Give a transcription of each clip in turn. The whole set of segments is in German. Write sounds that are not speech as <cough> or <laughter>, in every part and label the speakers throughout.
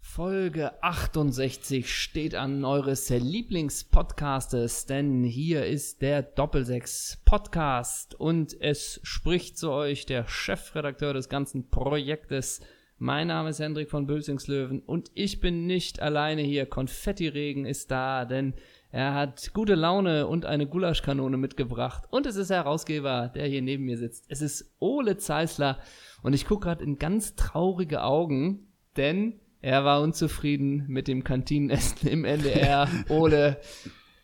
Speaker 1: Folge 68 steht an eures Lieblingspodcastes, denn hier ist der Doppelsechs Podcast und es spricht zu euch der Chefredakteur des ganzen Projektes. Mein Name ist Hendrik von Bülzingslöwen und ich bin nicht alleine hier. Konfettiregen ist da, denn er hat gute Laune und eine Gulaschkanone mitgebracht. Und es ist Herausgeber, der hier neben mir sitzt. Es ist Ole Zeisler. Und ich gucke gerade in ganz traurige Augen, denn er war unzufrieden mit dem Kantinenessen im
Speaker 2: <laughs>
Speaker 1: NDR. Ole,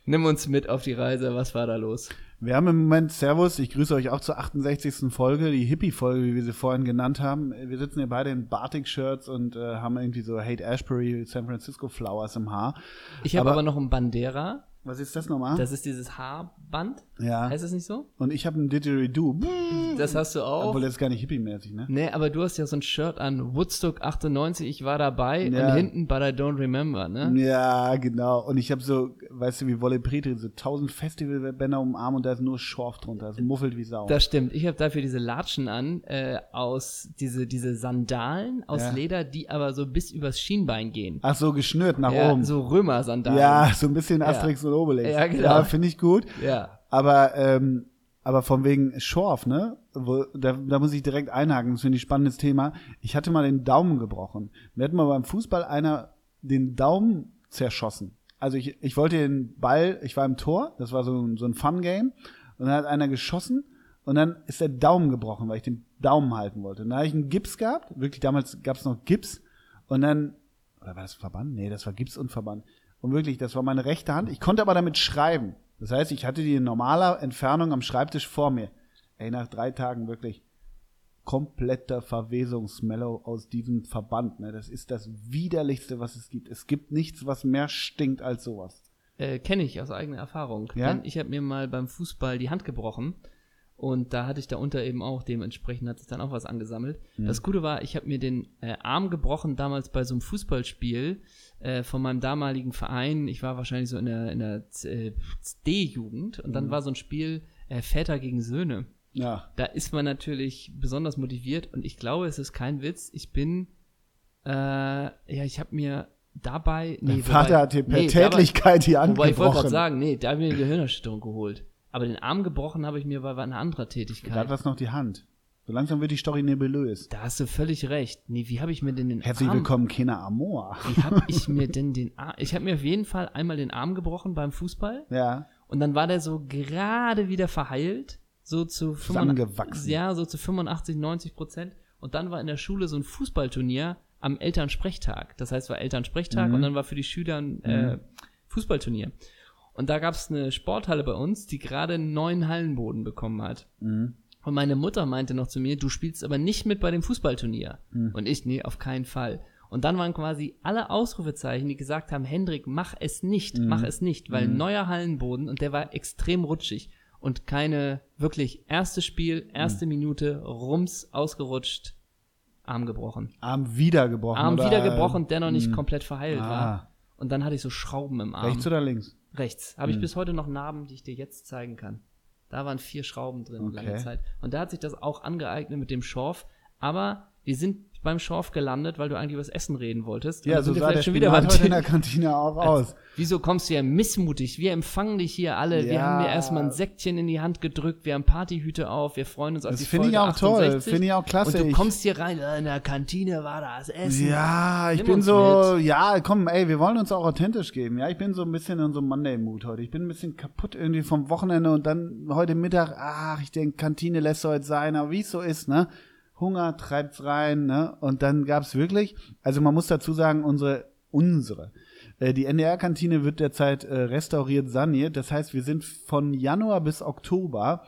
Speaker 1: nimm uns mit auf die Reise. Was war da los?
Speaker 2: Wir haben im Moment Servus, ich grüße euch auch zur 68. Folge, die Hippie-Folge, wie wir sie vorhin genannt haben. Wir sitzen hier beide in Batik-Shirts und äh, haben irgendwie so Hate Ashbury, San Francisco Flowers im Haar.
Speaker 1: Ich habe aber, noch ein Bandera.
Speaker 2: Was ist das nochmal?
Speaker 1: Das ist dieses Haarband.
Speaker 2: Ah. Ja.
Speaker 1: Heißt das nicht so?
Speaker 2: und ich habe ein Didgeridoo.
Speaker 1: Das hast du auch.
Speaker 2: Obwohl, das ist gar nicht hippie-mäßig, ne?
Speaker 1: Nee, aber du hast ja so ein Shirt an, Woodstock 98, ich war dabei
Speaker 2: Ja.
Speaker 1: und hinten But I Don't Remember, ne?
Speaker 2: Ja, genau. Und ich habe so, weißt du, wie Wolle Pretri, so tausend Festivalbänder um den Arm und da ist nur Schorf drunter. Es muffelt wie Sau.
Speaker 1: Das stimmt. Ich habe dafür diese Latschen an, äh, aus diese, diese Sandalen aus
Speaker 2: Ja.
Speaker 1: Leder, die aber so bis übers Schienbein gehen.
Speaker 2: Ach so, geschnürt nach
Speaker 1: Ja,
Speaker 2: oben.
Speaker 1: so Römer-Sandalen.
Speaker 2: ja, so ein bisschen Asterix und Obelix.
Speaker 1: Ja, genau.
Speaker 2: Ja, finde ich gut.
Speaker 1: Ja.
Speaker 2: Aber, ähm, aber von wegen Schorf, ne? Wo, da, da muss ich direkt einhaken, das finde ich ein spannendes Thema. Ich hatte mal den Daumen gebrochen. Mir hat mal beim Fußball einer den Daumen zerschossen. Also ich, ich wollte den Ball, ich war im Tor, das war so, ein- so ein Fun-Game, und dann hat einer geschossen und dann ist der Daumen gebrochen, weil ich den Daumen halten wollte. Und dann habe ich einen Gips gehabt, wirklich damals gab es noch Gips, und dann oder war das Verband? Nee, das war Gips und Verband. Und wirklich, das war meine rechte Hand. Ich konnte aber damit schreiben. Das heißt, ich hatte die in normaler Entfernung am Schreibtisch vor mir. Ey, nach drei Tagen wirklich kompletter Verwesungsmellow aus diesem Verband. Ne? Das ist das widerlichste, was es gibt. Es gibt nichts, was mehr stinkt als sowas.
Speaker 1: Äh, Kenne ich aus eigener Erfahrung.
Speaker 2: Ja?
Speaker 1: Denn ich habe mir mal beim Fußball die Hand gebrochen und da hatte ich darunter eben auch, dementsprechend hat sich dann auch was angesammelt. Das Gute war, ich habe mir den äh, Arm gebrochen damals bei so einem Fußballspiel äh, von meinem damaligen Verein. Ich war wahrscheinlich so in der, in der Z- äh, D-Jugend und
Speaker 2: Mhm.
Speaker 1: dann war so ein Spiel äh, Väter gegen Söhne.
Speaker 2: Ja.
Speaker 1: Da ist man natürlich besonders motiviert und ich glaube, es ist kein Witz. Ich bin, äh, ja, ich habe mir dabei.
Speaker 2: Mein
Speaker 1: nee,
Speaker 2: Vater
Speaker 1: wobei-
Speaker 2: hat dir per
Speaker 1: nee, dabei-
Speaker 2: Tätlichkeit die Hand
Speaker 1: Wobei ich wollte
Speaker 2: gebrochen.
Speaker 1: gerade sagen, nee, da habe ich mir eine Gehirnerschütterung geholt. Aber den Arm gebrochen habe ich mir bei einer anderen
Speaker 2: Gerade
Speaker 1: Tätigkeit.
Speaker 2: was noch die Hand. So langsam wird die Story nebulös.
Speaker 1: halt. Da hast du völlig recht. Nee, wie habe ich mir denn den
Speaker 2: Herzlich
Speaker 1: Arm...
Speaker 2: willkommen, Kena Amor.
Speaker 1: Wie habe
Speaker 2: <laughs>
Speaker 1: ich mir denn den Arm... Ich habe mir auf jeden Fall einmal den Arm gebrochen beim Fußball.
Speaker 2: Ja.
Speaker 1: Und dann war der so gerade wieder verheilt. So zu... 85
Speaker 2: Zusammengewachsen.
Speaker 1: Ja, so zu 85, 90 Prozent. Und dann war in der Schule so ein Fußballturnier am Elternsprechtag. Das heißt, war Elternsprechtag und dann war für die Schüler ein äh, Fußballturnier. Und da gab es eine Sporthalle bei uns, die gerade einen neuen Hallenboden bekommen hat. Und meine Mutter meinte noch zu mir, du spielst aber nicht mit bei dem Fußballturnier. Und ich, nee, auf keinen Fall. Und dann waren quasi alle Ausrufezeichen, die gesagt haben, Hendrik, mach es nicht, mach es nicht, weil neuer Hallenboden und der war extrem rutschig und keine wirklich erstes Spiel, erste Minute, rums, ausgerutscht, Arm gebrochen.
Speaker 2: Arm wieder gebrochen.
Speaker 1: Arm
Speaker 2: oder,
Speaker 1: wieder
Speaker 2: äh,
Speaker 1: gebrochen, der noch nicht komplett verheilt
Speaker 2: Ah.
Speaker 1: war. Und dann hatte ich so Schrauben im Arm.
Speaker 2: Rechts oder links?
Speaker 1: Rechts. Habe ich
Speaker 2: Hm.
Speaker 1: bis heute noch Narben, die ich dir jetzt zeigen kann. Da waren vier Schrauben drin lange
Speaker 2: Okay.
Speaker 1: Zeit. Und da hat sich das auch angeeignet mit dem Schorf. Aber wir sind beim Schorf gelandet, weil du eigentlich über das Essen reden wolltest. Und
Speaker 2: Ja,
Speaker 1: da sind
Speaker 2: so
Speaker 1: wir
Speaker 2: sah
Speaker 1: vielleicht
Speaker 2: der
Speaker 1: schon
Speaker 2: Spinat
Speaker 1: wieder beim
Speaker 2: <laughs> heute in der
Speaker 1: <laughs> Thema.
Speaker 2: Kantine auch aus.
Speaker 1: Wieso kommst du ja missmutig? Wir empfangen dich hier alle. Wir
Speaker 2: Ja.
Speaker 1: haben dir erstmal ein Säckchen in die Hand gedrückt. Wir haben Partyhüte auf. Wir freuen uns auf
Speaker 2: Das
Speaker 1: die
Speaker 2: finde
Speaker 1: Folge
Speaker 2: ich auch toll,
Speaker 1: 68.
Speaker 2: finde ich auch klasse.
Speaker 1: Und du
Speaker 2: Ich-
Speaker 1: kommst hier rein. äh, In der Kantine war das Essen.
Speaker 2: Ja, ich
Speaker 1: Nimm
Speaker 2: bin
Speaker 1: uns
Speaker 2: so, ja, komm, ey, wir wollen uns auch authentisch geben. Ja, ich bin so ein bisschen in so einem Monday-Mood heute. Ich bin ein bisschen kaputt irgendwie vom Wochenende und dann heute Mittag, ach, ich denke, Kantine lässt heute sein, aber wie es so ist, ne? Hunger treibt's rein, ne? Und dann gab's wirklich, also man muss dazu sagen, unsere, unsere, äh, die NDR-Kantine wird derzeit äh, restauriert, saniert. Das heißt, wir sind von Januar bis Oktober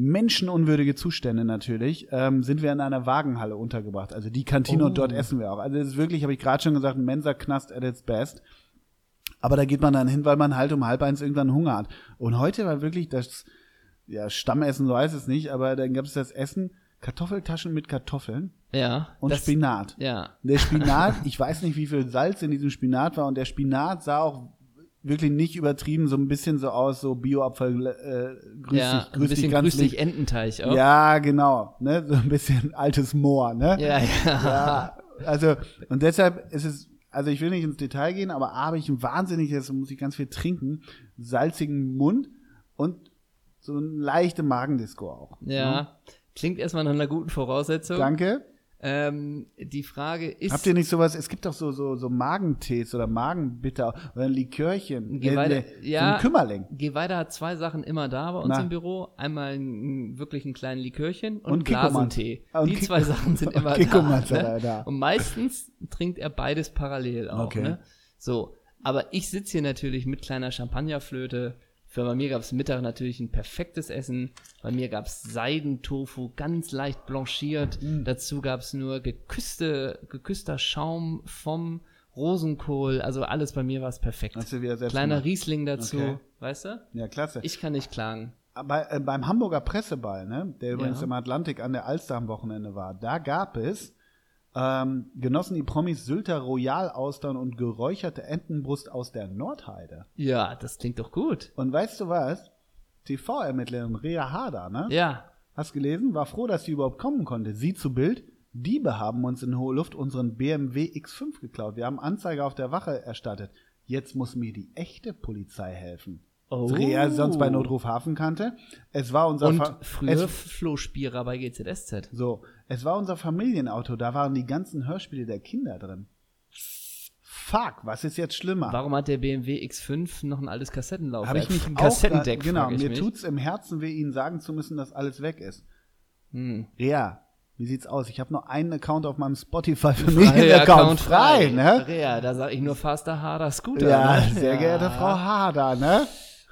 Speaker 2: menschenunwürdige Zustände natürlich, ähm, sind wir in einer Wagenhalle untergebracht. Also die Kantine
Speaker 1: Oh.
Speaker 2: und
Speaker 1: Mhm.
Speaker 2: dort essen wir auch. Also es ist wirklich, habe ich gerade schon gesagt, ein Mensa-Knast at its best. Aber da geht man dann hin, weil man halt um halb eins irgendwann Hunger hat. Und heute war wirklich das, ja, Stammessen, so heißt es nicht, aber dann gab es das Essen, Kartoffeltaschen mit Kartoffeln
Speaker 1: ja
Speaker 2: und
Speaker 1: das-
Speaker 2: Spinat.
Speaker 1: Ja.
Speaker 2: Der Spinat, ich weiß nicht, wie viel Salz in diesem Spinat war und der Spinat sah auch wirklich nicht übertrieben so ein bisschen so aus, so Bioabfall, äh, grüß
Speaker 1: ja,
Speaker 2: dich,
Speaker 1: ein
Speaker 2: grüß dich
Speaker 1: bisschen
Speaker 2: ganz
Speaker 1: grüßlich
Speaker 2: lieb.
Speaker 1: Ententeich auch.
Speaker 2: Ja, genau, ne, so ein bisschen altes Moor, ne?
Speaker 1: ja, ja.
Speaker 2: <laughs> Ja, also, und deshalb ist es, also ich will nicht ins Detail gehen, aber A, habe ich ein wahnsinniges, muss ich ganz viel trinken, salzigen Mund und so eine leichte Magendisco auch.
Speaker 1: Ja. Ne? Klingt erstmal nach einer guten Voraussetzung.
Speaker 2: Danke.
Speaker 1: Ähm, die Frage ist.
Speaker 2: Habt ihr nicht sowas? Es gibt doch so, so, so Magentees oder Magenbitter oder ein Likörchen.
Speaker 1: Geh weiter.
Speaker 2: ne, So
Speaker 1: Ja.
Speaker 2: ein Kümmerling.
Speaker 1: Geh weiter hat zwei Sachen immer da bei uns
Speaker 2: Na.
Speaker 1: im Büro. Einmal einen, wirklich einen kleinen Likörchen und,
Speaker 2: Und
Speaker 1: Glasentee.
Speaker 2: Kikkoman- Ah, und
Speaker 1: Die
Speaker 2: Kick-
Speaker 1: zwei Sachen
Speaker 2: <laughs>
Speaker 1: sind immer da,
Speaker 2: Kikkoman
Speaker 1: ne?
Speaker 2: ist er da.
Speaker 1: Und meistens trinkt er beides parallel auch.
Speaker 2: Okay.
Speaker 1: Ne? So, aber ich sitze hier natürlich mit kleiner Champagnerflöte. Für bei mir gab's Mittag natürlich ein perfektes Essen. Bei mir gab's Seidentofu, ganz leicht blanchiert.
Speaker 2: Mm.
Speaker 1: Dazu gab's nur geküsste, geküsster Schaum vom Rosenkohl. Also alles bei mir war's perfekt.
Speaker 2: Hast du wieder selbst
Speaker 1: Kleiner
Speaker 2: gemacht.
Speaker 1: Riesling dazu,
Speaker 2: Okay.
Speaker 1: weißt du?
Speaker 2: Ja, klasse.
Speaker 1: Ich kann nicht klagen.
Speaker 2: Bei, äh, beim Hamburger Presseball, ne, der übrigens
Speaker 1: Ja.
Speaker 2: im Atlantik an der Alster am Wochenende war, da gab es, ähm, genossen die Promis Sylter Royal-Austern und geräucherte Entenbrust aus der Nordheide.
Speaker 1: Ja, das klingt doch gut.
Speaker 2: Und weißt du was? TV-Ermittlerin Rea Hader, ne?
Speaker 1: Ja,
Speaker 2: Hast gelesen? War froh, dass sie überhaupt kommen konnte. Sie zu Bild. Diebe haben uns in hoher Luft unseren BMW X5 geklaut. Wir haben Anzeige auf der Wache erstattet. Jetzt muss mir die echte Polizei helfen.
Speaker 1: Oh.
Speaker 2: Rea sonst bei Notruf Hafenkante. Es war unser
Speaker 1: und
Speaker 2: Fa-
Speaker 1: früher
Speaker 2: es,
Speaker 1: Flo Spierer bei GZSZ.
Speaker 2: so, es war unser Familienauto. Da waren die ganzen Hörspiele der Kinder drin. Fuck, was ist jetzt schlimmer?
Speaker 1: Warum hat der BMW X5 noch ein altes Kassettenlaufwerk?
Speaker 2: Habe Ah. ich mich
Speaker 1: ein
Speaker 2: auch
Speaker 1: Kassettendeck,
Speaker 2: grad- genau,
Speaker 1: frag ich
Speaker 2: mir
Speaker 1: mich.
Speaker 2: <laughs> tut's im Herzen weh, Ihnen sagen zu müssen, dass alles weg ist.
Speaker 1: Hm.
Speaker 2: Rea, wie sieht's aus? Ich habe nur einen Account auf
Speaker 1: <laughs>
Speaker 2: meinem
Speaker 1: Freier
Speaker 2: Spotify Familienaccount frei, ne?
Speaker 1: Ja, da sage ich nur faster, harder Scooter.
Speaker 2: Ja,
Speaker 1: ne?
Speaker 2: sehr geehrte Frau Hader, ne?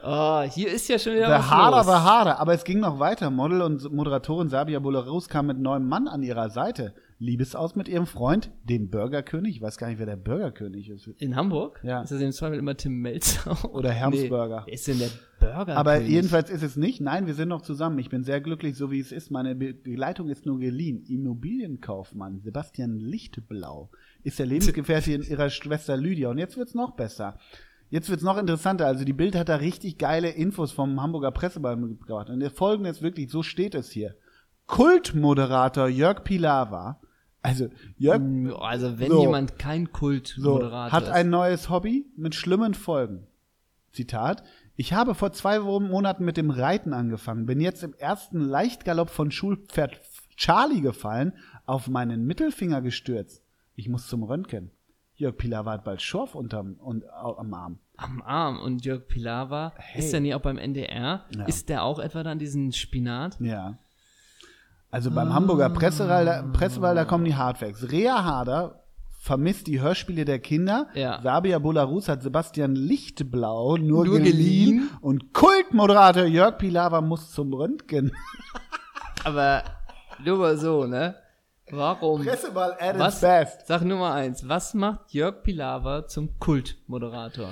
Speaker 1: Oh, hier ist ja schon wieder
Speaker 2: Der
Speaker 1: was
Speaker 2: Hader
Speaker 1: los.
Speaker 2: war Hader, aber es ging noch weiter. Model und Moderatorin Sabia Bolarus kam mit neuem Mann an ihrer Seite. Liebesaus mit ihrem Freund, den Burgerkönig. Ich weiß gar nicht, wer der Burgerkönig ist.
Speaker 1: In Hamburg?
Speaker 2: Ja.
Speaker 1: Ist das im Zweifel immer Tim Melzer? <laughs>
Speaker 2: Oder Hermsburger.
Speaker 1: Nee, wer ist denn der Burger?
Speaker 2: Aber jedenfalls ist es nicht. Nein, wir sind noch zusammen. Ich bin sehr glücklich, so wie es ist. Meine Be- Begleitung ist nur geliehen. Immobilienkaufmann Sebastian Lichtblau ist der Lebensgefährtin ihrer Schwester Lydia. Und jetzt wird's noch besser. Jetzt wird's noch interessanter. Also die Bild hat da richtig geile Infos vom Hamburger Presseball mitgebracht. Und der folgende ist wirklich, so steht es hier. Kultmoderator Jörg Pilawa. Also Jörg
Speaker 1: Also, wenn
Speaker 2: So.
Speaker 1: jemand kein
Speaker 2: so,
Speaker 1: Kultmoderator
Speaker 2: hat
Speaker 1: ist.
Speaker 2: ein neues Hobby mit schlimmen Folgen. Zitat. Ich habe vor zwei Wo- Monaten mit dem Reiten angefangen, bin jetzt im ersten Leichtgalopp von Schulpferd Charlie gefallen, auf meinen Mittelfinger gestürzt. Ich muss zum Röntgen. Jörg Pilawa hat bald Schorf unterm und au- am Arm.
Speaker 1: Am Arm. Und Jörg Pilawa ist ja nie auch beim NDR.
Speaker 2: Ja.
Speaker 1: Ist der auch etwa dann diesen Spinat?
Speaker 2: Ja. Also beim Hamburger Pressewahl, da- Pressewahl, da kommen die Hardfacts. Rea Harder vermisst die Hörspiele der Kinder.
Speaker 1: Ja.
Speaker 2: Sabia Bolarus hat Sebastian Lichtblau nur,
Speaker 1: Nur
Speaker 2: geliehen.
Speaker 1: geliehen.
Speaker 2: Und Kultmoderator Jörg Pilawa muss zum Röntgen.
Speaker 1: Aber nur mal so, ne? Warum?
Speaker 2: Pressewahl at
Speaker 1: Was,
Speaker 2: its best.
Speaker 1: Sag Nummer eins, was macht Jörg Pilawa zum Kultmoderator?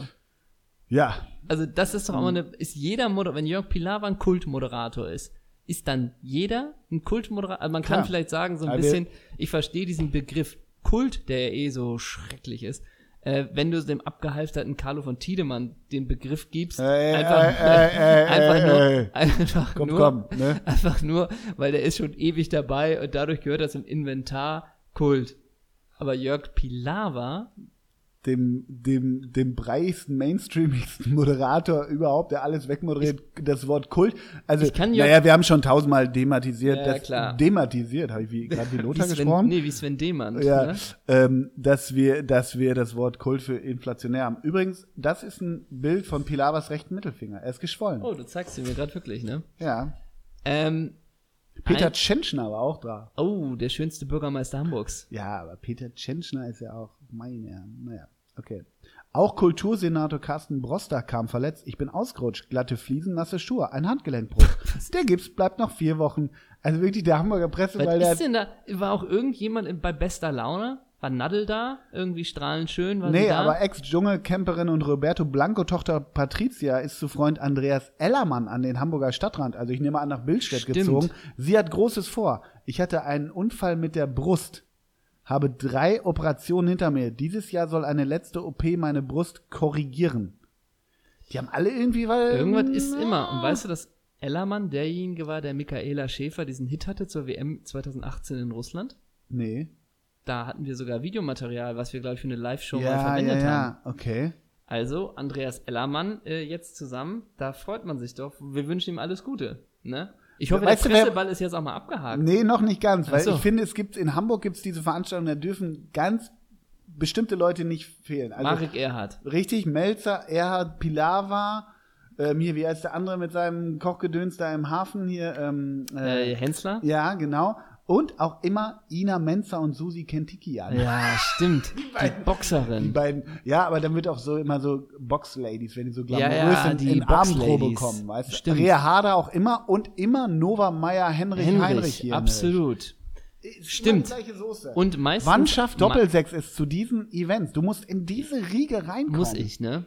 Speaker 2: Ja.
Speaker 1: Also das ist doch
Speaker 2: Mhm.
Speaker 1: immer eine, ist jeder Moderator, wenn Jörg Pilawa ein Kultmoderator ist, ist dann jeder ein Kultmoderator? Also man kann
Speaker 2: Klar. Also
Speaker 1: vielleicht sagen so ein
Speaker 2: Aber wir-
Speaker 1: bisschen, ich verstehe diesen Begriff Kult, der ja eh so schrecklich ist, äh, wenn du dem abgehalfterten Carlo von Tiedemann den Begriff gibst,
Speaker 2: Ey,
Speaker 1: einfach,
Speaker 2: ey,
Speaker 1: <laughs>
Speaker 2: ey,
Speaker 1: einfach
Speaker 2: ey,
Speaker 1: nur,
Speaker 2: ey.
Speaker 1: einfach
Speaker 2: Komm,
Speaker 1: nur,
Speaker 2: komm, ne?
Speaker 1: einfach nur, weil der ist schon ewig dabei und dadurch gehört das im Inventar Kult. Aber Jörg Pilawa
Speaker 2: Dem, dem, dem breiigsten, mainstreamigsten Moderator überhaupt, der alles wegmoderiert, das Wort Kult. Also,
Speaker 1: Ich kann Jörg-
Speaker 2: naja, wir haben schon tausendmal dematisiert.
Speaker 1: Ja,
Speaker 2: das,
Speaker 1: klar.
Speaker 2: Dematisiert, habe ich wie gerade wie Lothar
Speaker 1: Sven,
Speaker 2: gesprochen.
Speaker 1: Nee, wie Sven Dehmann.
Speaker 2: ja,
Speaker 1: Ne?
Speaker 2: ähm, dass wir, dass wir das Wort Kult für inflationär haben. Übrigens, das ist ein Bild von Pilawas rechten Mittelfinger. Er ist geschwollen.
Speaker 1: Oh, du zeigst sie mir gerade wirklich, ne?
Speaker 2: Ja.
Speaker 1: Ähm,
Speaker 2: Peter
Speaker 1: Ein-
Speaker 2: Tschentschner war auch da.
Speaker 1: oh, der schönste Bürgermeister Hamburgs.
Speaker 2: Ja, aber Peter Tschentschner ist ja auch mein, ja. Naja, okay. Auch Kultursenator Carsten Broster kam verletzt. Ich bin ausgerutscht. Glatte Fliesen, nasse Schuhe, ein
Speaker 1: <laughs>
Speaker 2: Handgelenkbruch. der Gips bleibt noch vier Wochen. Also wirklich der Hamburger Presse,
Speaker 1: Was
Speaker 2: weil der
Speaker 1: ist denn da? War auch irgendjemand in, bei bester Laune? War Nadel da? Irgendwie strahlend schön? War sie
Speaker 2: Nee,
Speaker 1: da?
Speaker 2: aber Ex-Dschungelcamperin und Roberto Blanco-Tochter Patricia ist zu Freund Andreas Ellermann an den Hamburger Stadtrand, also ich nehme an, nach Billstedt
Speaker 1: Stimmt.
Speaker 2: gezogen. Sie hat Großes vor. Ich hatte einen Unfall mit der Brust, habe drei Operationen hinter mir. Dieses Jahr soll eine letzte OP meine Brust korrigieren. Die haben alle irgendwie, weil.
Speaker 1: Irgendwas ist immer. Und weißt du, dass Ellermann derjenige war, der Michaela Schäfer diesen Hit hatte zur WM 2018 in Russland?
Speaker 2: Nee.
Speaker 1: Da hatten wir sogar Videomaterial, was wir, glaube ich, für eine Live-Show mal
Speaker 2: ja, ja,
Speaker 1: verwendet haben.
Speaker 2: ja, okay.
Speaker 1: Also, Andreas Ellermann äh, jetzt zusammen, da freut man sich doch. Wir wünschen ihm alles Gute. Ne? Ich hoffe,
Speaker 2: Weißt du,
Speaker 1: der
Speaker 2: wer-
Speaker 1: Presseball ist jetzt auch mal abgehakt.
Speaker 2: Nee, noch nicht ganz, weil
Speaker 1: Ach so.
Speaker 2: ich finde, es gibt, in Hamburg gibt es diese Veranstaltung, da dürfen ganz bestimmte Leute nicht fehlen. Also,
Speaker 1: Marek Erhardt.
Speaker 2: Richtig, Melzer, Erhard Pilawa, ähm, hier, wie heißt der andere mit seinem Kochgedöns da im Hafen hier? Ähm, äh,
Speaker 1: Äh, Hensler?
Speaker 2: Ja, genau. Und auch immer Ina Menzer und Susi Kentikian.
Speaker 1: Ja, stimmt. Die
Speaker 2: beiden- Die
Speaker 1: Boxerin.
Speaker 2: beiden, ja, aber dann wird auch so immer so Box-Ladies, wenn die so glamourös
Speaker 1: Ja, ja,
Speaker 2: in,
Speaker 1: die
Speaker 2: in Abendprobe
Speaker 1: Box-Ladies.
Speaker 2: kommen, weißt du?
Speaker 1: Stimmt.
Speaker 2: Rea Harder auch immer und immer Nova Meyer Henrich Heinrich,
Speaker 1: Henrich,
Speaker 2: hier.
Speaker 1: absolut.
Speaker 2: Ist immer die
Speaker 1: Stimmt.
Speaker 2: gleiche Soße.
Speaker 1: Und meistens
Speaker 2: Wann schafft
Speaker 1: Ma-
Speaker 2: Doppelsechs es zu diesen Events? Du musst in diese Riege reinkommen.
Speaker 1: muss ich, ne?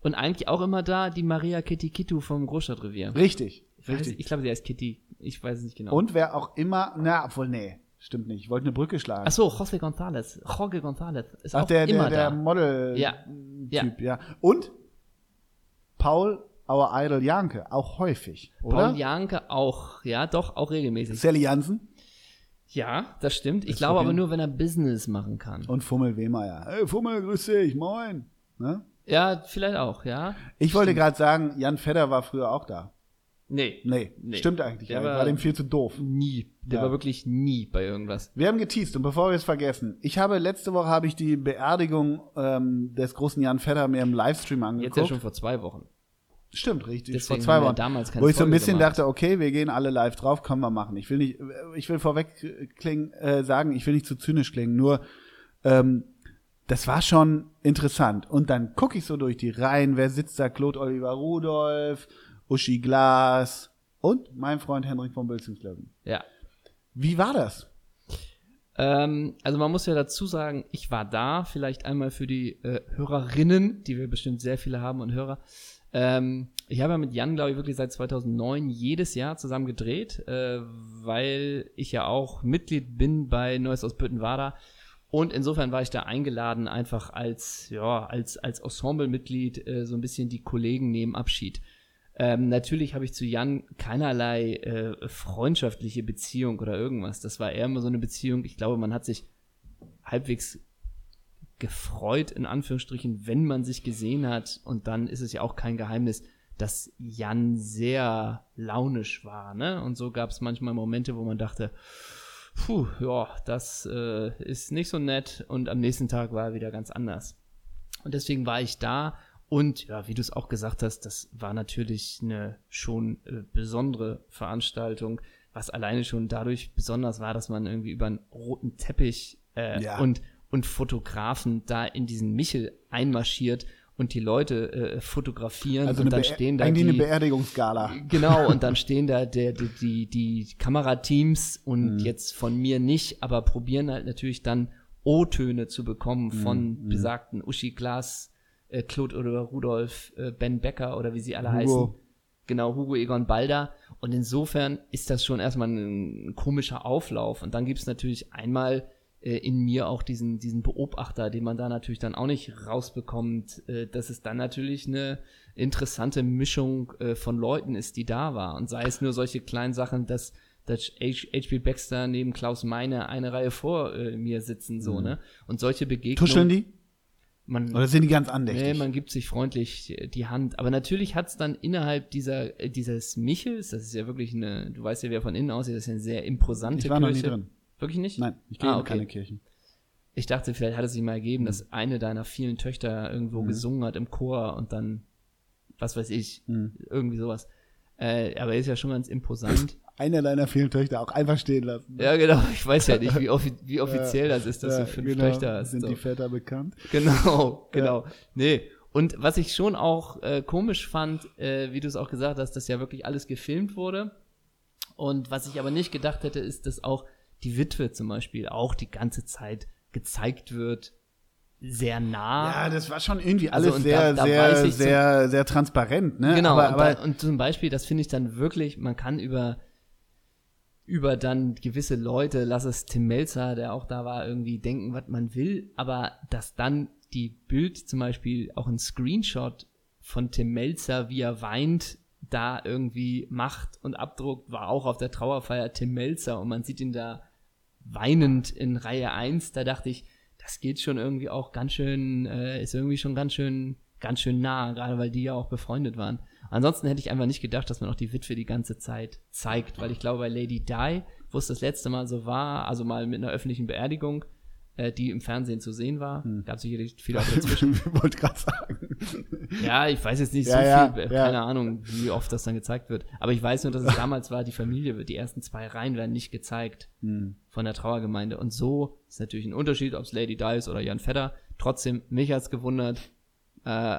Speaker 1: Und eigentlich auch immer da die Maria Kitty Kittu vom Großstadtrevier.
Speaker 2: Richtig.
Speaker 1: Ich weiß-
Speaker 2: Richtig.
Speaker 1: Ich glaube, sie heißt Kitty. Ich weiß es nicht genau.
Speaker 2: Und wer auch immer, na, obwohl, nee, stimmt nicht. Ich wollte eine Brücke schlagen.
Speaker 1: Ach so, José González. Jorge González ist
Speaker 2: Ach,
Speaker 1: auch
Speaker 2: der, der,
Speaker 1: immer
Speaker 2: der
Speaker 1: da.
Speaker 2: Model-Typ,
Speaker 1: Ja. Ja.
Speaker 2: ja. Und Paul, our idol Janke, auch häufig, oder?
Speaker 1: Paul Janke auch. Ja, doch, auch regelmäßig.
Speaker 2: Sally Jansen
Speaker 1: Ja, das stimmt. Ich
Speaker 2: Das
Speaker 1: glaube aber
Speaker 2: probieren.
Speaker 1: nur, wenn er Business machen kann.
Speaker 2: und Fummel Wehmeier. Hey, Fummel, grüß dich, moin. Ne?
Speaker 1: Ja, vielleicht auch, ja.
Speaker 2: Ich wollte gerade sagen, Jan Fedder war früher auch da.
Speaker 1: Nee.
Speaker 2: Nee,
Speaker 1: Nee.
Speaker 2: stimmt eigentlich.
Speaker 1: Der
Speaker 2: Ja,
Speaker 1: war-
Speaker 2: war dem viel zu doof.
Speaker 1: Nie. Der
Speaker 2: Ja.
Speaker 1: war wirklich nie bei irgendwas.
Speaker 2: Wir haben geteased und bevor wir es vergessen, ich habe letzte Woche habe ich die Beerdigung ähm, des großen Jan Fedder mir im Livestream
Speaker 1: Jetzt
Speaker 2: angeguckt.
Speaker 1: ja schon vor zwei Wochen.
Speaker 2: Stimmt, richtig.
Speaker 1: Deswegen
Speaker 2: vor zwei
Speaker 1: haben wir
Speaker 2: Wochen.
Speaker 1: damals keine
Speaker 2: wo ich so ein
Speaker 1: Folge
Speaker 2: bisschen
Speaker 1: gemacht.
Speaker 2: dachte, okay, wir gehen alle live drauf, können wir machen. Ich will nicht, äh, ich will vorweg klingen, äh, sagen, ich will nicht zu zynisch klingen, nur ähm, das war schon interessant. Und dann gucke ich so durch die Reihen, wer sitzt da? Claude Oliver Rudolph, Uschi Glas und mein Freund Henrik von Bülzingslöwen.
Speaker 1: Ja.
Speaker 2: Wie war das?
Speaker 1: Ähm, also man muss ja dazu sagen, ich war da, vielleicht einmal für die äh, Hörerinnen, die wir bestimmt sehr viele haben und Hörer. Ähm, ich habe ja mit Jan, glaube ich, wirklich seit 2009 jedes Jahr zusammen gedreht, äh, weil ich ja auch Mitglied bin bei Neues aus Büttenwader. Und insofern war ich da eingeladen, einfach als, ja, als, als Ensemblemitglied äh, so ein bisschen die Kollegen nehmen Abschied. Ähm, natürlich habe ich zu Jan keinerlei äh, freundschaftliche Beziehung oder irgendwas. Das war eher immer so eine Beziehung. Ich glaube, man hat sich halbwegs gefreut, in Anführungsstrichen, wenn man sich gesehen hat. Und dann ist es ja auch kein Geheimnis, dass Jan sehr launisch war. Ne? Und so gab es manchmal Momente, wo man dachte, puh, ja, das äh, ist nicht so nett. Und am nächsten Tag war er wieder ganz anders. Und deswegen war ich da. Und ja, wie du es auch gesagt hast, das war natürlich eine schon äh, besondere Veranstaltung, was alleine schon dadurch besonders war, dass man irgendwie über einen roten Teppich äh,
Speaker 2: Ja.
Speaker 1: und, und Fotografen da in diesen Michel einmarschiert und die Leute äh, fotografieren
Speaker 2: Also
Speaker 1: und dann
Speaker 2: Beer-
Speaker 1: stehen da
Speaker 2: eigentlich
Speaker 1: die,
Speaker 2: eine Beerdigungsgala.
Speaker 1: Genau, und dann stehen da der, die, die, die Kamerateams und jetzt von mir nicht, aber probieren halt natürlich dann O-Töne zu bekommen von besagten Uschi Glas, äh, Claude oder Rudolf, äh, Ben Becker oder wie sie alle
Speaker 2: Hugo.
Speaker 1: heißen. Genau, Hugo Egon Balder. Und insofern ist das schon erstmal ein komischer Auflauf. Und dann gibt's natürlich einmal äh, in mir auch diesen, diesen Beobachter, den man da natürlich dann auch nicht rausbekommt, äh, dass es dann natürlich eine interessante Mischung äh, von Leuten ist, die da war. Und sei es nur solche kleinen Sachen, dass dass H- H.P. Baxter neben Klaus Meine eine Reihe vor äh, mir sitzen, so, ne? Und solche Begegnungen.
Speaker 2: Mhm. Tuscheln die?
Speaker 1: Man,
Speaker 2: Oder sind die ganz andächtig?
Speaker 1: Nee, man gibt sich freundlich äh, die Hand. Aber natürlich hat's dann innerhalb dieser, äh, dieses Michels, das ist ja wirklich eine, du weißt ja, wer von innen aussieht, das ist ja eine sehr imposante
Speaker 2: Ich war noch nie
Speaker 1: Kirche.
Speaker 2: drin.
Speaker 1: Wirklich nicht?
Speaker 2: Nein, ich gehe
Speaker 1: Ah,
Speaker 2: in
Speaker 1: okay.
Speaker 2: keine Kirchen.
Speaker 1: Ich dachte, vielleicht hat es sich mal ergeben,
Speaker 2: Hm.
Speaker 1: dass eine deiner vielen Töchter irgendwo gesungen hat im Chor und dann, was weiß ich,
Speaker 2: Hm.
Speaker 1: irgendwie sowas. Äh, aber ist ja schon ganz
Speaker 2: <laughs>
Speaker 1: imposant.
Speaker 2: Einer deiner vielen Töchter auch einfach stehen lassen.
Speaker 1: ja, genau. Ich weiß ja nicht, wie, offi
Speaker 2: <laughs>
Speaker 1: wie offiziell das ist, dass
Speaker 2: Ja,
Speaker 1: du fünf
Speaker 2: genau.
Speaker 1: Töchter hast.
Speaker 2: Sind
Speaker 1: so.
Speaker 2: die Väter bekannt?
Speaker 1: Genau, genau. Nee. Und was ich schon auch äh, komisch fand, äh, wie du es auch gesagt hast, dass ja wirklich alles gefilmt wurde. Und was ich aber nicht gedacht hätte, ist, dass auch die Witwe zum Beispiel auch die ganze Zeit gezeigt wird, sehr nah.
Speaker 2: Ja, das war schon irgendwie
Speaker 1: Also,
Speaker 2: alles
Speaker 1: und da-
Speaker 2: sehr,
Speaker 1: da weiß
Speaker 2: sehr,
Speaker 1: ich so-
Speaker 2: sehr, sehr transparent, ne?
Speaker 1: Genau,
Speaker 2: Aber,
Speaker 1: und, da-
Speaker 2: aber
Speaker 1: und zum Beispiel, das finde ich dann wirklich, man kann über, über dann gewisse Leute, lass es Tim Melzer, der auch da war, irgendwie denken, was man will, aber dass dann die Bild zum Beispiel auch ein Screenshot von Tim Melzer, wie er weint, da irgendwie macht und abdruckt, war auch auf der Trauerfeier Tim Melzer und man sieht ihn da weinend in Reihe 1. Da dachte ich, das geht schon irgendwie auch ganz schön, äh, ist irgendwie schon ganz schön, ganz schön nah, gerade weil die ja auch befreundet waren. Ansonsten hätte ich einfach nicht gedacht, dass man auch die Witwe die ganze Zeit zeigt, weil ich glaube, bei Lady Di, wo es das letzte Mal so war, also mal mit einer öffentlichen Beerdigung, äh, die im Fernsehen zu sehen war, gab es sicherlich viele auch
Speaker 2: <laughs>
Speaker 1: dazwischen.
Speaker 2: Wollte
Speaker 1: <laughs>
Speaker 2: gerade sagen.
Speaker 1: Ja, ich weiß jetzt nicht so
Speaker 2: Ja, ja,
Speaker 1: viel, äh,
Speaker 2: ja.
Speaker 1: keine Ahnung, wie oft das dann gezeigt wird. Aber ich weiß nur, dass es damals war, die Familie, wird- die ersten zwei Reihen werden nicht gezeigt
Speaker 2: Hm.
Speaker 1: von der Trauergemeinde. Und so ist natürlich ein Unterschied, ob es Lady Di ist oder Jan Fedder. Trotzdem, mich hat's gewundert, äh,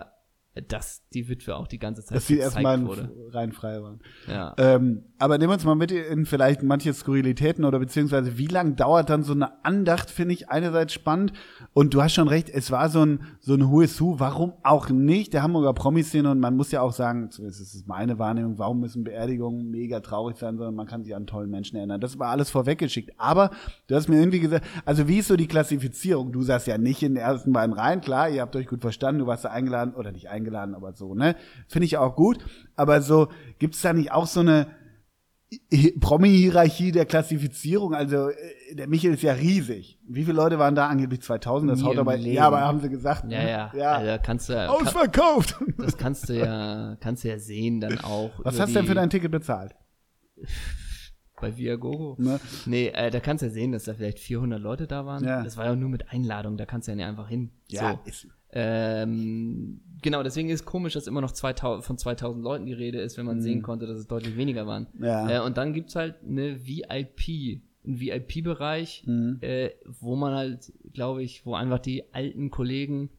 Speaker 1: dass die Witwe auch die ganze Zeit
Speaker 2: Dass sie erstmal
Speaker 1: wurde.
Speaker 2: rein frei waren.
Speaker 1: Ja.
Speaker 2: Ähm, aber nehmen wir uns mal mit in vielleicht manche Skurrilitäten oder beziehungsweise wie lang dauert dann so eine Andacht, finde ich einerseits spannend. Und du hast schon recht, es war so ein, so ein Who is Who, warum auch nicht der Hamburger Promiszene und man muss ja auch sagen, zumindest ist es meine Wahrnehmung, warum müssen Beerdigungen mega traurig sein, sondern man kann sich an tollen Menschen erinnern. Das war alles vorweggeschickt. Aber du hast mir irgendwie gesagt, also wie ist so die Klassifizierung? Du saßt ja nicht in den ersten beiden Reihen, klar, ihr habt euch gut verstanden, du warst da eingeladen oder nicht eingeladen, aber so, ne? Finde ich auch gut. Aber so, gibt es da nicht auch so eine Hi- Promi-Hierarchie der Klassifizierung? Also, äh, der Michel ist ja riesig. Wie viele Leute waren da angeblich 2000? Das
Speaker 1: Nie
Speaker 2: haut
Speaker 1: im
Speaker 2: aber,
Speaker 1: Leben.
Speaker 2: ja, aber haben sie gesagt.
Speaker 1: ja,
Speaker 2: ne?
Speaker 1: ja,
Speaker 2: ja.
Speaker 1: Also kannst du ja, kann, <laughs>
Speaker 2: Ausverkauft!
Speaker 1: das kannst du ja, kannst du ja sehen dann auch.
Speaker 2: Was
Speaker 1: über
Speaker 2: hast du denn
Speaker 1: Also die-
Speaker 2: für dein Ticket bezahlt?
Speaker 1: Bei Viagogo.
Speaker 2: Ne?
Speaker 1: Nee, äh, da kannst du ja sehen, dass da vielleicht 400 Leute da waren.
Speaker 2: Ja.
Speaker 1: Das war ja nur mit Einladung, da kannst du ja nicht einfach hin. So.
Speaker 2: ist,
Speaker 1: Ähm, genau, deswegen ist komisch, dass immer noch 2000, von 2000 Leuten die Rede ist, wenn man sehen konnte, dass es deutlich weniger waren.
Speaker 2: Mhm. Ja.
Speaker 1: Äh, und dann gibt's halt eine VIP, einen VIP-Bereich,
Speaker 2: Mhm.
Speaker 1: äh, wo man halt, glaube ich, wo einfach die alten Kollegen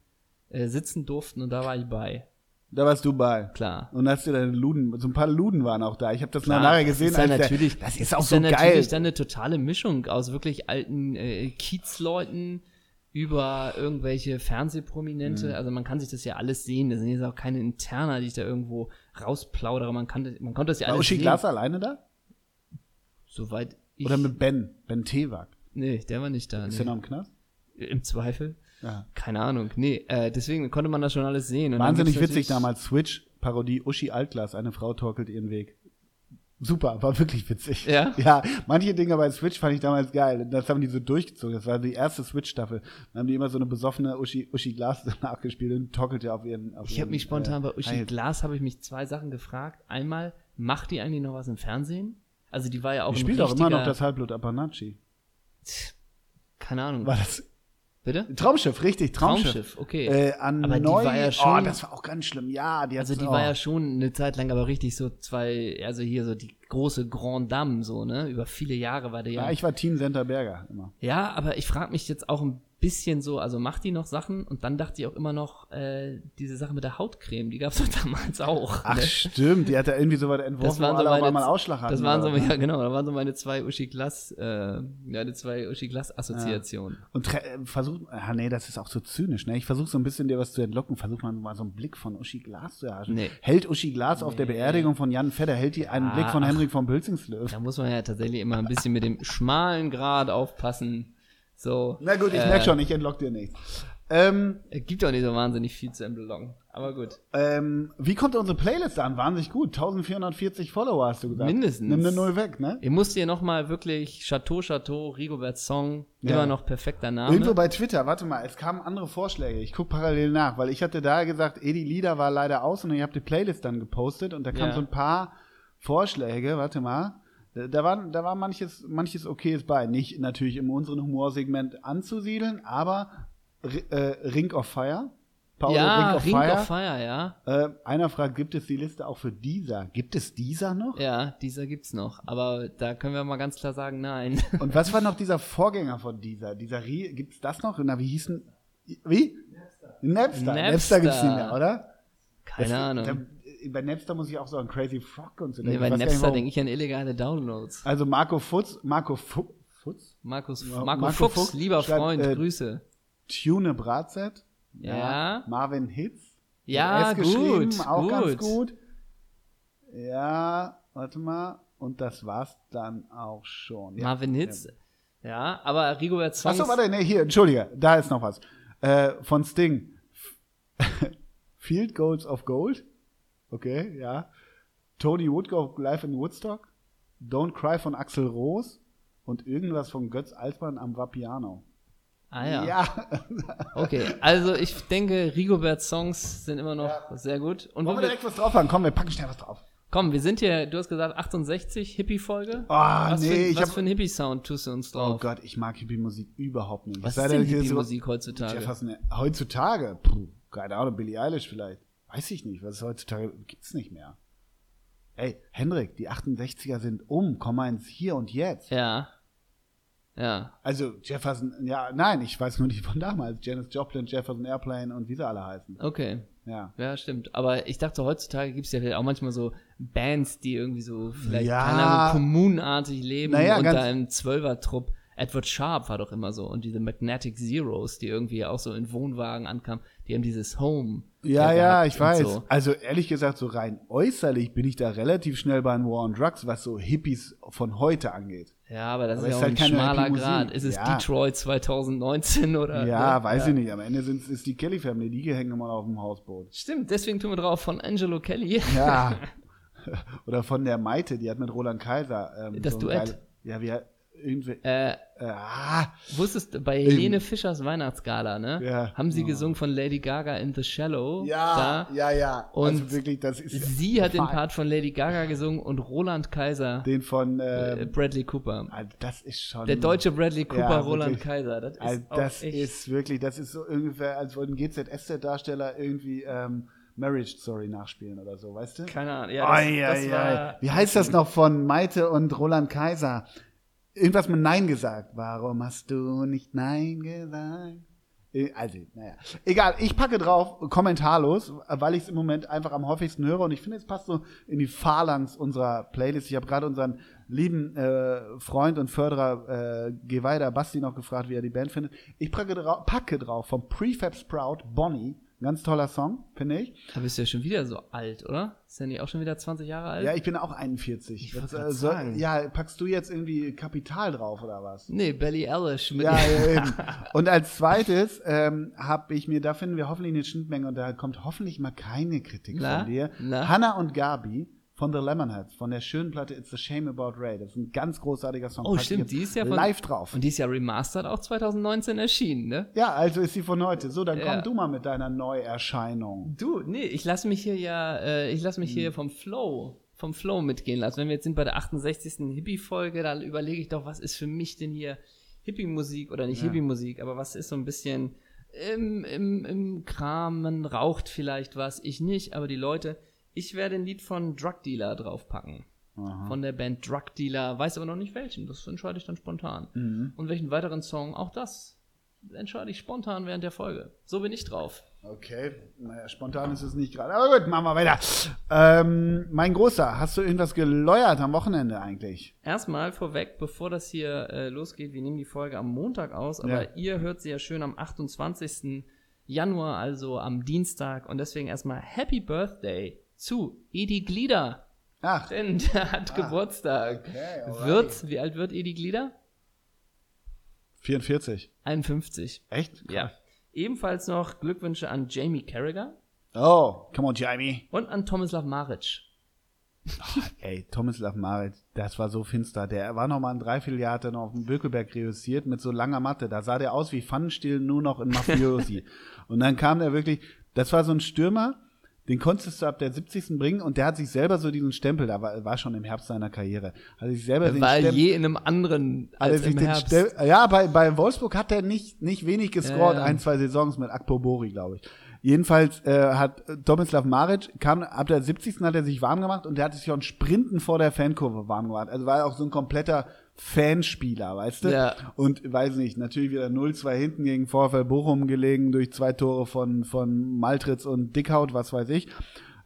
Speaker 1: äh, sitzen durften und da war ich bei.
Speaker 2: da warst du bei.
Speaker 1: Klar.
Speaker 2: Und hast du deine Luden, so ein paar Luden waren auch da. Ich habe das
Speaker 1: Klar,
Speaker 2: nachher
Speaker 1: das
Speaker 2: gesehen.
Speaker 1: ist dann
Speaker 2: als
Speaker 1: natürlich,
Speaker 2: der, das ist auch so
Speaker 1: dann
Speaker 2: geil.
Speaker 1: natürlich dann eine totale Mischung aus wirklich alten äh, Kiezleuten über irgendwelche
Speaker 2: Mhm.
Speaker 1: Fernsehprominente. Also man kann sich das ja alles sehen. Das sind jetzt auch keine Interner, die ich da irgendwo rausplaudere. Man, kann, das- man konnte das ja
Speaker 2: War
Speaker 1: alles
Speaker 2: Uschi
Speaker 1: sehen.
Speaker 2: Glas alleine da?
Speaker 1: Soweit ich...
Speaker 2: Oder mit Ben? Ben Tewak.
Speaker 1: nee, der war nicht da.
Speaker 2: Ist
Speaker 1: Nee.
Speaker 2: der noch im Knast?
Speaker 1: Im Zweifel.
Speaker 2: Ja.
Speaker 1: Keine Ahnung. Nee, äh, deswegen konnte man das schon alles sehen. Und dann
Speaker 2: Wahnsinnig
Speaker 1: gibt's natürlich-
Speaker 2: witzig damals. Switch, Parodie, Uschi Altglas, eine Frau torkelt ihren Weg. Super, war wirklich witzig.
Speaker 1: Ja?
Speaker 2: <laughs> Ja, manche Dinger bei Switch fand ich damals geil. Das haben die so durchgezogen. Das war die erste Switch-Staffel. Dann haben die immer so eine besoffene Uschi, Uschi Glas <laughs> nachgespielt und torkelte auf ihren. Auf
Speaker 1: Ich
Speaker 2: ihren,
Speaker 1: habe mich spontan
Speaker 2: äh,
Speaker 1: bei Uschi
Speaker 2: High Heels.
Speaker 1: Glas habe ich mich zwei Sachen gefragt. Einmal, macht die eigentlich noch was im Fernsehen? Also die war ja auch
Speaker 2: äh, Die
Speaker 1: ein
Speaker 2: spielt auch immer noch
Speaker 1: richtiger-
Speaker 2: das Halbblut Apanachi.
Speaker 1: Keine Ahnung.
Speaker 2: War das
Speaker 1: Bitte?
Speaker 2: Traumschiff, richtig, Traumschiff.
Speaker 1: Traumschiff, okay.
Speaker 2: Äh, an
Speaker 1: aber die
Speaker 2: neu,
Speaker 1: war ja schon,
Speaker 2: oh, das war auch ganz schlimm. Ja, die hat
Speaker 1: also die
Speaker 2: oh.
Speaker 1: war ja schon eine Zeit lang aber richtig so zwei, also hier so die große Grand Dame so, ne? Über viele Jahre war die ja.
Speaker 2: Ja, ich war Team Senta Berger immer.
Speaker 1: Ja, aber ich frage mich jetzt auch ein bisschen so, also macht die noch Sachen? Und dann dachte ich auch immer noch, äh, diese Sache mit der Hautcreme, die gab's doch <laughs> damals auch.
Speaker 2: Ach
Speaker 1: ne?
Speaker 2: stimmt, die hat da irgendwie so weit entworfen,
Speaker 1: Das waren so
Speaker 2: wo alle auf
Speaker 1: meine,
Speaker 2: einmal Ausschlag hatten.
Speaker 1: das waren so, <laughs>
Speaker 2: oder?
Speaker 1: ja genau, das waren so meine zwei Uschi Glass, äh, ja, die zwei Uschi Glass Assoziationen.
Speaker 2: Und tre- äh, versuch, ah nee, das ist auch so zynisch, ne? Ich versuche so ein bisschen dir was zu entlocken, versuch mal, mal so einen Blick von Uschi Glas zu erhaschen.
Speaker 1: Nee.
Speaker 2: Hält Uschi Glas auf der Beerdigung von Jan Fedder, hält die einen
Speaker 1: Ah,
Speaker 2: Blick von
Speaker 1: ach.
Speaker 2: Henrik von Bülzingslöw.
Speaker 1: Da muss man ja tatsächlich immer ein bisschen mit dem schmalen Grad aufpassen. So.
Speaker 2: Na gut, ich
Speaker 1: äh,
Speaker 2: merk schon, ich entlock dir nichts. Ähm,
Speaker 1: Es gibt auch nicht so wahnsinnig viel zu entblocken. Aber gut.
Speaker 2: ähm, wie kommt unsere Playlist an? Wahnsinnig gut. 1440 Follower hast du gesagt.
Speaker 1: Mindestens.
Speaker 2: Nimm eine Null weg, ne?
Speaker 1: Ich muss dir nochmal wirklich Chateau Chateau, Rigobert Song,
Speaker 2: Ja.
Speaker 1: immer noch perfekter Name.
Speaker 2: Irgendwo bei Twitter, warte mal, es kamen andere Vorschläge. Ich guck parallel nach, weil ich hatte da gesagt, eh, die Lieder war leider aus und ihr habt die Playlist dann gepostet und da kamen
Speaker 1: Ja.
Speaker 2: so ein paar Vorschläge, warte mal. Da- Da war, da war manches, manches Okayes bei. Nicht natürlich in unserem Humorsegment anzusiedeln, aber R- äh, Ring of Fire. Paolo
Speaker 1: ja, Ring of,
Speaker 2: Fire.
Speaker 1: Fire, ja.
Speaker 2: Äh, einer fragt, gibt es die Liste auch für dieser? Gibt es dieser noch?
Speaker 1: Ja, dieser gibt's noch. Aber da können wir mal ganz klar sagen, nein. <laughs>
Speaker 2: Und was war noch dieser Vorgänger von dieser? Dieser Rie, gibt's das noch? Na, wie hießen? Wie? Napster. Napster,
Speaker 1: Napster.
Speaker 2: gibt's nicht mehr, oder?
Speaker 1: Keine
Speaker 2: Das-
Speaker 1: Ahnung.
Speaker 2: Da, äh, bei Napster muss ich auch so an Crazy Frog und so
Speaker 1: nee,
Speaker 2: denken.
Speaker 1: bei
Speaker 2: Ich weiß gar nicht,
Speaker 1: Napster
Speaker 2: warum.
Speaker 1: denke ich an illegale Downloads.
Speaker 2: Also Marco Futz, Marco Fu, Futz,
Speaker 1: Markus,
Speaker 2: Ja,
Speaker 1: Marco,
Speaker 2: Marco
Speaker 1: Fuchs,
Speaker 2: Fuchs
Speaker 1: lieber
Speaker 2: schreibt,
Speaker 1: Freund,
Speaker 2: äh,
Speaker 1: Grüße.
Speaker 2: Tune Bratzett,
Speaker 1: Ja.
Speaker 2: Marvin Hitz, mit
Speaker 1: Ja,
Speaker 2: S geschrieben,
Speaker 1: gut,
Speaker 2: auch ganz
Speaker 1: gut.
Speaker 2: gut. Ja, warte mal. Und das war's dann auch schon. Ja.
Speaker 1: Marvin Hitz. Ja. aber Rigobert Song.
Speaker 2: Achso,
Speaker 1: ist-
Speaker 2: warte, nee, hier, entschuldige, da ist noch was. Äh, von Sting. <laughs> Field Goals of Gold. Okay, ja. Tony Woodcock live in Woodstock. Don't Cry von Axel Rose. und irgendwas von Götz Altmann am Vapiano.
Speaker 1: Ah ja. Okay, also ich denke, Rigoberts Songs sind immer noch sehr gut. Und
Speaker 2: Wollen
Speaker 1: wo
Speaker 2: wir
Speaker 1: wir,
Speaker 2: direkt was drauf haben? Komm, wir packen schnell was drauf.
Speaker 1: komm, wir sind hier, du hast gesagt 68 Hippie-Folge.
Speaker 2: Ah,
Speaker 1: was
Speaker 2: nee,
Speaker 1: für,
Speaker 2: ich
Speaker 1: was
Speaker 2: hab-
Speaker 1: für ein Hippie-Sound tust du uns
Speaker 2: Oh
Speaker 1: drauf?
Speaker 2: Gott, ich mag Hippie-Musik überhaupt nicht.
Speaker 1: was
Speaker 2: Es sei
Speaker 1: ist denn
Speaker 2: hier so-
Speaker 1: Hippie-Musik heutzutage?
Speaker 2: Tja, fast eine, ne, heutzutage, puh, keine Ahnung, Billie Eilish vielleicht. Weiß ich nicht, was ist heutzutage, gibt's nicht mehr. Ey, Hendrik, die 68er sind um, komm mal ins Hier und Jetzt.
Speaker 1: ja. Ja.
Speaker 2: Also Jefferson, ja, nein, ich weiß nur nicht von damals. Janis Joplin, Jefferson Airplane und wie sie alle heißen.
Speaker 1: Okay.
Speaker 2: Ja.
Speaker 1: Ja, stimmt. Aber ich dachte, heutzutage gibt es ja vielleicht auch manchmal so Bands, die irgendwie so vielleicht,
Speaker 2: Ja.
Speaker 1: keine Ahnung, kommunenartig leben
Speaker 2: Naja,
Speaker 1: unter
Speaker 2: ganz-
Speaker 1: einem Zwölfer-Trupp. Edward Sharp war doch immer so. Und diese Magnetic Zeros, die irgendwie auch so in Wohnwagen ankamen, die haben dieses Home.
Speaker 2: Ja, ja,
Speaker 1: gehabt
Speaker 2: ich
Speaker 1: und
Speaker 2: weiß.
Speaker 1: So.
Speaker 2: Also ehrlich gesagt, so rein äußerlich bin ich da relativ schnell bei den War on Drugs, was so Hippies von heute angeht.
Speaker 1: Ja, aber das
Speaker 2: Aber
Speaker 1: ist ja
Speaker 2: ist
Speaker 1: auch
Speaker 2: halt
Speaker 1: ein
Speaker 2: keine
Speaker 1: schmaler
Speaker 2: Hippie-Musik.
Speaker 1: Grad. Ist es
Speaker 2: Ja.
Speaker 1: Detroit 2019 oder? ne?
Speaker 2: ja, weiß ich nicht. Am Ende sind's, ist die Kelly Family, die hängen immer noch auf dem Hausboot.
Speaker 1: Stimmt, deswegen tun wir drauf von Angelo Kelly.
Speaker 2: Ja. <laughs> Oder von der Maite, die hat mit Roland Kaiser. Ähm,
Speaker 1: Das
Speaker 2: ein
Speaker 1: Duett.
Speaker 2: geile- ja, wir irgendwie.
Speaker 1: <laughs> äh,
Speaker 2: Äh, ah,
Speaker 1: Wusstest du, bei Helene Fischers Weihnachtsgala, ne?
Speaker 2: Ja.
Speaker 1: Haben sie gesungen von Lady Gaga in The Shallow.
Speaker 2: ja,
Speaker 1: Da.
Speaker 2: ja, ja.
Speaker 1: Und
Speaker 2: also wirklich, das ist
Speaker 1: Sie hat den
Speaker 2: Fuck.
Speaker 1: Part von Lady Gaga gesungen und Roland Kaiser
Speaker 2: den von
Speaker 1: äh,
Speaker 2: ähm,
Speaker 1: Bradley Cooper.
Speaker 2: also das ist schon
Speaker 1: Der deutsche Bradley Cooper,
Speaker 2: wirklich.
Speaker 1: Roland Kaiser. Das ist,
Speaker 2: also
Speaker 1: auch
Speaker 2: das
Speaker 1: echt,
Speaker 2: ist wirklich, das ist so ungefähr, als wollten GZSZ-Darsteller irgendwie ähm, Marriage Story nachspielen oder so, weißt du?
Speaker 1: keine Ahnung. Ja, das,
Speaker 2: Ei,
Speaker 1: das
Speaker 2: ei,
Speaker 1: war,
Speaker 2: ei. Wie heißt das noch von Maite und Roland Kaiser? Irgendwas mit Nein gesagt. Warum hast du nicht Nein gesagt? Äh, Also, naja. Egal, ich packe drauf, kommentarlos, weil ich es im Moment einfach am häufigsten höre und ich finde, es passt so in die Phalanx unserer Playlist. Ich habe gerade unseren lieben äh, Freund und Förderer äh, Geweida Basti noch gefragt, wie er die Band findet. Ich packe, drau packe drauf vom Prefab Sprout Bonnie. Ganz toller Song, finde ich.
Speaker 1: Da bist du ja schon wieder so alt, oder? Ist ja nicht auch schon wieder 20 Jahre alt?
Speaker 2: Ja, ich bin auch 41.
Speaker 1: Äh, Ich wollt
Speaker 2: Jetzt,
Speaker 1: grad
Speaker 2: äh, soll-
Speaker 1: sagen.
Speaker 2: ja, packst du jetzt irgendwie Kapital drauf oder
Speaker 1: <laughs>
Speaker 2: was?
Speaker 1: Nee, Belly Eilish. Mit
Speaker 2: Ja, ja, eben. Und als zweites ähm, habe ich mir, da finden wir hoffentlich eine Schnittmenge und da kommt hoffentlich mal keine Kritik
Speaker 1: Na?
Speaker 2: von dir.
Speaker 1: Na?
Speaker 2: Hannah und Gabi von The Lemonheads, von der schönen Platte It's a Shame About Ray. Das ist ein ganz großartiger Song.
Speaker 1: Oh,
Speaker 2: Pack ich
Speaker 1: stimmt,
Speaker 2: jetzt
Speaker 1: die ist ja von-
Speaker 2: live drauf.
Speaker 1: Und die ist ja remastered auch 2019 erschienen, ne?
Speaker 2: Ja, also ist sie von heute. So, dann
Speaker 1: Ja.
Speaker 2: komm du mal mit deiner Neuerscheinung.
Speaker 1: Du, nee, ich lasse mich hier ja, äh, ich lasse mich hier vom Flow, vom Flow mitgehen lassen. Wenn wir jetzt sind bei der 68. Hippie-Folge, dann überlege ich doch, was ist für mich denn hier Hippie-Musik oder nicht
Speaker 2: Ja.
Speaker 1: Hippie-Musik, aber was ist so ein bisschen im, im, im Kram, man raucht vielleicht was, ich nicht, aber die Leute, ich werde ein Lied von Drug Dealer draufpacken. Von der Band Drug Dealer, weiß aber noch nicht welchen, das entscheide ich dann spontan. Und welchen weiteren Song, auch das entscheide ich spontan während der Folge. So bin ich drauf.
Speaker 2: Okay, naja, spontan ist es nicht gerade. Aber gut, machen wir weiter. Ähm, mein Großer, hast du irgendwas geläuert am Wochenende eigentlich?
Speaker 1: Erstmal vorweg, bevor das hier äh, losgeht, wir nehmen die Folge am Montag aus, aber
Speaker 2: Ja.
Speaker 1: ihr hört sie ja schön am 28. Januar, also am Dienstag. Und deswegen erstmal Happy Birthday zu Edi Glieder.
Speaker 2: Ach,
Speaker 1: Denn der <laughs> hat Geburtstag.
Speaker 2: Ah. okay, alright.
Speaker 1: wird, wie alt wird Edi Glieder?
Speaker 2: 44.
Speaker 1: 51.
Speaker 2: Echt?
Speaker 1: Ja. Ebenfalls noch Glückwünsche an Jamie Carragher
Speaker 2: Oh, come on, Jamie.
Speaker 1: und an Tomislav Maric.
Speaker 2: Ey, Thomas Lafmarit, das war so finster. Der war noch mal ein Dreivierteljahr, hat er noch auf dem Bökelberg reüssiert mit so langer Matte. Da sah der aus wie Pfannenstiel, nur noch in Mafiosi. und dann kam der wirklich, das war so ein Stürmer, den konntest du ab der 70. bringen und der hat sich selber so diesen Stempel, da war, war schon im Herbst seiner Karriere, hat sich selber den
Speaker 1: Weil
Speaker 2: Stempel.
Speaker 1: je in einem anderen
Speaker 2: Hat er
Speaker 1: als
Speaker 2: sich
Speaker 1: im
Speaker 2: den
Speaker 1: Herbst.
Speaker 2: Stell- ja, bei, bei Wolfsburg hat er nicht, nicht wenig gescored,
Speaker 1: Ja, ja.
Speaker 2: ein, zwei Saisons mit Akpo Bori, glaube ich. Jedenfalls äh, hat Tomislav Maric, kam ab der 70. hat er sich warm gemacht und der hat sich auch in Sprinten vor der Fankurve warm gemacht. Also war er auch so ein kompletter Fanspieler, weißt du?
Speaker 1: Ja.
Speaker 2: Und weiß nicht, natürlich wieder 0-2 hinten gegen VfL Bochum gelegen durch zwei Tore von, von Maltritz und Dickhaut, was weiß ich,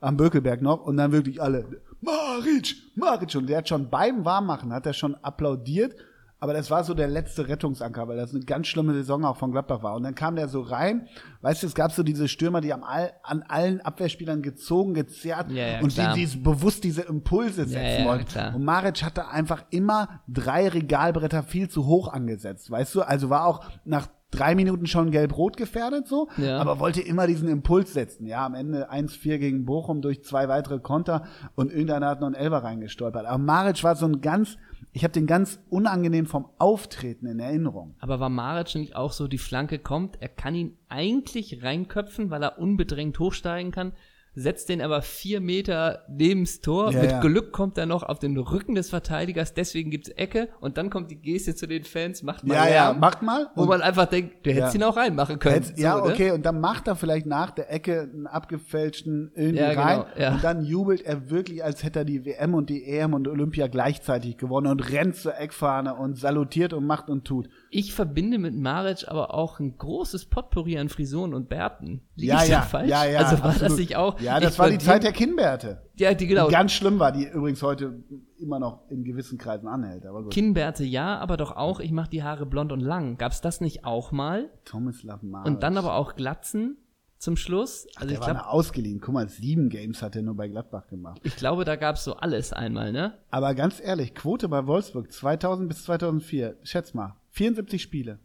Speaker 2: am Bökelberg noch. Und dann wirklich alle, Maric, Maric. Und der hat schon beim Warmmachen, hat er schon applaudiert. Aber das war so der letzte Rettungsanker, weil das eine ganz schlimme Saison auch von Gladbach war. Und dann kam der so rein, weißt du, es gab so diese Stürmer, die am all, an allen Abwehrspielern gezogen, gezerrt
Speaker 1: Ja, ja,
Speaker 2: und
Speaker 1: klar.
Speaker 2: die, die bewusst diese Impulse setzen
Speaker 1: ja,
Speaker 2: wollten.
Speaker 1: klar.
Speaker 2: Und Maric hatte einfach immer drei Regalbretter viel zu hoch angesetzt, weißt du? Also war auch nach drei Minuten schon gelb-rot gefährdet, so,
Speaker 1: Ja.
Speaker 2: aber wollte immer diesen Impuls setzen. Ja, am Ende 1-4 gegen Bochum durch zwei weitere Konter und irgendeiner hat noch einen Elfer reingestolpert. Aber Maric war so ein ganz, ich habe den ganz unangenehm vom Auftreten in Erinnerung.
Speaker 1: Aber war Maric nicht auch so, die Flanke kommt, er kann ihn eigentlich reinköpfen, weil er unbedrängt hochsteigen kann, setzt den aber vier Meter neben's Tor.
Speaker 2: Ja,
Speaker 1: Mit
Speaker 2: ja.
Speaker 1: Glück kommt er noch auf den Rücken des Verteidigers, deswegen gibt's Ecke und dann kommt die Geste zu den Fans, macht mal
Speaker 2: Ja, ja,
Speaker 1: Lärm,
Speaker 2: macht mal.
Speaker 1: wo man einfach denkt, du hättest
Speaker 2: Ja.
Speaker 1: ihn auch reinmachen können.
Speaker 2: Jetzt, ja,
Speaker 1: So, ne?
Speaker 2: okay, und dann macht er vielleicht nach der Ecke einen abgefälschten irgendwie
Speaker 1: Ja, genau,
Speaker 2: rein
Speaker 1: ja.
Speaker 2: und dann jubelt er wirklich, als hätte er die WM und die EM und Olympia gleichzeitig gewonnen und rennt zur Eckfahne und salutiert und macht und tut.
Speaker 1: Ich verbinde mit Maric aber auch ein großes Potpourri an Frisuren und Bärten. Lieg
Speaker 2: ja,
Speaker 1: ich da
Speaker 2: ja,
Speaker 1: falsch?
Speaker 2: ja, ja.
Speaker 1: Also war das
Speaker 2: absolut.
Speaker 1: nicht auch?
Speaker 2: Ja,
Speaker 1: ich
Speaker 2: das war die
Speaker 1: verdiene-
Speaker 2: Zeit der Kinnbärte.
Speaker 1: Ja, die genau.
Speaker 2: Die ganz schlimm war, die übrigens heute immer noch in gewissen Kreisen anhält. Aber gut.
Speaker 1: Kinnbärte ja, aber doch auch, ich mache die Haare blond und lang. Gab's das nicht auch mal?
Speaker 2: Thomas Lamar.
Speaker 1: Und dann aber auch Glatzen zum Schluss. Also
Speaker 2: Ah, Der
Speaker 1: ich
Speaker 2: war
Speaker 1: glaube,
Speaker 2: nur ausgeliehen. Guck mal, sieben Games hat er nur bei Gladbach gemacht.
Speaker 1: ich glaube, da gab's so alles einmal, ne?
Speaker 2: Aber ganz ehrlich, Quote bei Wolfsburg 2000 bis 2004, schätz mal, 74 Spiele,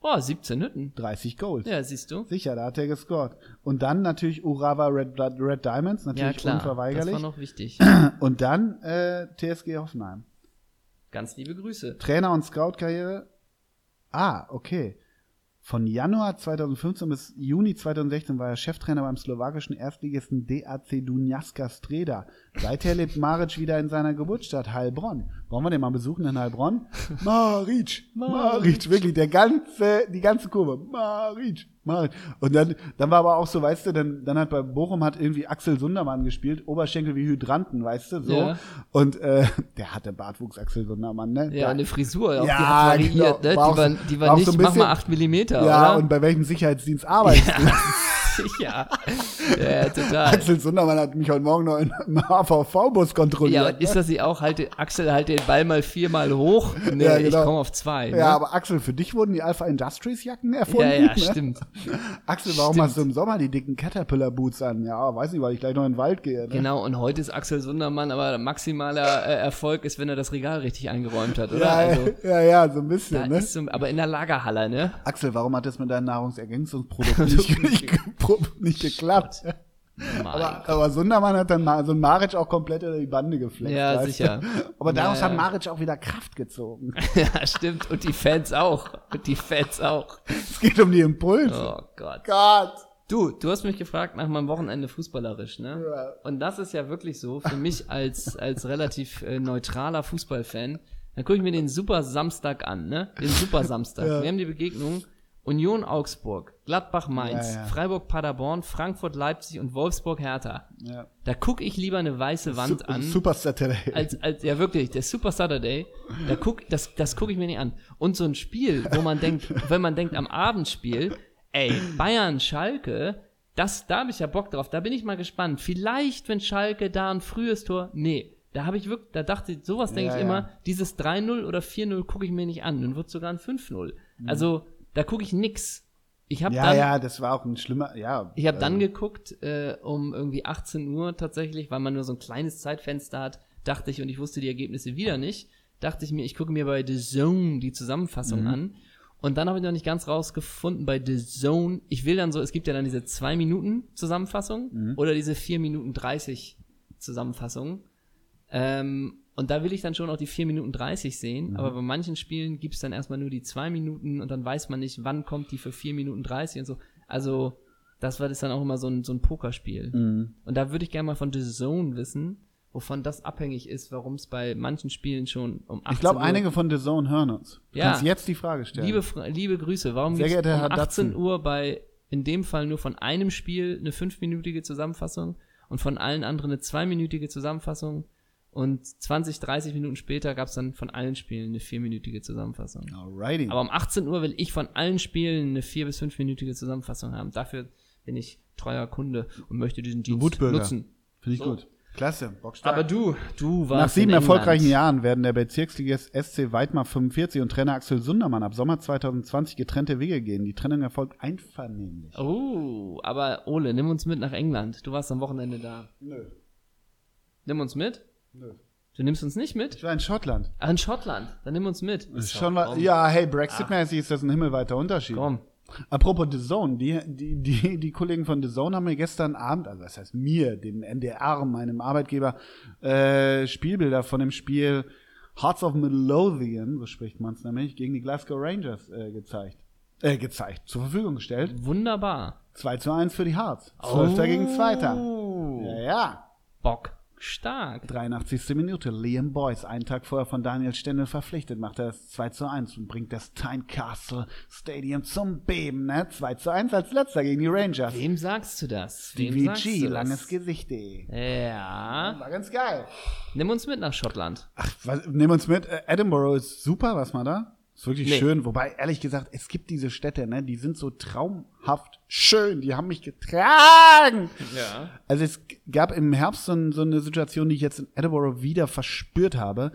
Speaker 1: Boah, 17 Oh, Hütten.
Speaker 2: 30 Goals.
Speaker 1: Ja, siehst du.
Speaker 2: Sicher, da hat er gescored. Und dann natürlich Urawa Red, Blood- Red Diamonds,
Speaker 1: Ja,
Speaker 2: natürlich
Speaker 1: klar. Das war
Speaker 2: unverweigerlich.
Speaker 1: noch
Speaker 2: <coughs>
Speaker 1: wichtig.
Speaker 2: Und dann äh, TSG Hoffenheim.
Speaker 1: Ganz liebe Grüße.
Speaker 2: Trainer- und Scout-Karriere. Ah, okay. Von Januar 2015 bis Juni 2016 war er Cheftrainer beim slowakischen Erstligisten DAC Dunjaska Streda. Seither lebt Maric wieder in seiner Geburtsstadt Heilbronn. Wollen wir den mal besuchen in
Speaker 1: <laughs>
Speaker 2: Heilbronn? Maric, Maric, wirklich, der ganze, die ganze Kurve. Maric, Maric. Und dann, dann war aber auch so, weißt du, dann, dann hat bei Bochum hat irgendwie Axel Sundermann gespielt, Oberschenkel wie Hydranten, weißt du, so.
Speaker 1: Ja.
Speaker 2: Und äh, <laughs> der hatte Bartwuchs, Axel Sundermann, ne?
Speaker 1: Ja,
Speaker 2: Da-
Speaker 1: eine Frisur, Äh, auch
Speaker 2: Ja,
Speaker 1: die hat variiert, ne?
Speaker 2: genau. War
Speaker 1: die
Speaker 2: auch-
Speaker 1: war, die war,
Speaker 2: war auch
Speaker 1: nicht,
Speaker 2: so ein
Speaker 1: mach mal
Speaker 2: bisschen-
Speaker 1: 8 Millimeter,
Speaker 2: ja,
Speaker 1: oder? <laughs>
Speaker 2: und bei welchem Sicherheitsdienst arbeitest du?
Speaker 1: ja. ja, total.
Speaker 2: <laughs> Axel Sundermann hat mich heute Morgen noch in- im HVV-Bus
Speaker 1: Ja,
Speaker 2: kontrolliert. ne?
Speaker 1: und ist das nicht auch, halt, Axel, halt den Ball mal viermal hoch. Nee,
Speaker 2: Ja,
Speaker 1: ich
Speaker 2: genau.
Speaker 1: komme auf zwei.
Speaker 2: Ja,
Speaker 1: Ne?
Speaker 2: aber Axel, für dich wurden die Alpha Industries Jacken erfunden.
Speaker 1: ja, ja,
Speaker 2: ne?
Speaker 1: stimmt.
Speaker 2: Axel, warum
Speaker 1: Stimmt.
Speaker 2: hast du im Sommer die dicken Caterpillar-Boots an? Ja, weiß nicht, weil ich gleich noch in den Wald gehe. Ne?
Speaker 1: Genau, und heute ist Axel Sundermann, aber maximaler äh, Erfolg ist, wenn er das Regal richtig eingeräumt hat, oder?
Speaker 2: ja,
Speaker 1: also,
Speaker 2: <laughs> ja, ja, so ein
Speaker 1: da
Speaker 2: bisschen, ne?
Speaker 1: ist so, aber in der Lagerhalle, ne?
Speaker 2: Axel, warum hat das mit deinen Nahrungsergänzungsprodukten
Speaker 1: <laughs>
Speaker 2: nicht, nicht, gepro- <laughs> nicht geklappt?
Speaker 1: Mann. <laughs>
Speaker 2: Aber, aber Sundermann hat dann Ma- so ein Maric auch komplett in die Bande gefleckt.
Speaker 1: Ja,
Speaker 2: weißt du?
Speaker 1: sicher.
Speaker 2: <laughs> Aber daraus
Speaker 1: Ja,
Speaker 2: hat
Speaker 1: ja.
Speaker 2: Maric auch wieder Kraft gezogen. <laughs>
Speaker 1: ja, stimmt. Und die Fans auch. Und die Fans auch.
Speaker 2: es geht um die Impulse.
Speaker 1: Oh Gott.
Speaker 2: Gott.
Speaker 1: Du, du hast mich gefragt nach meinem Wochenende fußballerisch, ne?
Speaker 2: Ja.
Speaker 1: Und das ist ja wirklich so für mich als, als relativ äh, neutraler Fußballfan. Dann gucke ich mir den Super Samstag an, ne? Den Super Samstag. Wir haben die Begegnung Union Augsburg, Gladbach Mainz,
Speaker 2: Ja, ja.
Speaker 1: Freiburg Paderborn, Frankfurt Leipzig und Wolfsburg Hertha.
Speaker 2: Ja.
Speaker 1: Da gucke ich lieber eine weiße Wand
Speaker 2: Su-
Speaker 1: an. Also
Speaker 2: Super Saturday.
Speaker 1: als, als, ja wirklich, der Super Saturday, da guck, das, das gucke ich mir nicht an. Und so ein Spiel, wo man
Speaker 2: <laughs>
Speaker 1: denkt, wenn man denkt am Abendspiel, ey, Bayern, Schalke, das, da habe ich ja Bock drauf, da bin ich mal gespannt. Vielleicht, wenn Schalke da ein frühes Tor, nee, da habe ich wirklich, da dachte ich, sowas denke
Speaker 2: Ja,
Speaker 1: ich
Speaker 2: ja.
Speaker 1: immer, dieses 3-0 oder 4-0 gucke ich mir nicht an, dann wird sogar ein 5-0. Also, da gucke ich nix. Ich habe
Speaker 2: ja,
Speaker 1: dann,
Speaker 2: ja, das war auch ein schlimmer, ja.
Speaker 1: ich habe
Speaker 2: äh,
Speaker 1: dann geguckt, äh, um irgendwie 18 Uhr tatsächlich, weil man nur so ein kleines Zeitfenster hat, dachte ich, und ich wusste die Ergebnisse wieder nicht, dachte ich mir, ich gucke mir bei The Zone die Zusammenfassung an. Und dann habe ich noch nicht ganz rausgefunden bei The Zone. Ich will dann so, es gibt ja dann diese 2 Minuten Zusammenfassung oder diese 4 Minuten 30 Zusammenfassung. Ähm, und da will ich dann schon auch die 4 Minuten 30 sehen, aber bei manchen Spielen gibt es dann erstmal nur die 2 Minuten und dann weiß man nicht, wann kommt die für 4 Minuten 30 und so. Also, das war das dann auch immer so ein, so ein Pokerspiel. Und da würde ich gerne mal von The Zone wissen, wovon das abhängig ist, warum es bei manchen Spielen schon um 18
Speaker 2: Ich glaube,
Speaker 1: Uhr
Speaker 2: einige von The Zone hören uns. Du
Speaker 1: Ja.
Speaker 2: kannst jetzt die Frage stellen.
Speaker 1: Liebe, Fra- liebe Grüße, warum
Speaker 2: Sehr
Speaker 1: gibt
Speaker 2: geehrter
Speaker 1: es um
Speaker 2: Herr
Speaker 1: 18
Speaker 2: Datsen.
Speaker 1: Uhr bei, in dem Fall nur von einem Spiel, eine fünfminütige Zusammenfassung und von allen anderen eine zweiminütige Zusammenfassung und 20, 30 Minuten später gab es dann von allen Spielen eine vierminütige Zusammenfassung.
Speaker 2: Alrighty.
Speaker 1: Aber um 18 Uhr will ich von allen Spielen eine vier- bis fünfminütige Zusammenfassung haben. Dafür bin ich treuer Kunde und möchte diesen Dienst
Speaker 2: Wutbürger.
Speaker 1: nutzen.
Speaker 2: Finde ich
Speaker 1: So.
Speaker 2: gut. Klasse. Bockstark.
Speaker 1: Aber du, du warst
Speaker 2: Nach sieben
Speaker 1: in England.
Speaker 2: erfolgreichen Jahren werden der Bezirksligist SC Weidmar 45 und Trainer Axel Sundermann ab Sommer 2020 getrennte Wege gehen. Die Trennung erfolgt einvernehmlich.
Speaker 1: Oh, aber Ole, nimm uns mit nach England. Du warst am Wochenende da.
Speaker 2: Nö,
Speaker 1: Nimm uns mit.
Speaker 2: nö.
Speaker 1: Du nimmst uns nicht mit?
Speaker 2: Ich war in Schottland.
Speaker 1: Ah, in Schottland. Dann nimm uns mit.
Speaker 2: Ist schon mal, ja, hey, Brexit-mäßig ist das ein himmelweiter Unterschied.
Speaker 1: Ah. Komm.
Speaker 2: Apropos The Zone, die, die, die, die Kollegen von The Zone haben mir gestern Abend, also das heißt mir, dem NDR, meinem Arbeitgeber, äh, Spielbilder von dem Spiel Hearts of Midlothian, so spricht man es nämlich, gegen die Glasgow Rangers äh, gezeigt. Äh, gezeigt, zur Verfügung gestellt.
Speaker 1: Wunderbar.
Speaker 2: 2 zu 1 für die Hearts. Zwölfter gegen Zweiter.
Speaker 1: Oh.
Speaker 2: Ja, ja.
Speaker 1: Bock. Stark.
Speaker 2: 83. Minute. Liam Boyce, einen Tag vorher von Daniel Stendel verpflichtet, macht er das 2 zu 1 und bringt das Tynecastle Stadium zum Beben. Ne? 2 zu 1 als letzter gegen die Rangers.
Speaker 1: Wem sagst du das? Wem
Speaker 2: Stevie
Speaker 1: sagst
Speaker 2: G,
Speaker 1: du das?
Speaker 2: langes Gesicht.de.
Speaker 1: Ja.
Speaker 2: War ganz geil.
Speaker 1: Nimm uns mit nach Schottland.
Speaker 2: Ach, was, nehmen wir uns mit. Äh, Edinburgh ist super, was man da. Ist wirklich
Speaker 1: Nee.
Speaker 2: schön. Wobei, ehrlich gesagt, es gibt diese Städte, ne, die sind so traumhaft schön. Die haben mich getragen.
Speaker 1: Ja.
Speaker 2: Also es g- gab im Herbst so, ein, so eine Situation, die ich jetzt in Edinburgh wieder verspürt habe.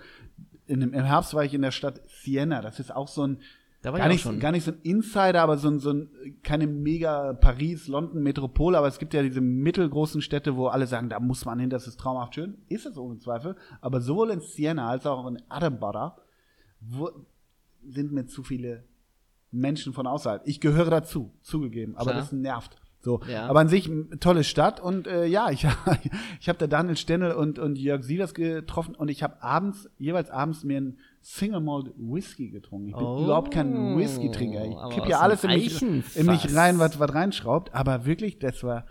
Speaker 2: In, dem- Im Herbst war ich in der Stadt Siena. Das ist auch so ein
Speaker 1: Da war
Speaker 2: gar,
Speaker 1: ich auch
Speaker 2: nicht,
Speaker 1: schon.
Speaker 2: gar nicht so ein Insider, aber so ein, so ein keine mega Paris, London Metropole, aber es gibt ja diese mittelgroßen Städte, wo alle sagen, da muss man hin, das ist traumhaft schön. Ist es ohne Zweifel, aber sowohl in Siena als auch in Edinburgh wo, sind mir zu viele Menschen von außerhalb. Ich gehöre dazu, zugegeben, aber
Speaker 1: Klar.
Speaker 2: das nervt. So,
Speaker 1: Ja.
Speaker 2: aber an sich m- tolle Stadt und äh, ja, ich, <laughs> ich habe da Daniel Stendel und, und Jörg Sievers getroffen und ich habe abends, jeweils abends mir einen Single Malt Whisky getrunken. Ich bin
Speaker 1: Oh,
Speaker 2: überhaupt kein Whisky-Trinker.
Speaker 1: aber
Speaker 2: Ich kipp
Speaker 1: aus
Speaker 2: ja alles in
Speaker 1: dem
Speaker 2: mich, in
Speaker 1: Eichenfass.
Speaker 2: mich rein, was, was reinschraubt, aber wirklich, das war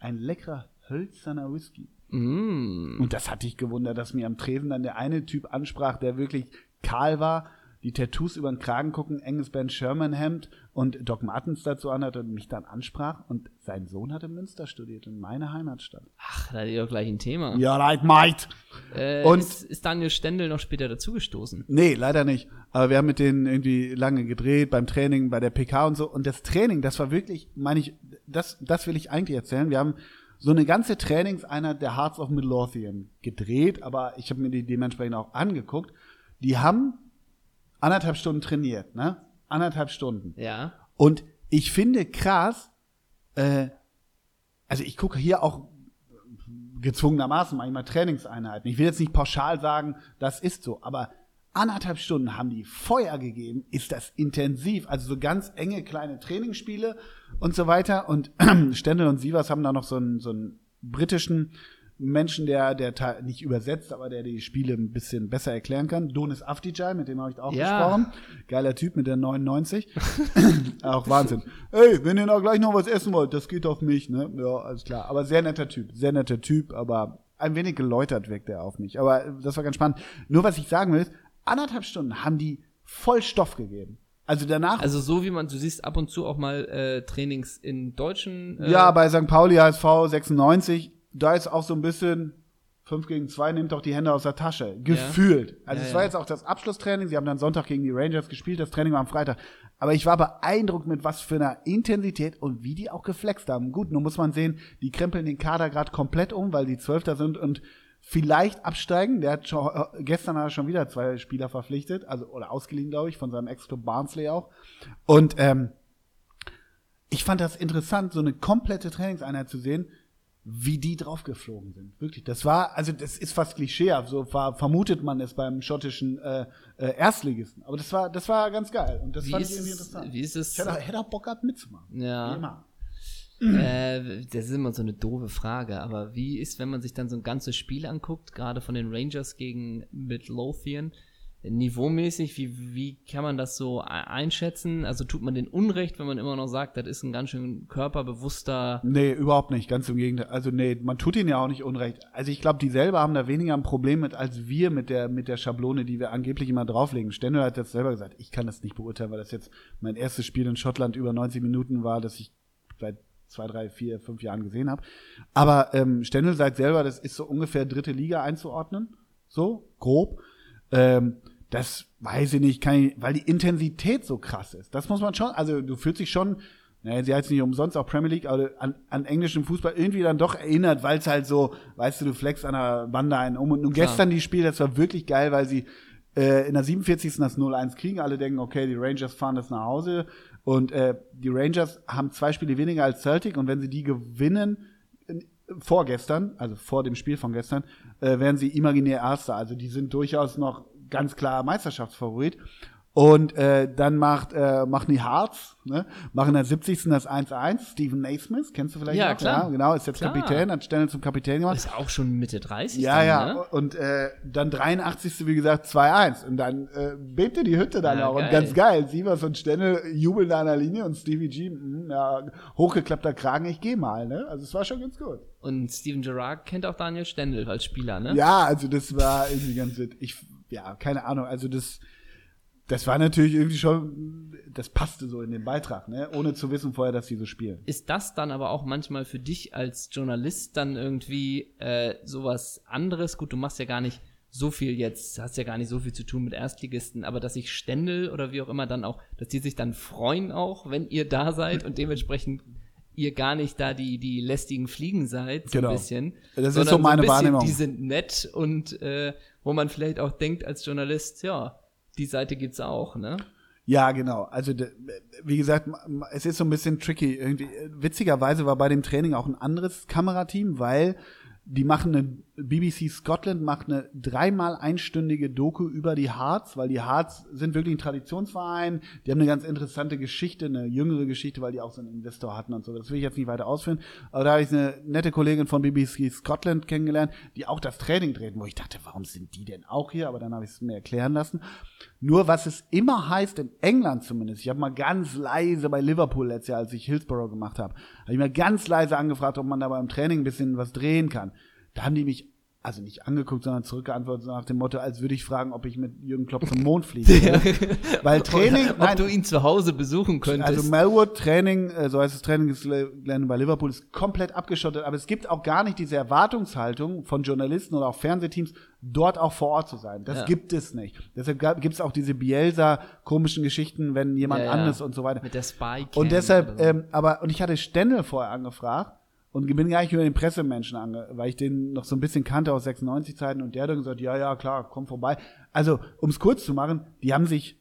Speaker 2: ein leckerer, hölzerner Whisky.
Speaker 1: Mm.
Speaker 2: Und das hatte ich gewundert, dass mir am Tresen dann der eine Typ ansprach, der wirklich kahl war, die Tattoos über den Kragen gucken, enges Band Sherman Hemd und Doc Martens dazu anhatte und mich dann ansprach. Und sein Sohn hatte Münster studiert in meiner Heimatstadt.
Speaker 1: Ach, da hat ihr doch gleich ein Thema.
Speaker 2: Ja, right, mate.
Speaker 1: Äh,
Speaker 2: Und-
Speaker 1: ist, ist Daniel Stendel noch später dazugestoßen?
Speaker 2: Nee, leider nicht. Aber wir haben mit denen irgendwie lange gedreht, beim Training, bei der PK und so. Und das Training, das war wirklich, meine ich, das, das will ich eigentlich erzählen. Wir haben so eine ganze Trainingseinheit der Hearts of Midlothian gedreht, aber ich habe mir die dementsprechend auch angeguckt. Die haben anderthalb Stunden trainiert, ne? Anderthalb Stunden.
Speaker 1: Ja.
Speaker 2: Und ich finde krass, äh, also ich gucke hier auch gezwungenermaßen manchmal Trainingseinheiten. Ich will jetzt nicht pauschal sagen, das ist so, aber anderthalb Stunden haben die Feuer gegeben, ist das intensiv, also so ganz enge kleine Trainingsspiele und so weiter. Und <clears throat> Stendel und Sievers haben da noch so einen, so einen britischen Menschen, der, der ta- nicht übersetzt, aber der die Spiele ein bisschen besser erklären kann. Donis Afdijay, mit dem habe ich auch
Speaker 1: Ja.
Speaker 2: gesprochen. Geiler Typ mit der <laughs> 99. Auch Wahnsinn. Ey, wenn ihr noch gleich noch was essen wollt, das geht auf mich, ne? Ja, alles klar. Aber sehr netter Typ, sehr netter Typ, aber ein wenig geläutert wirkt er auf mich. Aber äh, das war ganz spannend. Nur was ich sagen will, ist, anderthalb Stunden haben die voll Stoff gegeben. Also danach,
Speaker 1: Also so wie man, du siehst ab und zu auch mal äh, Trainings in deutschen. Äh,
Speaker 2: ja, bei St. Pauli HSV 96, da ist auch so ein bisschen 5 gegen 2, nehmt doch die Hände aus der Tasche. Gefühlt. Also
Speaker 1: Ja,
Speaker 2: es war
Speaker 1: ja.
Speaker 2: jetzt auch das Abschlusstraining, sie haben dann Sonntag gegen die Rangers gespielt, das Training war am Freitag. Aber ich war beeindruckt mit was für einer Intensität und wie die auch geflext haben. Gut, nun muss man sehen, die krempeln den Kader gerade komplett um, weil die Zwölfter sind und vielleicht absteigen. Der hat schon, äh, gestern hat er schon wieder zwei Spieler verpflichtet, also oder ausgeliehen, glaube ich, von seinem Ex-Club Barnsley auch. Und ähm, ich fand das interessant, so eine komplette Trainingseinheit zu sehen, wie die draufgeflogen sind. Wirklich, das war, also das ist fast klischeehaft, so war, vermutet man es beim schottischen äh, äh, Erstligisten. Aber das war, das war ganz geil und das
Speaker 1: Wie
Speaker 2: fand
Speaker 1: ist
Speaker 2: ich irgendwie
Speaker 1: es-
Speaker 2: interessant.
Speaker 1: wie ist es-
Speaker 2: Ich halt hätte, auch- hätte auch Bock gehabt mitzumachen.
Speaker 1: Ja.
Speaker 2: Immer.
Speaker 1: Äh, das ist immer so eine doofe Frage, aber wie ist, wenn man sich dann so ein ganzes Spiel anguckt, gerade von den Rangers gegen Midlothian, niveaumäßig, wie, wie kann man das so e- einschätzen? Also tut man den Unrecht, wenn man immer noch sagt, das ist ein ganz schön körperbewusster.
Speaker 2: Nee, überhaupt nicht, ganz im Gegenteil. Also nee, man tut ihnen ja auch nicht unrecht. Also ich glaube, die selber haben da weniger ein Problem mit als wir mit der mit der Schablone, die wir angeblich immer drauflegen. Stendel hat jetzt selber gesagt, ich kann das nicht beurteilen, weil das jetzt mein erstes Spiel in Schottland über 90 Minuten war, das ich seit zwei, drei, vier, fünf Jahren gesehen habe. Aber ähm, Stendel sagt selber, das ist so ungefähr dritte Liga einzuordnen, so grob. Ähm, das weiß ich nicht, kann ich, weil die Intensität so krass ist. Das muss man schon, also du fühlst dich schon, naja, sie heißt nicht umsonst auch Premier League, aber an, an englischen Fußball irgendwie dann doch erinnert, weil es halt so, weißt du, du flex an der Bande einen um. Und nun
Speaker 1: Klar.
Speaker 2: gestern die Spiel, das war wirklich geil, weil sie äh, in der 47. das 0-1 kriegen. Alle denken, okay, die Rangers fahren das nach Hause. Und äh, die Rangers haben zwei Spiele weniger als Celtic und wenn sie die gewinnen, vorgestern, also vor dem Spiel von gestern, äh, wären sie imaginär Erster. Also die sind durchaus noch ganz klar Meisterschaftsfavorit. Und äh, dann macht, äh, machen die Hearts, ne? machen der 70. das 1-1. Steven Naismith, kennst du vielleicht
Speaker 1: Ja,
Speaker 2: noch?
Speaker 1: klar.
Speaker 2: Ja, genau, ist jetzt
Speaker 1: Klar.
Speaker 2: Kapitän, hat Stellen zum Kapitän gemacht.
Speaker 1: Ist auch schon Mitte 30.
Speaker 2: Ja,
Speaker 1: dann,
Speaker 2: ja.
Speaker 1: Ne?
Speaker 2: Und äh, dann 83. wie gesagt 2-1. Und dann äh, bebte die Hütte dann
Speaker 1: Ja,
Speaker 2: auch.
Speaker 1: geil.
Speaker 2: Und ganz geil. Sievers und Stenne jubeln da an der Linie und Stevie G, mh, ja, hochgeklappter Kragen, ich geh mal, ne? Also es war schon ganz gut.
Speaker 1: Und Steven Gerrard kennt auch Daniel Stendel als Spieler, ne?
Speaker 2: Ja, also das war irgendwie ganz witzig. Ich, ja, keine Ahnung. Also das, das war natürlich irgendwie schon, das passte so in den Beitrag, ne? Ohne zu wissen vorher, dass sie so spielen.
Speaker 1: Ist das dann aber auch manchmal für dich als Journalist dann irgendwie äh, sowas anderes? Gut, du machst ja gar nicht so viel jetzt, hast ja gar nicht so viel zu tun mit Erstligisten, aber dass sich Stendel oder wie auch immer dann auch, dass die sich dann freuen auch, wenn ihr da seid und dementsprechend ihr gar nicht da die, die lästigen Fliegen seid, so
Speaker 2: Genau.
Speaker 1: ein bisschen.
Speaker 2: Das ist
Speaker 1: sondern
Speaker 2: so meine
Speaker 1: ein bisschen,
Speaker 2: Wahrnehmung.
Speaker 1: Die sind nett und äh, wo man vielleicht auch denkt als Journalist, ja, die Seite gibt's auch, ne?
Speaker 2: Ja, genau. Also d- wie gesagt, m- m- es ist so ein bisschen tricky. Irgendwie äh, witzigerweise war bei dem Training auch ein anderes Kamerateam, weil die machen eine BBC Scotland macht eine dreimal einstündige Doku über die Hearts, weil die Hearts sind wirklich ein Traditionsverein. Die haben eine ganz interessante Geschichte, eine jüngere Geschichte, weil die auch so einen Investor hatten und so. Das will ich jetzt nicht weiter ausführen. Aber da habe ich eine nette Kollegin von BBC Scotland kennengelernt, die auch das Training dreht, wo ich dachte, warum sind die denn auch hier? Aber dann habe ich es mir erklären lassen. Nur was es immer heißt, in England zumindest, ich habe mal ganz leise bei Liverpool letztes Jahr, als ich Hillsborough gemacht habe, habe ich mal ganz leise angefragt, ob man da beim Training ein bisschen was drehen kann. Da haben die mich also nicht angeguckt, sondern zurückgeantwortet so nach dem Motto, als würde ich fragen, ob ich mit Jürgen Klopp zum
Speaker 1: <laughs>
Speaker 2: Mond fliege. Weil Training,
Speaker 1: Oder ob
Speaker 2: nein,
Speaker 1: du ihn zu Hause besuchen könntest.
Speaker 2: also Melwood Training, äh, so heißt das Trainingsgelände bei Liverpool, ist komplett abgeschottet, aber es gibt auch gar nicht diese Erwartungshaltung von Journalisten oder auch Fernsehteams, dort auch vor Ort zu sein. Das
Speaker 1: Ja.
Speaker 2: gibt es nicht. Deshalb gibt es auch diese Bielsa-komischen Geschichten, wenn jemand
Speaker 1: Ja, ja.
Speaker 2: anderes und so weiter.
Speaker 1: Mit der Spy
Speaker 2: Und deshalb, ähm, aber, und ich hatte Stendel vorher angefragt und bin gar nicht über den Pressemenschen ange, weil ich den noch so ein bisschen kannte aus 96 Zeiten und der hat dann gesagt, ja, ja, klar, komm vorbei. Also, um es kurz zu machen, die haben sich ja,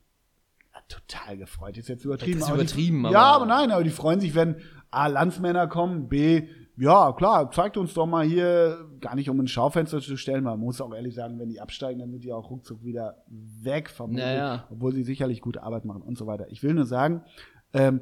Speaker 2: Ah, total gefreut. Ist jetzt übertrieben.
Speaker 1: Das ist
Speaker 2: aber
Speaker 1: übertrieben,
Speaker 2: die,
Speaker 1: aber-
Speaker 2: Ja, aber nein, aber die freuen sich, wenn A, Landsmänner kommen, B, ja, klar, zeigt uns doch mal hier, gar nicht um ein Schaufenster zu stellen, man muss auch ehrlich sagen, wenn die absteigen, dann sind die auch ruckzuck wieder weg vom
Speaker 1: Ja, ja.
Speaker 2: obwohl sie sicherlich gute Arbeit machen und so weiter. Ich will nur sagen, ähm,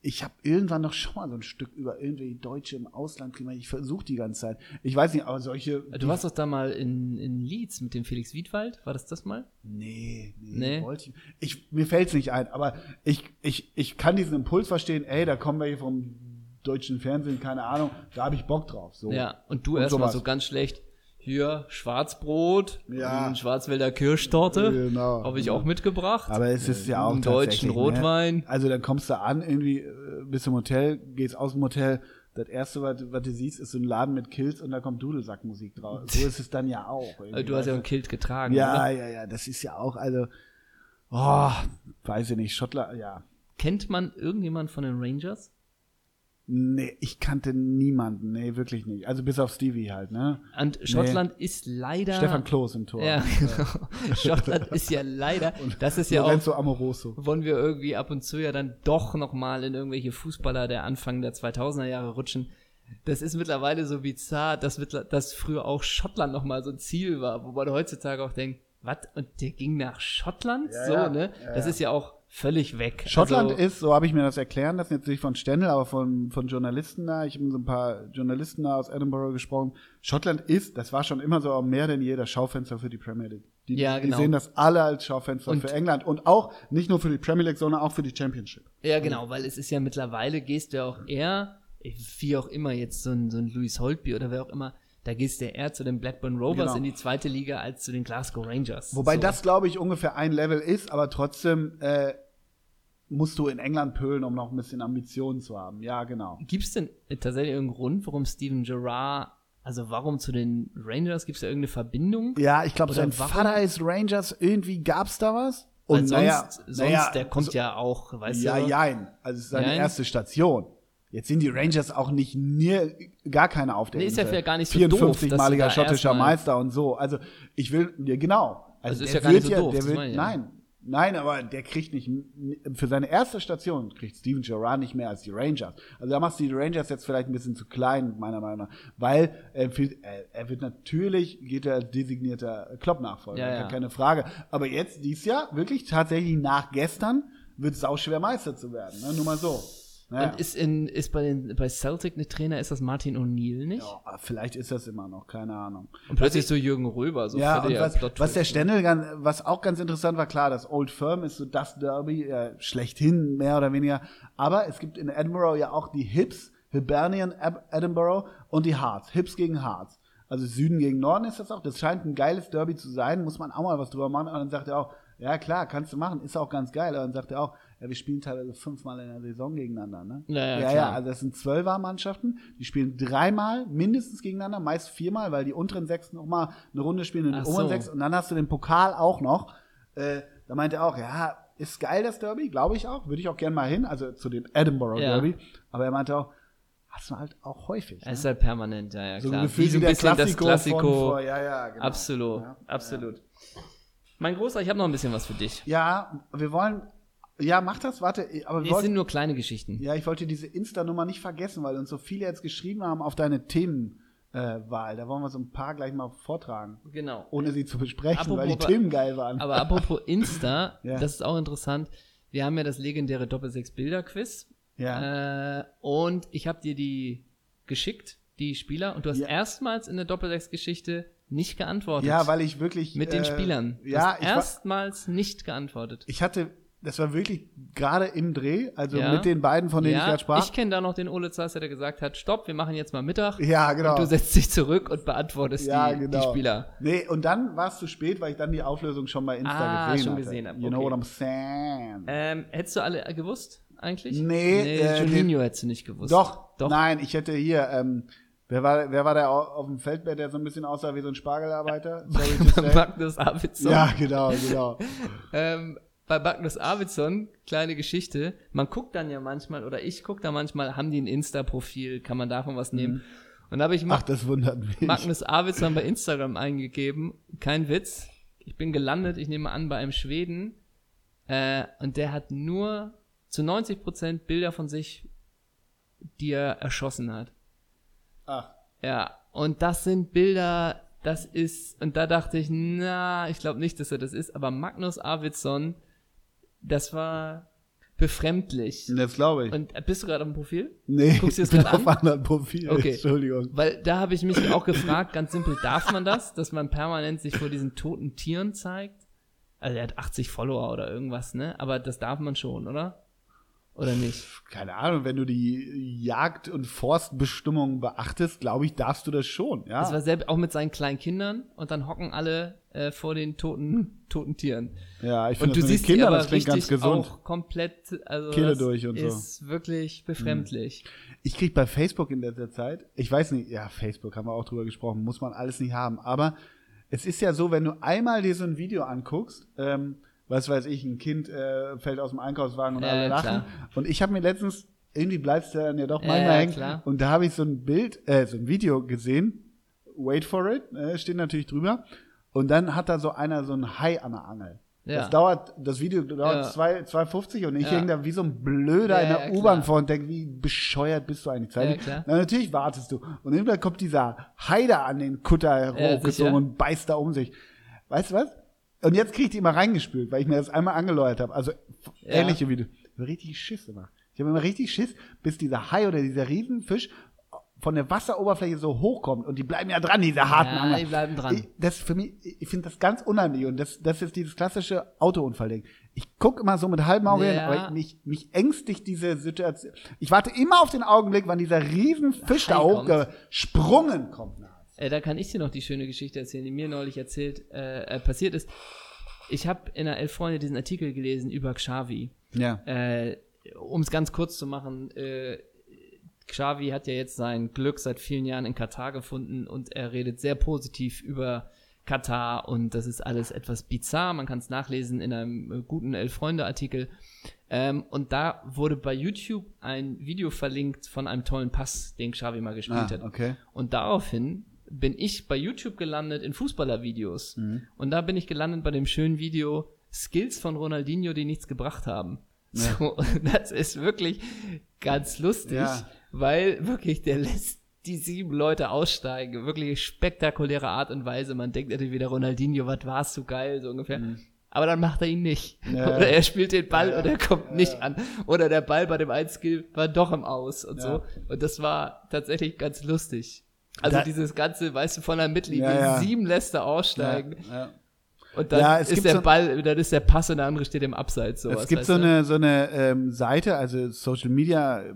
Speaker 2: ich habe irgendwann noch schon mal so ein Stück über irgendwie Deutsche im Ausland gemacht. Ich versuche die ganze Zeit. Ich weiß nicht, aber solche.
Speaker 1: Du warst doch da mal in, in Leeds mit dem Felix Wiedwald, war das das mal?
Speaker 2: Nee, nee,
Speaker 1: Nee.
Speaker 2: wollte ich. ich mir fällt's nicht ein, aber ich, ich, ich kann diesen Impuls verstehen, ey, da kommen wir hier vom deutschen Fernsehen, keine Ahnung, da habe ich Bock drauf. So.
Speaker 1: Ja, und du
Speaker 2: Oh. Und
Speaker 1: erstmal
Speaker 2: sowas.
Speaker 1: so ganz schlecht. Hier, Schwarzbrot,
Speaker 2: Ja.
Speaker 1: und Schwarzwälder Kirschtorte,
Speaker 2: Genau.
Speaker 1: habe ich auch mitgebracht.
Speaker 2: Aber es ist ja auch
Speaker 1: Äh, einen deutschen
Speaker 2: tatsächlich,
Speaker 1: Rotwein.
Speaker 2: Ne? Also dann kommst du an, irgendwie äh, bist im Hotel, gehst aus dem Hotel. Das erste, was, was du siehst, ist so ein Laden mit Kills und da kommt Dudelsackmusik drauf.
Speaker 1: <laughs>
Speaker 2: So ist es dann ja auch. irgendwie,
Speaker 1: Äh, du hast ja
Speaker 2: weißt
Speaker 1: einen ne? Kilt getragen.
Speaker 2: ja,
Speaker 1: Oder?
Speaker 2: ja, ja, das ist ja auch, also, oh, weiß ich nicht, Schottland, ja.
Speaker 1: Kennt man irgendjemand von den Rangers?
Speaker 2: Nee, ich kannte niemanden, nee, wirklich nicht. Also bis auf Stevie halt, ne?
Speaker 1: Und Schottland ist leider.
Speaker 2: Stefan Klos im Tor.
Speaker 1: Ja, <laughs> genau. Schottland ist ja leider. Das ist ja auch
Speaker 2: Lorenzo Amoroso.
Speaker 1: wollen wir irgendwie ab und zu ja dann doch nochmal in irgendwelche Fußballer der Anfang der 2000er Jahre rutschen. Das ist mittlerweile so bizarr, dass, mittler- dass früher auch Schottland nochmal so ein Ziel war, wo man heutzutage auch denkt, was? Und der ging nach Schottland?
Speaker 2: Ja,
Speaker 1: so,
Speaker 2: ja.
Speaker 1: ne?
Speaker 2: Ja,
Speaker 1: das
Speaker 2: ja.
Speaker 1: ist ja auch völlig weg.
Speaker 2: Schottland
Speaker 1: also,
Speaker 2: ist, so habe ich mir das erklären lassen, jetzt nicht von Stendel, aber von, von Journalisten da. Ich habe mit so ein paar Journalisten da aus Edinburgh gesprochen. Schottland ist, das war schon immer so, aber mehr denn je, das Schaufenster für die Premier League. Die,
Speaker 1: Ja, genau.
Speaker 2: die sehen das alle als Schaufenster
Speaker 1: Und-
Speaker 2: für England und auch nicht nur für die Premier League, sondern auch für die Championship.
Speaker 1: Ja, genau, weil es ist ja mittlerweile, gehst du ja auch eher, wie auch immer jetzt so ein, so ein Louis Holtby oder wer auch immer, da gehst du ja eher zu den Blackburn Rovers
Speaker 2: Genau.
Speaker 1: in die zweite Liga als zu den Glasgow Rangers.
Speaker 2: Wobei
Speaker 1: so.
Speaker 2: das, glaube ich, ungefähr ein Level ist, aber trotzdem äh, musst du in England pölen, um noch ein bisschen Ambitionen zu haben. Ja, genau.
Speaker 1: Gibt es denn tatsächlich irgendeinen Grund, warum Steven Gerrard, also warum zu den Rangers? Gibt es da irgendeine Verbindung?
Speaker 2: Ja, ich glaube,
Speaker 1: Oder
Speaker 2: sein
Speaker 1: warum-
Speaker 2: Vater ist Rangers, irgendwie gab's da was.
Speaker 1: Weil sonst,
Speaker 2: naja,
Speaker 1: sonst
Speaker 2: naja, also
Speaker 1: der kommt ja auch, weißt
Speaker 2: ja,
Speaker 1: du?
Speaker 2: jein. Also es ist seine
Speaker 1: Jein?
Speaker 2: erste Station. Jetzt sind die Rangers auch nicht nie, gar keine auf der
Speaker 1: Nee, ist ja
Speaker 2: Insel.
Speaker 1: vielleicht gar nicht so doof, dass du
Speaker 2: 54-maliger
Speaker 1: da
Speaker 2: schottischer
Speaker 1: erstmal-
Speaker 2: Meister und so. Also ich will, ja, genau.
Speaker 1: Also ist
Speaker 2: der
Speaker 1: ja gar
Speaker 2: wird
Speaker 1: nicht so doof,
Speaker 2: der
Speaker 1: das
Speaker 2: wird,
Speaker 1: meine ich ja.
Speaker 2: Nein, Nein, aber der kriegt nicht, für seine erste Station kriegt Steven Gerrard nicht mehr als die Rangers. Also da machst du die Rangers jetzt vielleicht ein bisschen zu klein, meiner Meinung nach, weil er, viel- er- er wird natürlich, geht er als designierter Klopp-Nachfolger,
Speaker 1: Ja, ja.
Speaker 2: Gar keine Frage. Aber jetzt, dieses Jahr, wirklich tatsächlich nach gestern, wird es auch schwer Meister zu werden, ne? nur mal so. Naja.
Speaker 1: Und ist, in, ist bei, den, bei Celtic eine Trainer, ist das Martin O'Neill nicht?
Speaker 2: Ja, aber vielleicht ist das immer noch, keine Ahnung.
Speaker 1: Und plötzlich so Jürgen Röber, so
Speaker 2: ja,
Speaker 1: völlig
Speaker 2: und
Speaker 1: als
Speaker 2: was,
Speaker 1: Plot-Twist.
Speaker 2: was der Stendel, ganz, was auch ganz interessant war, klar, das Old Firm ist so das Derby, äh, schlechthin, mehr oder weniger. Aber es gibt in Edinburgh ja auch die Hips, Hibernian Ab Edinburgh und die Hearts. Hips gegen Hearts. Also Süden gegen Norden ist das auch. Das scheint ein geiles Derby zu sein, muss man auch mal was drüber machen. Und dann sagt er auch, ja klar, kannst du machen, ist auch ganz geil. Aber dann sagt er auch, ja, wir spielen teilweise fünfmal in der Saison gegeneinander. Ne?
Speaker 1: Ja, ja,
Speaker 2: ja,
Speaker 1: klar.
Speaker 2: ja, also das sind Zwölfer-Mannschaften, die spielen dreimal mindestens gegeneinander, meist viermal, weil die unteren sechs nochmal eine Runde spielen und
Speaker 1: Ach
Speaker 2: die oberen
Speaker 1: so.
Speaker 2: sechs und dann hast du den Pokal auch noch. Äh, da meinte er auch, ja, ist geil das Derby, glaube ich auch, würde ich auch gerne mal hin, also zu dem Edinburgh
Speaker 1: Ja.
Speaker 2: Derby. Aber er meinte auch, hast du halt auch häufig.
Speaker 1: Er
Speaker 2: Ne?
Speaker 1: ist halt permanent, ja, ja,
Speaker 2: So
Speaker 1: klar.
Speaker 2: gefühlt
Speaker 1: Wie so
Speaker 2: wie
Speaker 1: ein
Speaker 2: der
Speaker 1: bisschen das
Speaker 2: Klassiko von
Speaker 1: Klassiko.
Speaker 2: vor- ja, ja, genau.
Speaker 1: Absolut,
Speaker 2: Ja,
Speaker 1: absolut. Mein Großer, ich habe noch ein bisschen was für dich.
Speaker 2: Ja, wir wollen, ja, mach das, warte, aber
Speaker 1: Es
Speaker 2: wir
Speaker 1: sind
Speaker 2: wollten,
Speaker 1: nur kleine Geschichten.
Speaker 2: ja, ich wollte diese Insta-Nummer nicht vergessen, weil uns so viele jetzt geschrieben haben auf deine Themenwahl. Äh, Wahl. da wollen wir so ein paar gleich mal vortragen,
Speaker 1: Genau.
Speaker 2: ohne sie zu besprechen,
Speaker 1: Apropos,
Speaker 2: weil die
Speaker 1: aber-
Speaker 2: Themen geil waren.
Speaker 1: Aber
Speaker 2: <laughs>
Speaker 1: apropos Insta,
Speaker 2: Ja.
Speaker 1: das ist auch interessant. Wir haben ja das legendäre Doppelsechs-Bilder-Quiz.
Speaker 2: ja.
Speaker 1: Äh, und ich habe dir die geschickt, die Spieler, und du hast
Speaker 2: Ja.
Speaker 1: erstmals in der Doppelsechs-Geschichte nicht geantwortet.
Speaker 2: ja, weil ich wirklich.
Speaker 1: mit den
Speaker 2: äh,
Speaker 1: Spielern. Du
Speaker 2: Ja,
Speaker 1: hast
Speaker 2: ich, war,
Speaker 1: erstmals nicht geantwortet.
Speaker 2: ich hatte, das war wirklich gerade im Dreh, also
Speaker 1: Ja.
Speaker 2: mit den beiden, von denen ich
Speaker 1: ja,
Speaker 2: gerade sprach.
Speaker 1: ich kenne da noch den Ole Zasser, der gesagt hat, stopp, wir machen jetzt mal Mittag.
Speaker 2: ja, genau.
Speaker 1: Und du setzt dich zurück und beantwortest
Speaker 2: ja,
Speaker 1: die,
Speaker 2: genau.
Speaker 1: die Spieler.
Speaker 2: Nee, und dann war es zu spät, weil ich dann die Auflösung schon bei Insta
Speaker 1: Ah,
Speaker 2: gesehen
Speaker 1: schon
Speaker 2: hatte.
Speaker 1: gesehen hab,
Speaker 2: You know
Speaker 1: okay.
Speaker 2: what I'm saying?
Speaker 1: Ähm, hättest du alle gewusst eigentlich?
Speaker 2: Nee, äh,
Speaker 1: Juninho hättest du nicht gewusst.
Speaker 2: Doch,
Speaker 1: Doch.
Speaker 2: Nein, ich hätte hier, ähm, wer war, wer war der au- auf dem Feldbett, der so ein bisschen aussah wie so ein Spargelarbeiter? Sorry
Speaker 1: <laughs>
Speaker 2: to say.
Speaker 1: Magnus Arvidsson.
Speaker 2: ja, genau, genau.
Speaker 1: Ähm, bei Magnus Arvidsson, kleine Geschichte, man guckt dann ja manchmal, oder ich gucke da manchmal, haben die ein Insta-Profil, kann man davon was nehmen? Und da habe ich
Speaker 2: Mhm. Ach,
Speaker 1: Ma
Speaker 2: das wundert mich.
Speaker 1: Magnus Arvidsson bei Instagram eingegeben, kein Witz, ich bin gelandet, ich nehme an, bei einem Schweden, äh, und der hat nur zu 90% Bilder von sich, die er erschossen hat.
Speaker 2: Ach,
Speaker 1: Ja, und das sind Bilder, das ist, und da dachte ich, na, ich glaube nicht, dass er das ist, aber Magnus Arvidsson, das war befremdlich.
Speaker 2: das glaube ich.
Speaker 1: Und äh, bist du gerade am Profil?
Speaker 2: Nee,
Speaker 1: Guckst du
Speaker 2: ich
Speaker 1: es
Speaker 2: bin
Speaker 1: gerade
Speaker 2: auf
Speaker 1: an?
Speaker 2: anderen Profil.
Speaker 1: Okay.
Speaker 2: Entschuldigung.
Speaker 1: Weil da habe ich mich auch gefragt, ganz simpel, darf man das, dass man permanent sich vor diesen toten Tieren zeigt? Also er hat 80 Follower oder irgendwas, ne? Aber das darf man schon, oder? Oder nicht?
Speaker 2: Keine Ahnung, wenn du die Jagd- und Forstbestimmungen beachtest, glaube ich, darfst du das schon. Ja.
Speaker 1: Das war selbst auch mit seinen kleinen Kindern und dann hocken alle äh, vor den toten, toten Tieren.
Speaker 2: ja, ich finde
Speaker 1: Und du
Speaker 2: das mit den
Speaker 1: siehst
Speaker 2: Kindern,
Speaker 1: die aber
Speaker 2: das klingt ganz
Speaker 1: richtig
Speaker 2: gesund.
Speaker 1: auch komplett, also
Speaker 2: Kehle
Speaker 1: das
Speaker 2: durch und so. Mhm.
Speaker 1: ist wirklich befremdlich.
Speaker 2: Ich krieg bei Facebook in letzter Zeit, ich weiß nicht, ja, Facebook haben wir auch drüber gesprochen, muss man alles nicht haben, aber es ist ja so, wenn du einmal dir so ein Video anguckst, ähm, was weiß ich, ein Kind äh, fällt aus dem Einkaufswagen und
Speaker 1: Ja,
Speaker 2: alle
Speaker 1: ja,
Speaker 2: lachen.
Speaker 1: klar.
Speaker 2: Und ich habe mir letztens, irgendwie bleibst du dann ja doch
Speaker 1: Ja,
Speaker 2: manchmal
Speaker 1: ja,
Speaker 2: hängen,
Speaker 1: klar.
Speaker 2: und da habe ich so ein Bild, äh, so ein Video gesehen, wait for it, äh, steht natürlich drüber, und dann hat da so einer so ein Hai an der Angel.
Speaker 1: Ja.
Speaker 2: Das dauert, das Video dauert
Speaker 1: Ja.
Speaker 2: zwei 2,50 und ich
Speaker 1: Ja.
Speaker 2: häng da wie so ein Blöder
Speaker 1: Ja,
Speaker 2: in der
Speaker 1: ja, klar.
Speaker 2: U-Bahn vor und denk, wie bescheuert bist du eigentlich?
Speaker 1: Ja,
Speaker 2: Zeit.
Speaker 1: klar.
Speaker 2: Na, natürlich wartest du. Und irgendwann kommt dieser Heider an den Kutter
Speaker 1: Ja,
Speaker 2: hochgezogen
Speaker 1: sicher.
Speaker 2: und beißt da um sich. Weißt du was? Und jetzt krieg ich die immer reingespült, weil ich mir das einmal angeläutert habe. Also f-
Speaker 1: Ja.
Speaker 2: ähnliche Videos. Ich hab richtig Schiss immer. Ich habe immer richtig Schiss, bis dieser Hai oder dieser Riesenfisch von der Wasseroberfläche so hochkommt. Und die bleiben ja dran, diese harten
Speaker 1: Ja,
Speaker 2: Angler.
Speaker 1: die bleiben dran.
Speaker 2: Ich, das ist für mich, ich finde das ganz unheimlich. Und das, das ist dieses klassische Autounfall-Ding. Ich gucke immer so mit halbem Auge hin,
Speaker 1: Ja.
Speaker 2: aber ich, mich, mich ängstigt diese Situation. Ich warte immer auf den Augenblick, wann dieser Riesenfisch da
Speaker 1: Hai kommt.
Speaker 2: hochgesprungen kommt.
Speaker 1: Äh, da kann ich dir noch die schöne Geschichte erzählen, die mir neulich erzählt äh, äh, passiert ist. Ich habe in der Elf Freunde diesen Artikel gelesen über Xavi.
Speaker 2: Ja.
Speaker 1: Äh, um es ganz kurz zu machen, äh, Xavi hat ja jetzt sein Glück seit vielen Jahren in Katar gefunden und er redet sehr positiv über Katar und das ist alles etwas bizarr. Man kann es nachlesen in einem äh, guten Elf-Freunde-Artikel. Ähm, und da wurde bei YouTube ein Video verlinkt von einem tollen Pass, den Xavi mal gespielt
Speaker 2: Ah,
Speaker 1: hat.
Speaker 2: okay.
Speaker 1: Und daraufhin
Speaker 2: Mhm.
Speaker 1: bin ich bei YouTube gelandet in Fußballervideos. Und da bin ich gelandet bei dem schönen Video Skills von Ronaldinho, die nichts gebracht haben. So, <laughs> das ist wirklich ganz lustig,
Speaker 2: Ja.
Speaker 1: weil wirklich der lässt die sieben Leute aussteigen. Wirklich spektakuläre Art und Weise. Man denkt natürlich wieder Ronaldinho, was warst du geil, so ungefähr. Aber dann macht er ihn nicht.
Speaker 2: Mhm.
Speaker 1: <laughs>
Speaker 2: Ja.
Speaker 1: Oder er spielt den Ball und er kommt nicht an. Oder der Ball bei dem Einskill war doch im Aus und
Speaker 2: Ja.
Speaker 1: so. Und das war tatsächlich ganz lustig. Also
Speaker 2: Da-
Speaker 1: dieses ganze, weißt du, von der Mittellinie,
Speaker 2: Ja, ja.
Speaker 1: sieben lässt er aussteigen.
Speaker 2: Ja, ja.
Speaker 1: Und dann
Speaker 2: Ja, es
Speaker 1: ist
Speaker 2: gibt
Speaker 1: der
Speaker 2: so-
Speaker 1: Ball, dann ist der Pass und der andere steht im Abseits. Sowas,
Speaker 2: Es gibt
Speaker 1: weißt
Speaker 2: so
Speaker 1: du?
Speaker 2: eine, so eine ähm, Seite, also Social Media äh,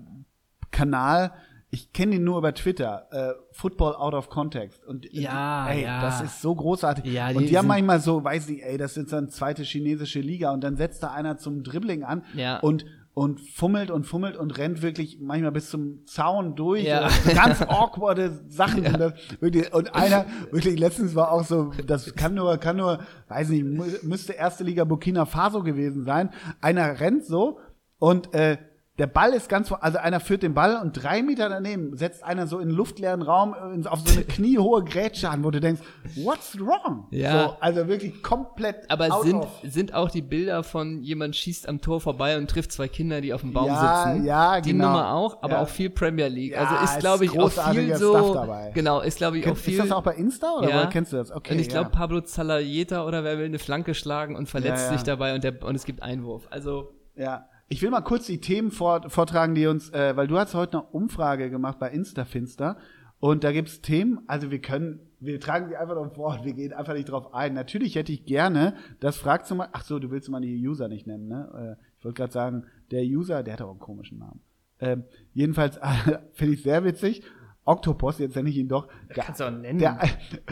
Speaker 2: Kanal. Ich kenne ihn nur über Twitter. Äh, Football out of context. Und äh,
Speaker 1: Ja,
Speaker 2: ey,
Speaker 1: ja.
Speaker 2: das ist so großartig.
Speaker 1: Ja, die
Speaker 2: und die haben
Speaker 1: sind-
Speaker 2: manchmal so, weiß nicht, ey, das ist dann zweite chinesische Liga und dann setzt da einer zum Dribbling an
Speaker 1: Ja.
Speaker 2: und und fummelt und fummelt und rennt wirklich manchmal bis zum Zaun durch.
Speaker 1: Ja.
Speaker 2: Oder so Ganz awkwarde
Speaker 1: <laughs>
Speaker 2: Sachen. sind das. Wirklich, Und einer, wirklich letztens war auch so, das kann nur, kann nur, weiß nicht, mu- müsste erste Liga Burkina Faso gewesen sein. Einer rennt so und äh, der Ball ist ganz, wo- also einer führt den Ball und drei Meter daneben setzt einer so in einen luftleeren Raum äh, in- auf
Speaker 1: <laughs>
Speaker 2: so eine kniehohe Grätsche an, wo du denkst, what's wrong?
Speaker 1: Ja.
Speaker 2: So, also wirklich komplett
Speaker 1: Aber
Speaker 2: out
Speaker 1: sind,
Speaker 2: of.
Speaker 1: sind auch die Bilder von jemand schießt am Tor vorbei und trifft zwei Kinder, die auf dem Baum
Speaker 2: Ja,
Speaker 1: sitzen.
Speaker 2: ja,
Speaker 1: Die
Speaker 2: genau.
Speaker 1: Nummer auch, aber
Speaker 2: Ja.
Speaker 1: auch viel Premier League.
Speaker 2: Ja,
Speaker 1: also
Speaker 2: ist
Speaker 1: ist, glaube ich, auch viel
Speaker 2: großartiger
Speaker 1: so.
Speaker 2: Stuff dabei.
Speaker 1: Genau, ist, glaube ich, auch
Speaker 2: Ist
Speaker 1: viel.
Speaker 2: das auch bei Insta oder
Speaker 1: Ja.
Speaker 2: woher kennst du das? Okay,
Speaker 1: und ich glaube,
Speaker 2: ja.
Speaker 1: Pablo Zalaieta oder wer will eine Flanke schlagen und verletzt
Speaker 2: Ja, ja.
Speaker 1: sich dabei und, der, und es gibt Einwurf. Also,
Speaker 2: Ja. Ich will mal kurz die Themen vor, vortragen, die uns, äh, weil du hast heute eine Umfrage gemacht bei Instafinster und da gibt's Themen, also wir können, wir tragen sie einfach noch vor, wir gehen einfach nicht drauf ein. Natürlich hätte ich gerne, das fragst du mal, ach so, du willst mal die User nicht nennen, ne? Äh, ich wollte gerade sagen, der User, der hat auch einen komischen Namen. Ähm, jedenfalls <laughs> äh, finde ich sehr witzig. Octopus, jetzt nenne ich ihn doch. Der-
Speaker 1: kannst du auch nennen.
Speaker 2: Der,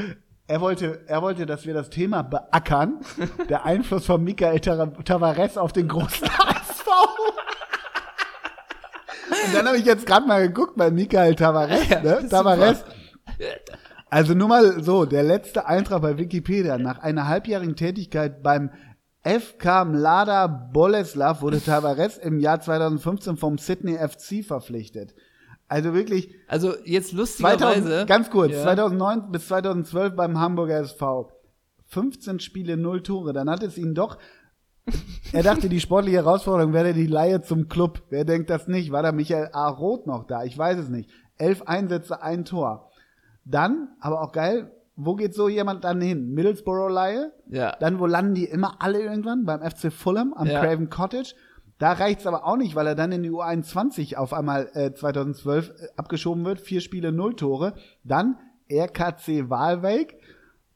Speaker 2: <laughs> er wollte, er wollte, dass wir das Thema beackern. Der Einfluss von Michael Tar- Tavares auf den großen <laughs> HSV. Und dann habe ich jetzt gerade mal geguckt bei Michael Tavares.
Speaker 1: Ja,
Speaker 2: Ne?
Speaker 1: super.
Speaker 2: Tavares. Also nur mal so, der letzte Eintrag bei Wikipedia. Nach einer halbjährigen Tätigkeit beim FK Mlada Boleslav wurde Tavares im Jahr 2015 vom Sydney FC verpflichtet. Also wirklich,
Speaker 1: also jetzt
Speaker 2: 2000,
Speaker 1: lustigerweise.
Speaker 2: ganz kurz,
Speaker 1: Ja.
Speaker 2: 2009 bis 2012 beim Hamburger SV. 15 Spiele, 0 Tore. Dann hat es ihn doch. Er dachte, die sportliche Herausforderung wäre die Laie zum Club. Wer denkt das nicht? War da Michael A. Roth noch da? Ich weiß es nicht. Elf Einsätze, ein Tor. Dann, aber auch geil, wo geht so jemand dann hin? Middlesbrough-Laie?
Speaker 1: Ja.
Speaker 2: Dann, wo landen die immer alle irgendwann? Beim FC Fulham, am
Speaker 1: Ja.
Speaker 2: Craven Cottage. Da reicht's aber auch nicht, weil er dann in die U21 auf einmal äh, 2012 abgeschoben wird. Vier Spiele, null Tore. Dann RKC Walwijk.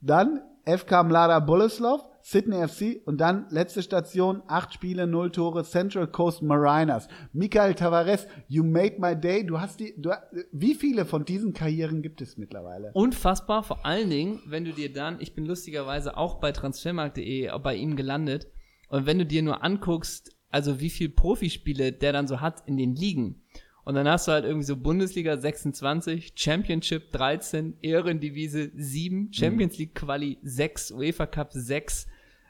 Speaker 2: Dann FK Mlada Boleslav, Sydney FC und dann letzte Station, acht Spiele, null Tore, Central Coast Mariners. Michael Tavares, you made my day. Du hast die, du, äh, wie viele von diesen Karrieren gibt es mittlerweile?
Speaker 1: Unfassbar, vor allen Dingen, wenn du dir dann, ich bin lustigerweise auch bei transfermarkt.de bei ihm gelandet, und wenn du dir nur anguckst, also wie viel Profispiele der dann so hat in den Ligen. Und dann hast du halt irgendwie so Bundesliga 26, Championship 13, Ehrendivise
Speaker 2: Mhm.
Speaker 1: 7, Champions League Quali 6, UEFA Cup 6,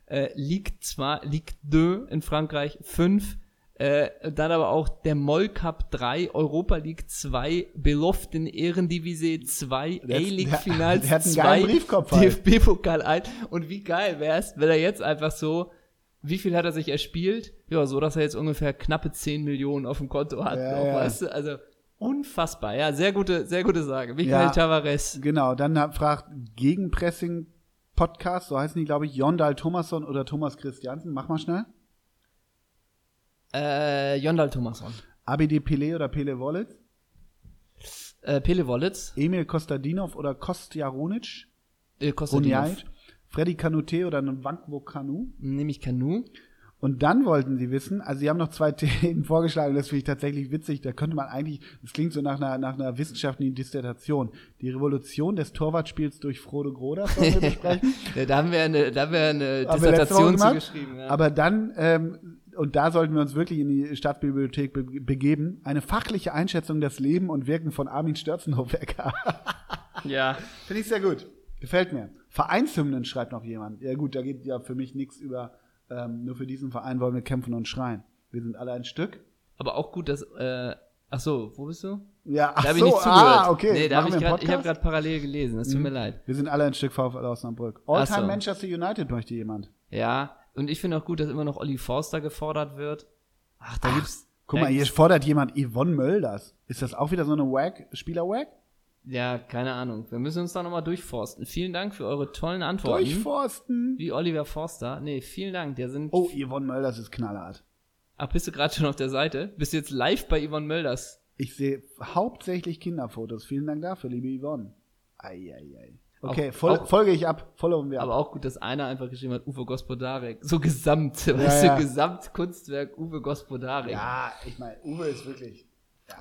Speaker 1: äh, Ligue 2, Ligue 2 in Frankreich 5, äh, dann aber auch der Moll Cup 3, Europa League 2, Beloften Ehrendivise 2,
Speaker 2: Der hat's- der-
Speaker 1: A-League-Finals
Speaker 2: der hat einen geilen
Speaker 1: 2,
Speaker 2: Briefkopf halt.
Speaker 1: DFB-Pokal ein. Und wie geil wär's, wenn er jetzt einfach so, wie viel hat er sich erspielt? Ja, so, dass er jetzt ungefähr knappe 10 Millionen auf dem Konto hat.
Speaker 2: Ja,
Speaker 1: noch,
Speaker 2: ja.
Speaker 1: Weißt du? Also unfassbar. Ja, sehr gute, sehr gute Sage. Michael
Speaker 2: Ja.
Speaker 1: Tavares.
Speaker 2: Genau, dann hat- fragt Gegenpressing Podcast, so heißen die, glaube ich, Jondal Thomasson oder Thomas Christiansen. Mach mal schnell.
Speaker 1: Äh, Jondal Thomasson.
Speaker 2: ABD Pele oder Pele Wollitz.
Speaker 1: Äh, Pele Wollitz.
Speaker 2: Emil Kostadinov oder Kostjaronic.
Speaker 1: Äh, Kostadinov.
Speaker 2: Bunjait. Freddy Kanute oder Nwankwo Kanu.
Speaker 1: Nehme ich
Speaker 2: <laughs>
Speaker 1: Kanu.
Speaker 2: Und dann wollten sie wissen, also sie haben noch zwei <laughs> Themen vorgeschlagen, das finde ich tatsächlich witzig, da könnte man eigentlich, das klingt so nach einer, nach einer wissenschaftlichen Dissertation, die Revolution des Torwartspiels durch Frodo Groda
Speaker 1: <laughs>
Speaker 2: sollen wir besprechen.
Speaker 1: Ja, Äh, da haben wir eine, da haben wir eine
Speaker 2: Haben wir letzte Woche
Speaker 1: Dissertation
Speaker 2: gemacht.
Speaker 1: zugeschrieben. Ja.
Speaker 2: Aber dann, ähm, und da sollten wir uns wirklich in die Stadtbibliothek be begeben, eine fachliche Einschätzung des Leben und Wirken von Armin Störzenhofer. <laughs>
Speaker 1: ja.
Speaker 2: Finde ich sehr gut. Gefällt mir. Vereinshymnen schreibt noch jemand. Ja gut, da geht ja für mich nichts über, ähm, nur für diesen Verein wollen wir kämpfen und schreien. Wir sind alle ein Stück.
Speaker 1: Aber auch gut, dass, äh, ach so, wo bist du?
Speaker 2: Ja, ach
Speaker 1: Da habe ich
Speaker 2: so,
Speaker 1: nicht zugehört.
Speaker 2: ah, okay.
Speaker 1: Nee, da habe
Speaker 2: Machen
Speaker 1: ich
Speaker 2: wir einen
Speaker 1: gerade, ich habe
Speaker 2: Podcast? Mhm.
Speaker 1: gerade parallel gelesen. Das tut mir leid.
Speaker 2: Wir sind alle ein Stück VfL Osnabrück.
Speaker 1: Ach
Speaker 2: All-Time
Speaker 1: so.
Speaker 2: Manchester United möchte jemand.
Speaker 1: Ja, Und ich finde auch gut, dass immer noch Olli Forster gefordert wird. Ach, da gibt's.
Speaker 2: Guck
Speaker 1: da
Speaker 2: mal, hier
Speaker 1: gibt's-
Speaker 2: fordert jemand Yvonne Mölders. Ist das auch wieder so eine Wack, Spieler-Wack?
Speaker 1: Ja, keine Ahnung. Wir müssen uns da nochmal durchforsten. Vielen Dank für eure tollen Antworten.
Speaker 2: Durchforsten.
Speaker 1: Wie Oliver Forster. Nee, vielen Dank. Der sind.
Speaker 2: Oh, Yvonne Mölders ist knallhart.
Speaker 1: Ach, bist du gerade schon auf der Seite? Bist du jetzt live bei Yvonne Mölders?
Speaker 2: Ich sehe hauptsächlich Kinderfotos. Vielen Dank dafür, liebe Yvonne. Eieiei. Okay,
Speaker 1: Auch-
Speaker 2: fol
Speaker 1: auch-
Speaker 2: folge ich ab. Followen wir ab.
Speaker 1: Aber auch gut, dass einer einfach geschrieben hat, Uwe Gospodarek. So gesamt, <laughs> weißt
Speaker 2: ja.
Speaker 1: du, Gesamtkunstwerk Uwe Gospodarek.
Speaker 2: Ja, ich meine, Uwe ist wirklich.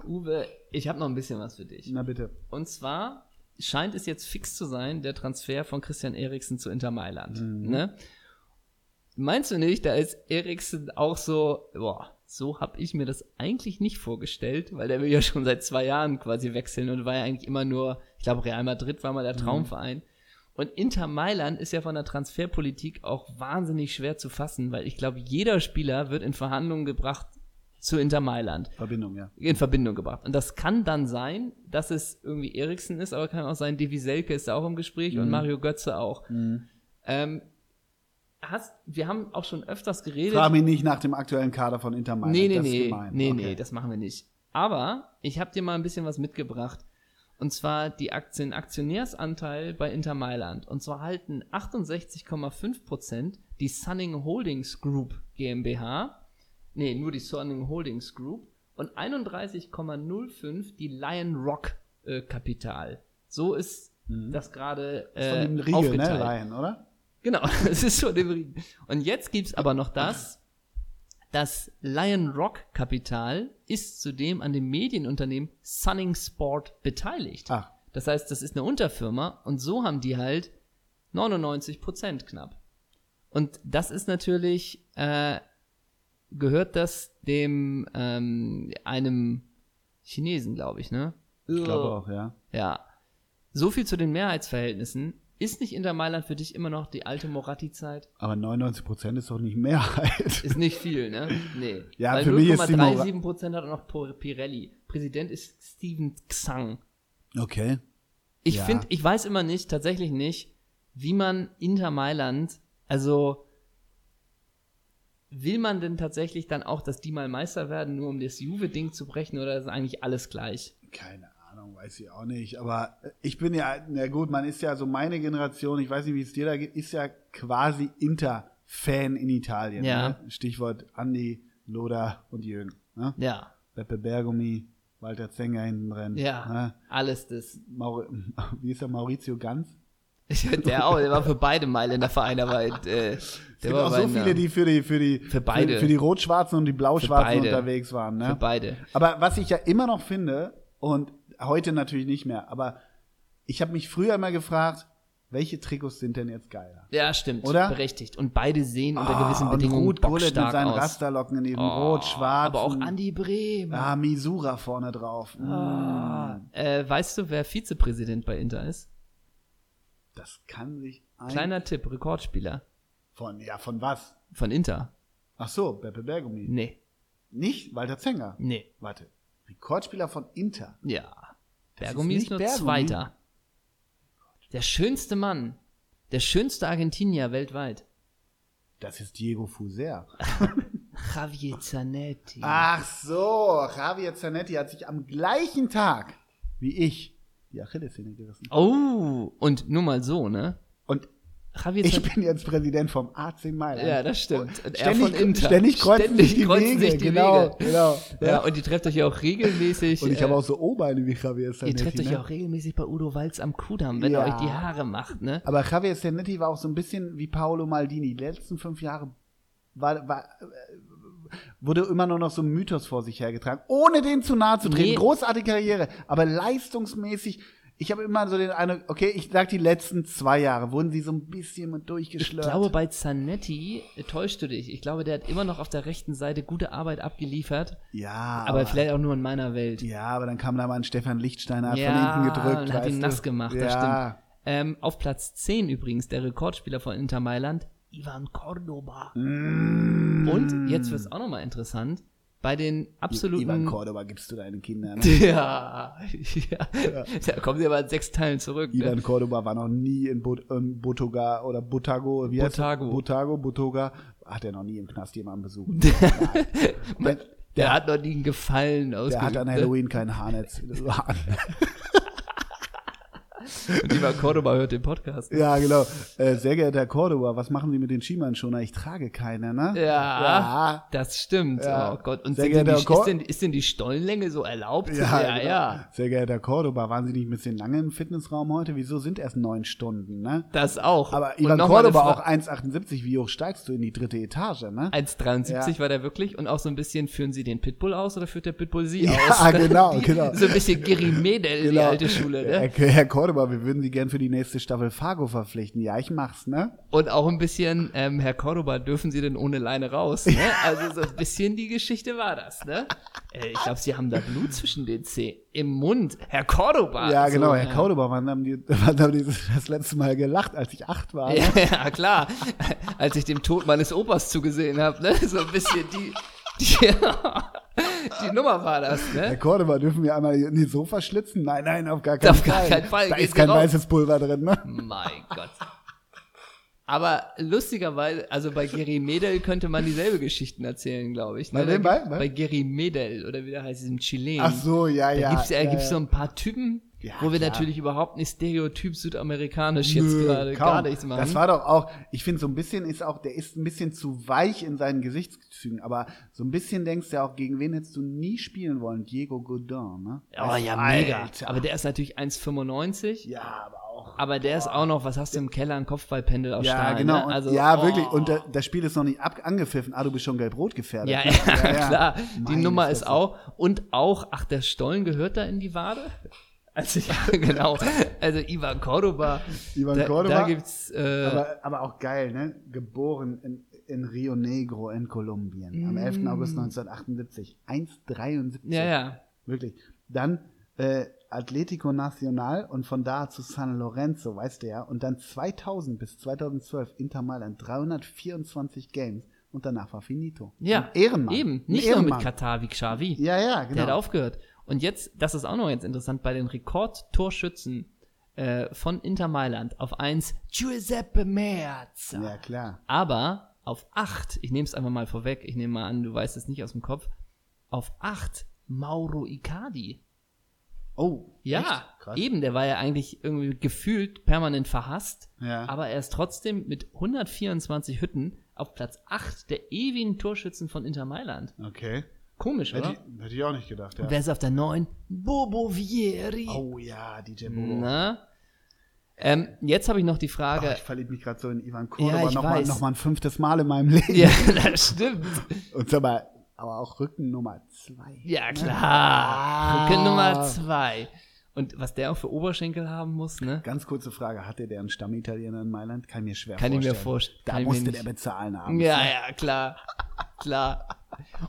Speaker 1: Uwe, ich habe noch ein bisschen was für dich.
Speaker 2: Na bitte.
Speaker 1: Und zwar scheint es jetzt fix zu sein, der Transfer von Christian Eriksen zu Inter Mailand. Ne? Meinst du nicht, da ist Eriksen auch so, boah, so habe ich mir das eigentlich nicht vorgestellt, weil der will ja schon seit zwei Jahren quasi wechseln und war ja eigentlich immer nur, ich glaube, Real Madrid war mal der Traumverein. Und Inter Mailand ist ja von der Transferpolitik auch wahnsinnig schwer zu fassen, weil ich glaube, jeder Spieler wird in Verhandlungen gebracht zu Inter Mailand
Speaker 2: Verbindung, ja.
Speaker 1: in Verbindung gebracht. Und das kann dann sein, dass es irgendwie Eriksen ist, aber kann auch sein, Devi Selke ist da auch im Gespräch und Mario Götze auch. Ähm, hast, wir haben auch schon öfters geredet.
Speaker 2: Frag mich nicht nach dem aktuellen Kader von Inter Mailand.
Speaker 1: nee, nee,
Speaker 2: das Ist
Speaker 1: nee,
Speaker 2: gemein.
Speaker 1: nee,
Speaker 2: okay.
Speaker 1: nee, das machen wir nicht. Aber ich habe dir mal ein bisschen was mitgebracht. Und zwar die Aktien, Aktionärsanteil bei Inter Mailand. Und zwar halten 68,5% die Sunning Holdings Group GmbH. Nee, nur die Sunning Holdings Group und 31,05 die Lion Rock äh, Kapital. So ist
Speaker 2: Mhm.
Speaker 1: das gerade äh,
Speaker 2: Von dem Riegel, ne?
Speaker 1: aufgeteilt.
Speaker 2: Laien, oder?
Speaker 1: Genau, <laughs> es ist schon im Riegel. Und jetzt gibt's aber noch das. Das Lion Rock Kapital ist zudem an dem Medienunternehmen Sunning Sport beteiligt.
Speaker 2: Ach.
Speaker 1: Das heißt, das ist eine Unterfirma und so haben die halt 99 Prozent knapp. Und das ist natürlich, äh, gehört das dem, ähm, einem Chinesen, glaube ich, ne?
Speaker 2: Ich glaube auch, ja.
Speaker 1: Ja. So viel zu den Mehrheitsverhältnissen. Ist nicht Inter Mailand für dich immer noch die alte Moratti-Zeit?
Speaker 2: Aber 99 Prozent ist doch nicht <laughs> Mehrheit.
Speaker 1: Ist nicht viel,
Speaker 2: <laughs>
Speaker 1: ne? Nee.
Speaker 2: Ja,
Speaker 1: Weil
Speaker 2: für mich ist die Mora-
Speaker 1: 0,37 Prozent hat auch noch Por- Pirelli. Präsident ist Steven Xang.
Speaker 2: Okay.
Speaker 1: Ich
Speaker 2: Ja.
Speaker 1: finde, ich weiß immer nicht, tatsächlich nicht, wie man Inter Mailand, also will man denn tatsächlich dann auch, dass die mal Meister werden, nur um das Juve-Ding zu brechen, oder ist eigentlich alles gleich?
Speaker 2: Keine Ahnung, weiß ich auch nicht. Aber äh, ich bin ja, na gut, man ist ja so meine Generation, ich weiß nicht, wie es dir da geht, ist ja quasi Inter-Fan in Italien.
Speaker 1: Ja.
Speaker 2: Ne? Stichwort Andi, Loda und Jürgen. Ne?
Speaker 1: Ja,
Speaker 2: Beppe Bergomi, Walter Zenger hinten drin.
Speaker 1: ja,
Speaker 2: Ne?
Speaker 1: alles das.
Speaker 2: Maur <laughs> wie ist der Maurizio Ganz?
Speaker 1: Ich, der auch, der war für beide Meilen in der Vereinarbeit.
Speaker 2: <laughs>
Speaker 1: Äh,
Speaker 2: Es
Speaker 1: der
Speaker 2: gibt
Speaker 1: war
Speaker 2: auch
Speaker 1: bei
Speaker 2: so
Speaker 1: einer-
Speaker 2: viele, die für die, für die,
Speaker 1: Für beide.
Speaker 2: für, für die Rot-Schwarzen und die Blau-Schwarzen
Speaker 1: beide.
Speaker 2: unterwegs waren. Ne?
Speaker 1: Für beide.
Speaker 2: Aber was ich ja immer noch finde, und heute natürlich nicht mehr, aber ich habe mich früher immer gefragt, welche Trikots sind denn jetzt geiler?
Speaker 1: Ja, stimmt.
Speaker 2: Oder?
Speaker 1: Berechtigt. Und beide sehen unter gewissen
Speaker 2: Ah,
Speaker 1: Bedingungen
Speaker 2: und Ruth Gullit mit
Speaker 1: bockstark
Speaker 2: seinen
Speaker 1: aus. Oh,
Speaker 2: Rasterlocken in eben Rot-Schwarz.
Speaker 1: Aber auch Andi Brehm.
Speaker 2: Ah, Misura vorne drauf. Mm,
Speaker 1: Äh, weißt du, wer Vizepräsident bei Inter ist?
Speaker 2: Das kann sich ein...
Speaker 1: Kleiner Tipp, Rekordspieler
Speaker 2: von, ja, von was?
Speaker 1: von Inter.
Speaker 2: Ach so, Beppe Bergomi.
Speaker 1: Nee,
Speaker 2: Nicht Walter Zenger.
Speaker 1: nee,
Speaker 2: Warte. Rekordspieler von Inter.
Speaker 1: ja. Bergomi
Speaker 2: ist
Speaker 1: ist,
Speaker 2: nicht
Speaker 1: nur
Speaker 2: Bergomi.
Speaker 1: Zweiter. Der schönste Mann. Der schönste Argentinier weltweit.
Speaker 2: Das ist Diego Fuser.
Speaker 1: Javier Zanetti.
Speaker 2: Ach so, Javier Zanetti hat sich am gleichen Tag wie ich die Achillessehne gerissen.
Speaker 1: Oh, und nur mal so, ne?
Speaker 2: Und
Speaker 1: Javier
Speaker 2: ich
Speaker 1: Zanetti-
Speaker 2: bin jetzt Präsident vom AC Mailand.
Speaker 1: Ja, das stimmt. Und er
Speaker 2: Ständig,
Speaker 1: von Inter.
Speaker 2: ständig kreuzen sich die
Speaker 1: kreuzen
Speaker 2: Wege.
Speaker 1: sich die
Speaker 2: genau,
Speaker 1: Wege.
Speaker 2: genau.
Speaker 1: Ja, und ihr trefft euch ja auch regelmäßig.
Speaker 2: Und ich
Speaker 1: äh,
Speaker 2: habe auch so O-Beine wie Javier
Speaker 1: Ihr trefft
Speaker 2: Zanetti.
Speaker 1: euch ja
Speaker 2: Ne?
Speaker 1: auch regelmäßig bei Udo Walz am Kudamm, wenn
Speaker 2: Ja.
Speaker 1: er euch die Haare macht, ne?
Speaker 2: Aber Javier Zanetti war auch so ein bisschen wie Paolo Maldini. Die letzten fünf Jahre war, war, äh, wurde immer nur noch so ein Mythos vor sich hergetragen, ohne den zu nahe zu treten.
Speaker 1: Nee.
Speaker 2: Großartige Karriere, aber leistungsmäßig. Ich habe immer so den Eindruck, okay, ich sag die letzten zwei Jahre wurden sie so ein bisschen mit durchgeschlört.
Speaker 1: Ich glaube, bei Zanetti äh, täuscht du dich. Ich glaube, der hat immer noch auf der rechten Seite gute Arbeit abgeliefert,
Speaker 2: ja,
Speaker 1: aber, vielleicht auch nur in meiner Welt.
Speaker 2: Ja, aber dann kam da mal ein Stefan Lichtsteiner hat
Speaker 1: Ja,
Speaker 2: von hinten gedrückt.
Speaker 1: und hat
Speaker 2: weißt
Speaker 1: ihn
Speaker 2: du?
Speaker 1: nass gemacht, das
Speaker 2: ja.
Speaker 1: stimmt. Ähm, auf Platz 10 übrigens der Rekordspieler von Inter Mailand, Ivan Cordoba. Und jetzt wird's auch nochmal interessant, bei den absoluten
Speaker 2: Mm. Hm. Ivan Cordoba gibst du deinen Kindern.
Speaker 1: <laughs>
Speaker 2: Ne?
Speaker 1: Ja, ja. Da kommen sie aber in sechs Teilen zurück. Ne? <laughs>
Speaker 2: Ivan Cordoba war noch nie in Bot, ähm, Botoga oder Botago. Wie heißt das?
Speaker 1: Botago.
Speaker 2: Botago, Botoga hat er noch nie im Knast jemanden besucht.
Speaker 1: Man, der,
Speaker 2: der-
Speaker 1: hat noch nie einen Gefallen
Speaker 2: Der
Speaker 1: ausgesucht.
Speaker 2: hat an
Speaker 1: ne?
Speaker 2: Halloween kein Haarnetz.
Speaker 1: Und Lieber Cordoba hört den Podcast.
Speaker 2: <laughs> ja, genau. Äh, sehr geehrter Herr Cordova, was machen Sie mit den Schiemannenschoner? Ich trage keine, ne?
Speaker 1: Ja, das stimmt.
Speaker 2: Ja.
Speaker 1: Oh Gott. Und
Speaker 2: Sehr
Speaker 1: sind denn
Speaker 2: geehrter
Speaker 1: die,
Speaker 2: Herr Kor-
Speaker 1: ist, denn, ist denn die Stollenlänge so erlaubt?
Speaker 2: Ja,
Speaker 1: ja.
Speaker 2: genau.
Speaker 1: ja.
Speaker 2: Sehr geehrter Herr Cordoba, waren Sie nicht ein bisschen lange im Fitnessraum heute? Wieso sind erst neun Stunden, ne?
Speaker 1: Das auch.
Speaker 2: Aber
Speaker 1: Und
Speaker 2: Ivan
Speaker 1: noch mal eine
Speaker 2: Cordoba
Speaker 1: Fra-
Speaker 2: auch 1,78, wie hoch steigst du in die dritte Etage, ne?
Speaker 1: 1,73
Speaker 2: Ja.
Speaker 1: war der wirklich und auch so ein bisschen führen sie den Pitbull aus oder führt der Pitbull sie
Speaker 2: Ja,
Speaker 1: aus? <laughs>
Speaker 2: genau,
Speaker 1: die,
Speaker 2: genau.
Speaker 1: So ein bisschen Gary Medel, die alte Schule, ne?
Speaker 2: Herr, Herr Cordoba, wir würden Sie gern für die nächste Staffel Fargo verpflichten. Ja, ich mach's, ne?
Speaker 1: Und auch ein bisschen, ähm, Herr Cordoba, dürfen Sie denn ohne Leine raus? Ne? Also so ein bisschen die Geschichte war das, ne? Äh, ich glaube, Sie haben da Blut zwischen den Zähnen. Im Mund. Herr Cordoba.
Speaker 2: ja,
Speaker 1: So, äh,
Speaker 2: genau, Herr
Speaker 1: ja.
Speaker 2: Cordoba, wann haben, die, <laughs> wann haben die das letzte Mal gelacht, als ich acht war? ne?
Speaker 1: <laughs> Ja, klar. Als ich dem Tod meines Opas zugesehen habe, ne? So ein bisschen die, die, <laughs> die Nummer war das,
Speaker 2: Herr
Speaker 1: ne?
Speaker 2: Cordoba, dürfen wir einmal in die Sofa schlitzen? Nein, nein, auf gar keinen
Speaker 1: Auf gar
Speaker 2: Fall.
Speaker 1: keinen Fall,
Speaker 2: Da
Speaker 1: gehen
Speaker 2: ist
Speaker 1: Sie
Speaker 2: kein
Speaker 1: raus.
Speaker 2: weißes Pulver drin, ne?
Speaker 1: Mein Gott. Aber lustigerweise, also bei Gary Medel könnte man dieselbe Geschichten erzählen, glaube ich. ne?
Speaker 2: Bei
Speaker 1: Da
Speaker 2: wem?
Speaker 1: gibt-
Speaker 2: Bei- bei-
Speaker 1: bei Gary Medel oder wie der heißt, diesem Chilen.
Speaker 2: ne? Ach so, ja,
Speaker 1: Da
Speaker 2: ja.
Speaker 1: gibt's,
Speaker 2: ja,
Speaker 1: da gibt's
Speaker 2: ja.
Speaker 1: so ein paar Typen,
Speaker 2: Ja,
Speaker 1: wo wir
Speaker 2: klar.
Speaker 1: natürlich überhaupt nicht stereotyp südamerikanisch jetzt
Speaker 2: Nö,
Speaker 1: gerade
Speaker 2: kaum.
Speaker 1: gar nichts machen.
Speaker 2: Das war doch auch, ich finde so ein bisschen ist auch, der ist ein bisschen zu weich in seinen Gesichtszügen, aber so ein bisschen denkst du ja auch, gegen wen hättest du nie spielen wollen? Diego Godin, ne?
Speaker 1: oh ja,
Speaker 2: Alter.
Speaker 1: mega. Aber der ist natürlich 1,95.
Speaker 2: ja, aber auch.
Speaker 1: Aber der ist auch noch, was hast du im Keller, ein Kopfballpendel aus
Speaker 2: Ja,
Speaker 1: Stahl.
Speaker 2: genau.
Speaker 1: Ne?
Speaker 2: und-
Speaker 1: Also,
Speaker 2: ja,
Speaker 1: oh.
Speaker 2: wirklich. Und da, das Spiel ist noch nicht ab angepfiffen. Ah, du bist schon gelb-rot gefährdet.
Speaker 1: Ja,
Speaker 2: <laughs> ne?
Speaker 1: <laughs> ja, klar. Die
Speaker 2: Meine
Speaker 1: Nummer ist
Speaker 2: Fresse.
Speaker 1: auch. Und auch, ach, der Stollen gehört da in die Wade? Also, ja, <laughs> genau. Also, Ivan Cordoba.
Speaker 2: Ivan
Speaker 1: da,
Speaker 2: Cordoba.
Speaker 1: Da gibt's, äh,
Speaker 2: Aber, aber auch geil, ne? Geboren in, in Rio Negro in Kolumbien am 11. August 1978. 1,73.
Speaker 1: Mm. ja, ja.
Speaker 2: Wirklich. Dann äh, Atletico Nacional und von da zu San Lorenzo, weißt du ja. Und dann 2000 bis 2012 Inter Mailand, 324 Games und danach war finito.
Speaker 1: Ja.
Speaker 2: Ein Ehrenmann.
Speaker 1: Eben.
Speaker 2: Ein
Speaker 1: Nicht nur mit
Speaker 2: Ehrenmann.
Speaker 1: Katar wie Xavi.
Speaker 2: Ja, ja,
Speaker 1: Der hat
Speaker 2: genau.
Speaker 1: aufgehört. Und jetzt, das ist auch noch jetzt interessant, bei den Rekordtorschützen äh, von Inter Mailand auf 1 Giuseppe Meazza.
Speaker 2: ja, klar.
Speaker 1: Aber auf 8, ich nehme es einfach mal vorweg, ich nehme mal an, du weißt es nicht aus dem Kopf, auf 8 Mauro Icardi.
Speaker 2: Oh.
Speaker 1: Ja,
Speaker 2: echt? Krass.
Speaker 1: eben, der war ja eigentlich irgendwie gefühlt permanent verhasst,
Speaker 2: Ja.
Speaker 1: aber er ist trotzdem mit 124 Hütten auf Platz 8 der ewigen Torschützen von Inter Mailand.
Speaker 2: Okay.
Speaker 1: Komisch, oder?
Speaker 2: Hätte ich, hätte ich auch nicht gedacht, ja.
Speaker 1: Und wer ist auf der 9? Bobo Vieri.
Speaker 2: Oh ja, DJ Bobo.
Speaker 1: Na? Ähm, jetzt habe ich noch die
Speaker 2: Ach,
Speaker 1: Frage.
Speaker 2: ich verliebe mich gerade so in Ivan Cordoba.
Speaker 1: Ja, ich
Speaker 2: noch, mal,
Speaker 1: weiß.
Speaker 2: noch mal ein fünftes Mal in meinem Leben.
Speaker 1: <laughs> ja, das stimmt.
Speaker 2: Und sag mal, aber auch Rücken Nummer zwei.
Speaker 1: Ja,
Speaker 2: ne?
Speaker 1: klar. Rücken
Speaker 2: Ah.
Speaker 1: Nummer 2. Und was der auch für Oberschenkel haben muss, ne?
Speaker 2: Ganz kurze Frage, hatte der einen Stammitaliener in Mailand? Kann mir schwer
Speaker 1: Kann ich
Speaker 2: vorstellen.
Speaker 1: mir vorstellen.
Speaker 2: Da
Speaker 1: Kann ich mir
Speaker 2: musste
Speaker 1: nicht-
Speaker 2: der bezahlen haben.
Speaker 1: Ja, ja, klar. Klar.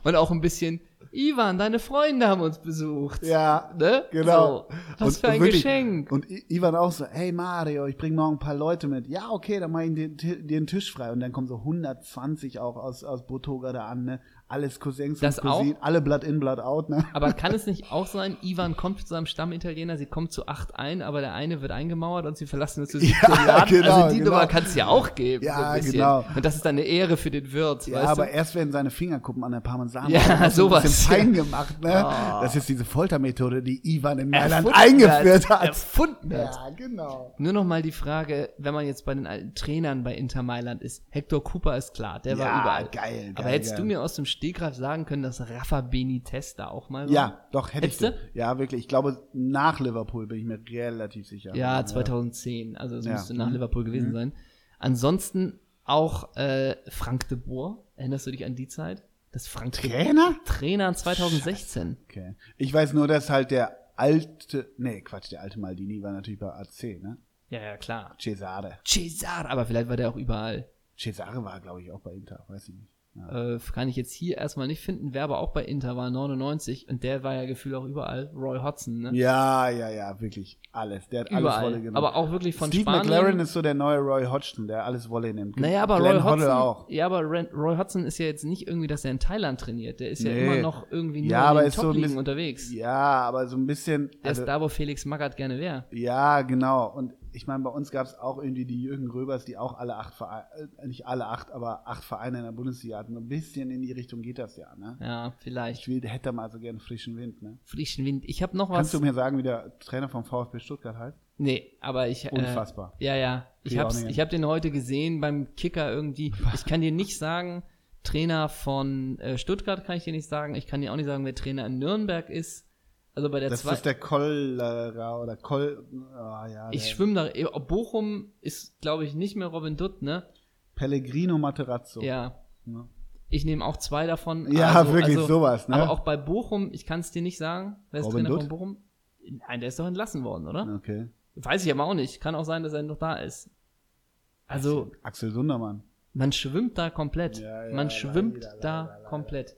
Speaker 1: Und auch ein bisschen, Ivan, deine Freunde haben uns besucht.
Speaker 2: Ja,
Speaker 1: Ne?
Speaker 2: genau.
Speaker 1: So, was für ein
Speaker 2: wirklich-
Speaker 1: Geschenk.
Speaker 2: Und I- Ivan auch so, hey Mario, ich bringe morgen ein paar Leute mit. Ja, okay, dann mach ich den, Ti- den Tisch frei. Und dann kommen so 120 auch aus, aus Botoga da an, ne? Alles Cousins
Speaker 1: Das
Speaker 2: und Cousinen, alle Blood in, Blood out, ne?
Speaker 1: Aber kann es nicht auch sein, Ivan kommt zu seinem Stammitaliener, sie kommt zu acht ein, aber der eine wird eingemauert und sie verlassen
Speaker 2: <laughs>
Speaker 1: uns zu siebzehn
Speaker 2: Ja,
Speaker 1: Jahren?
Speaker 2: genau,
Speaker 1: also die
Speaker 2: genau.
Speaker 1: Nummer kann es ja auch geben.
Speaker 2: Ja,
Speaker 1: so ein bisschen.
Speaker 2: genau.
Speaker 1: Und das ist dann eine Ehre für den Wirt.
Speaker 2: Ja,
Speaker 1: weißt
Speaker 2: aber
Speaker 1: du?
Speaker 2: erst werden seine Fingerkuppen an der Parmesan
Speaker 1: Ja,
Speaker 2: das ist so
Speaker 1: sowas. Oh.
Speaker 2: ein bisschen fein gemacht, ne? Das ist diese Foltermethode, die Ivan in Mailand
Speaker 1: Erfunden
Speaker 2: eingeführt hat.
Speaker 1: Erfunden hat.
Speaker 2: Ja, genau.
Speaker 1: Nur noch mal die Frage, wenn man jetzt bei den alten Trainern bei Inter Mailand ist. Hector Cooper ist klar, der war
Speaker 2: Ja,
Speaker 1: überall.
Speaker 2: geil,
Speaker 1: Aber
Speaker 2: geil,
Speaker 1: hättest
Speaker 2: geil.
Speaker 1: du mir aus dem Stegreif sagen können, dass Rafa Benitez da auch mal war?
Speaker 2: Ja, doch, hätte ich.
Speaker 1: Hättest du?
Speaker 2: so. Ja, wirklich. Ich glaube, nach Liverpool bin ich mir relativ sicher.
Speaker 1: Ja, 2010. Also es
Speaker 2: Ja.
Speaker 1: müsste nach
Speaker 2: Mhm.
Speaker 1: Liverpool gewesen sein. Ansonsten auch äh, Frank de Boer. Erinnerst du dich an die Zeit? Das Frank de Boer
Speaker 2: Trainer?
Speaker 1: Trainer 2016.
Speaker 2: Okay. Ich weiß nur, dass halt der alte, nee, Quatsch, der alte Maldini war natürlich bei AC, ne?
Speaker 1: Ja, ja, klar.
Speaker 2: Cesare.
Speaker 1: Cesar, aber vielleicht war der auch überall.
Speaker 2: Cesare war, glaube ich, auch bei Inter, weiß ich nicht. Ja.
Speaker 1: Äh, kann ich jetzt hier erstmal nicht finden. Wer aber auch bei Inter war, 99. Und der war ja gefühlt auch überall. Roy Hodgson, ne?
Speaker 2: Ja, ja, ja, wirklich. Alles. Der hat alles Rolle
Speaker 1: überall.
Speaker 2: genommen.
Speaker 1: Aber auch wirklich von
Speaker 2: Steve
Speaker 1: Spanien.
Speaker 2: McLaren ist so der neue Roy Hodgson, der alles Wolle nimmt.
Speaker 1: naja, aber
Speaker 2: Glenn
Speaker 1: Roy Hodgson,
Speaker 2: Hoddle auch.
Speaker 1: ja, aber Ren- Roy Hodgson ist ja jetzt nicht irgendwie, dass er in Thailand trainiert. Der ist ja
Speaker 2: Nee.
Speaker 1: immer noch irgendwie nur
Speaker 2: Ja,
Speaker 1: in
Speaker 2: aber
Speaker 1: den
Speaker 2: ist so ein
Speaker 1: Top-Ligen
Speaker 2: bisschen-
Speaker 1: unterwegs.
Speaker 2: Ja, aber so ein bisschen.
Speaker 1: Der
Speaker 2: Also,
Speaker 1: ist da, wo Felix Magath gerne wäre.
Speaker 2: ja, genau. Und ich meine, bei uns gab es auch irgendwie die Jürgen Röbers, die auch alle acht Vereine, äh, nicht alle acht, aber acht Vereine in der Bundesliga hatten. So ein bisschen in die Richtung geht das ja, ne?
Speaker 1: Ja,
Speaker 2: Ich
Speaker 1: vielleicht.
Speaker 2: will, hätte mal so gern frischen Wind, ne?
Speaker 1: Frischen Wind. Ich habe noch was.
Speaker 2: Kannst du mir sagen, wie der Trainer vom VfB Stuttgart heißt?
Speaker 1: Nee, aber ich.
Speaker 2: Unfassbar.
Speaker 1: Äh, ja, ja. Ich
Speaker 2: Krieg
Speaker 1: hab's,
Speaker 2: auch nicht
Speaker 1: ich hab den heute gesehen beim Kicker irgendwie. Ich kann dir nicht sagen, Trainer von äh, Stuttgart kann ich dir nicht sagen. Ich kann dir auch nicht sagen, wer Trainer in Nürnberg ist. Also bei der
Speaker 2: Das
Speaker 1: zweiten.
Speaker 2: ist der Kollerer oder Koll, ah ja,
Speaker 1: Ich
Speaker 2: der
Speaker 1: schwimme da. Bochum ist, glaube ich, nicht mehr Robin Dutt, ne?
Speaker 2: Pellegrino Materazzo.
Speaker 1: Ja.
Speaker 2: Ne?
Speaker 1: Ich nehme auch zwei davon. Also,
Speaker 2: Ja, <laughs> wirklich sowas, ne?
Speaker 1: Aber auch bei Bochum, ich kann es dir nicht sagen, wer ist
Speaker 2: Robin
Speaker 1: Trainer von
Speaker 2: Dutt?
Speaker 1: Bochum? Nein, der ist doch entlassen worden, oder?
Speaker 2: Okay.
Speaker 1: Weiß ich aber auch nicht. Kann auch sein, dass er noch da ist. Also,
Speaker 2: Axel Sundermann.
Speaker 1: man schwimmt da komplett.
Speaker 2: Ja, ja,
Speaker 1: man
Speaker 2: leider,
Speaker 1: schwimmt
Speaker 2: leider,
Speaker 1: da
Speaker 2: leider.
Speaker 1: komplett.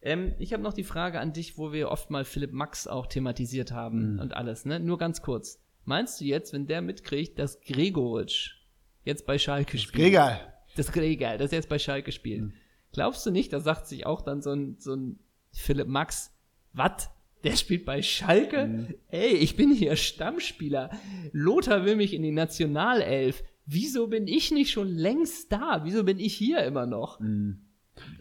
Speaker 1: Ähm, ich habe noch die Frage an dich, wo wir oft mal Philipp Max auch thematisiert haben
Speaker 2: Mhm.
Speaker 1: und alles, ne? Nur ganz kurz. Meinst du jetzt, wenn der mitkriegt, dass Gregoritsch jetzt bei Schalke spielt?
Speaker 2: Gregal.
Speaker 1: Das Gregal, das jetzt bei Schalke spielt.
Speaker 2: Hm.
Speaker 1: Glaubst du nicht, da sagt sich auch dann so ein, so ein Philipp Max, was? Der spielt bei Schalke?
Speaker 2: Hm.
Speaker 1: Ey, ich bin hier Stammspieler. Lothar will mich in die Nationalelf. Wieso bin ich nicht schon längst da? Wieso bin ich hier immer noch?
Speaker 2: Hm.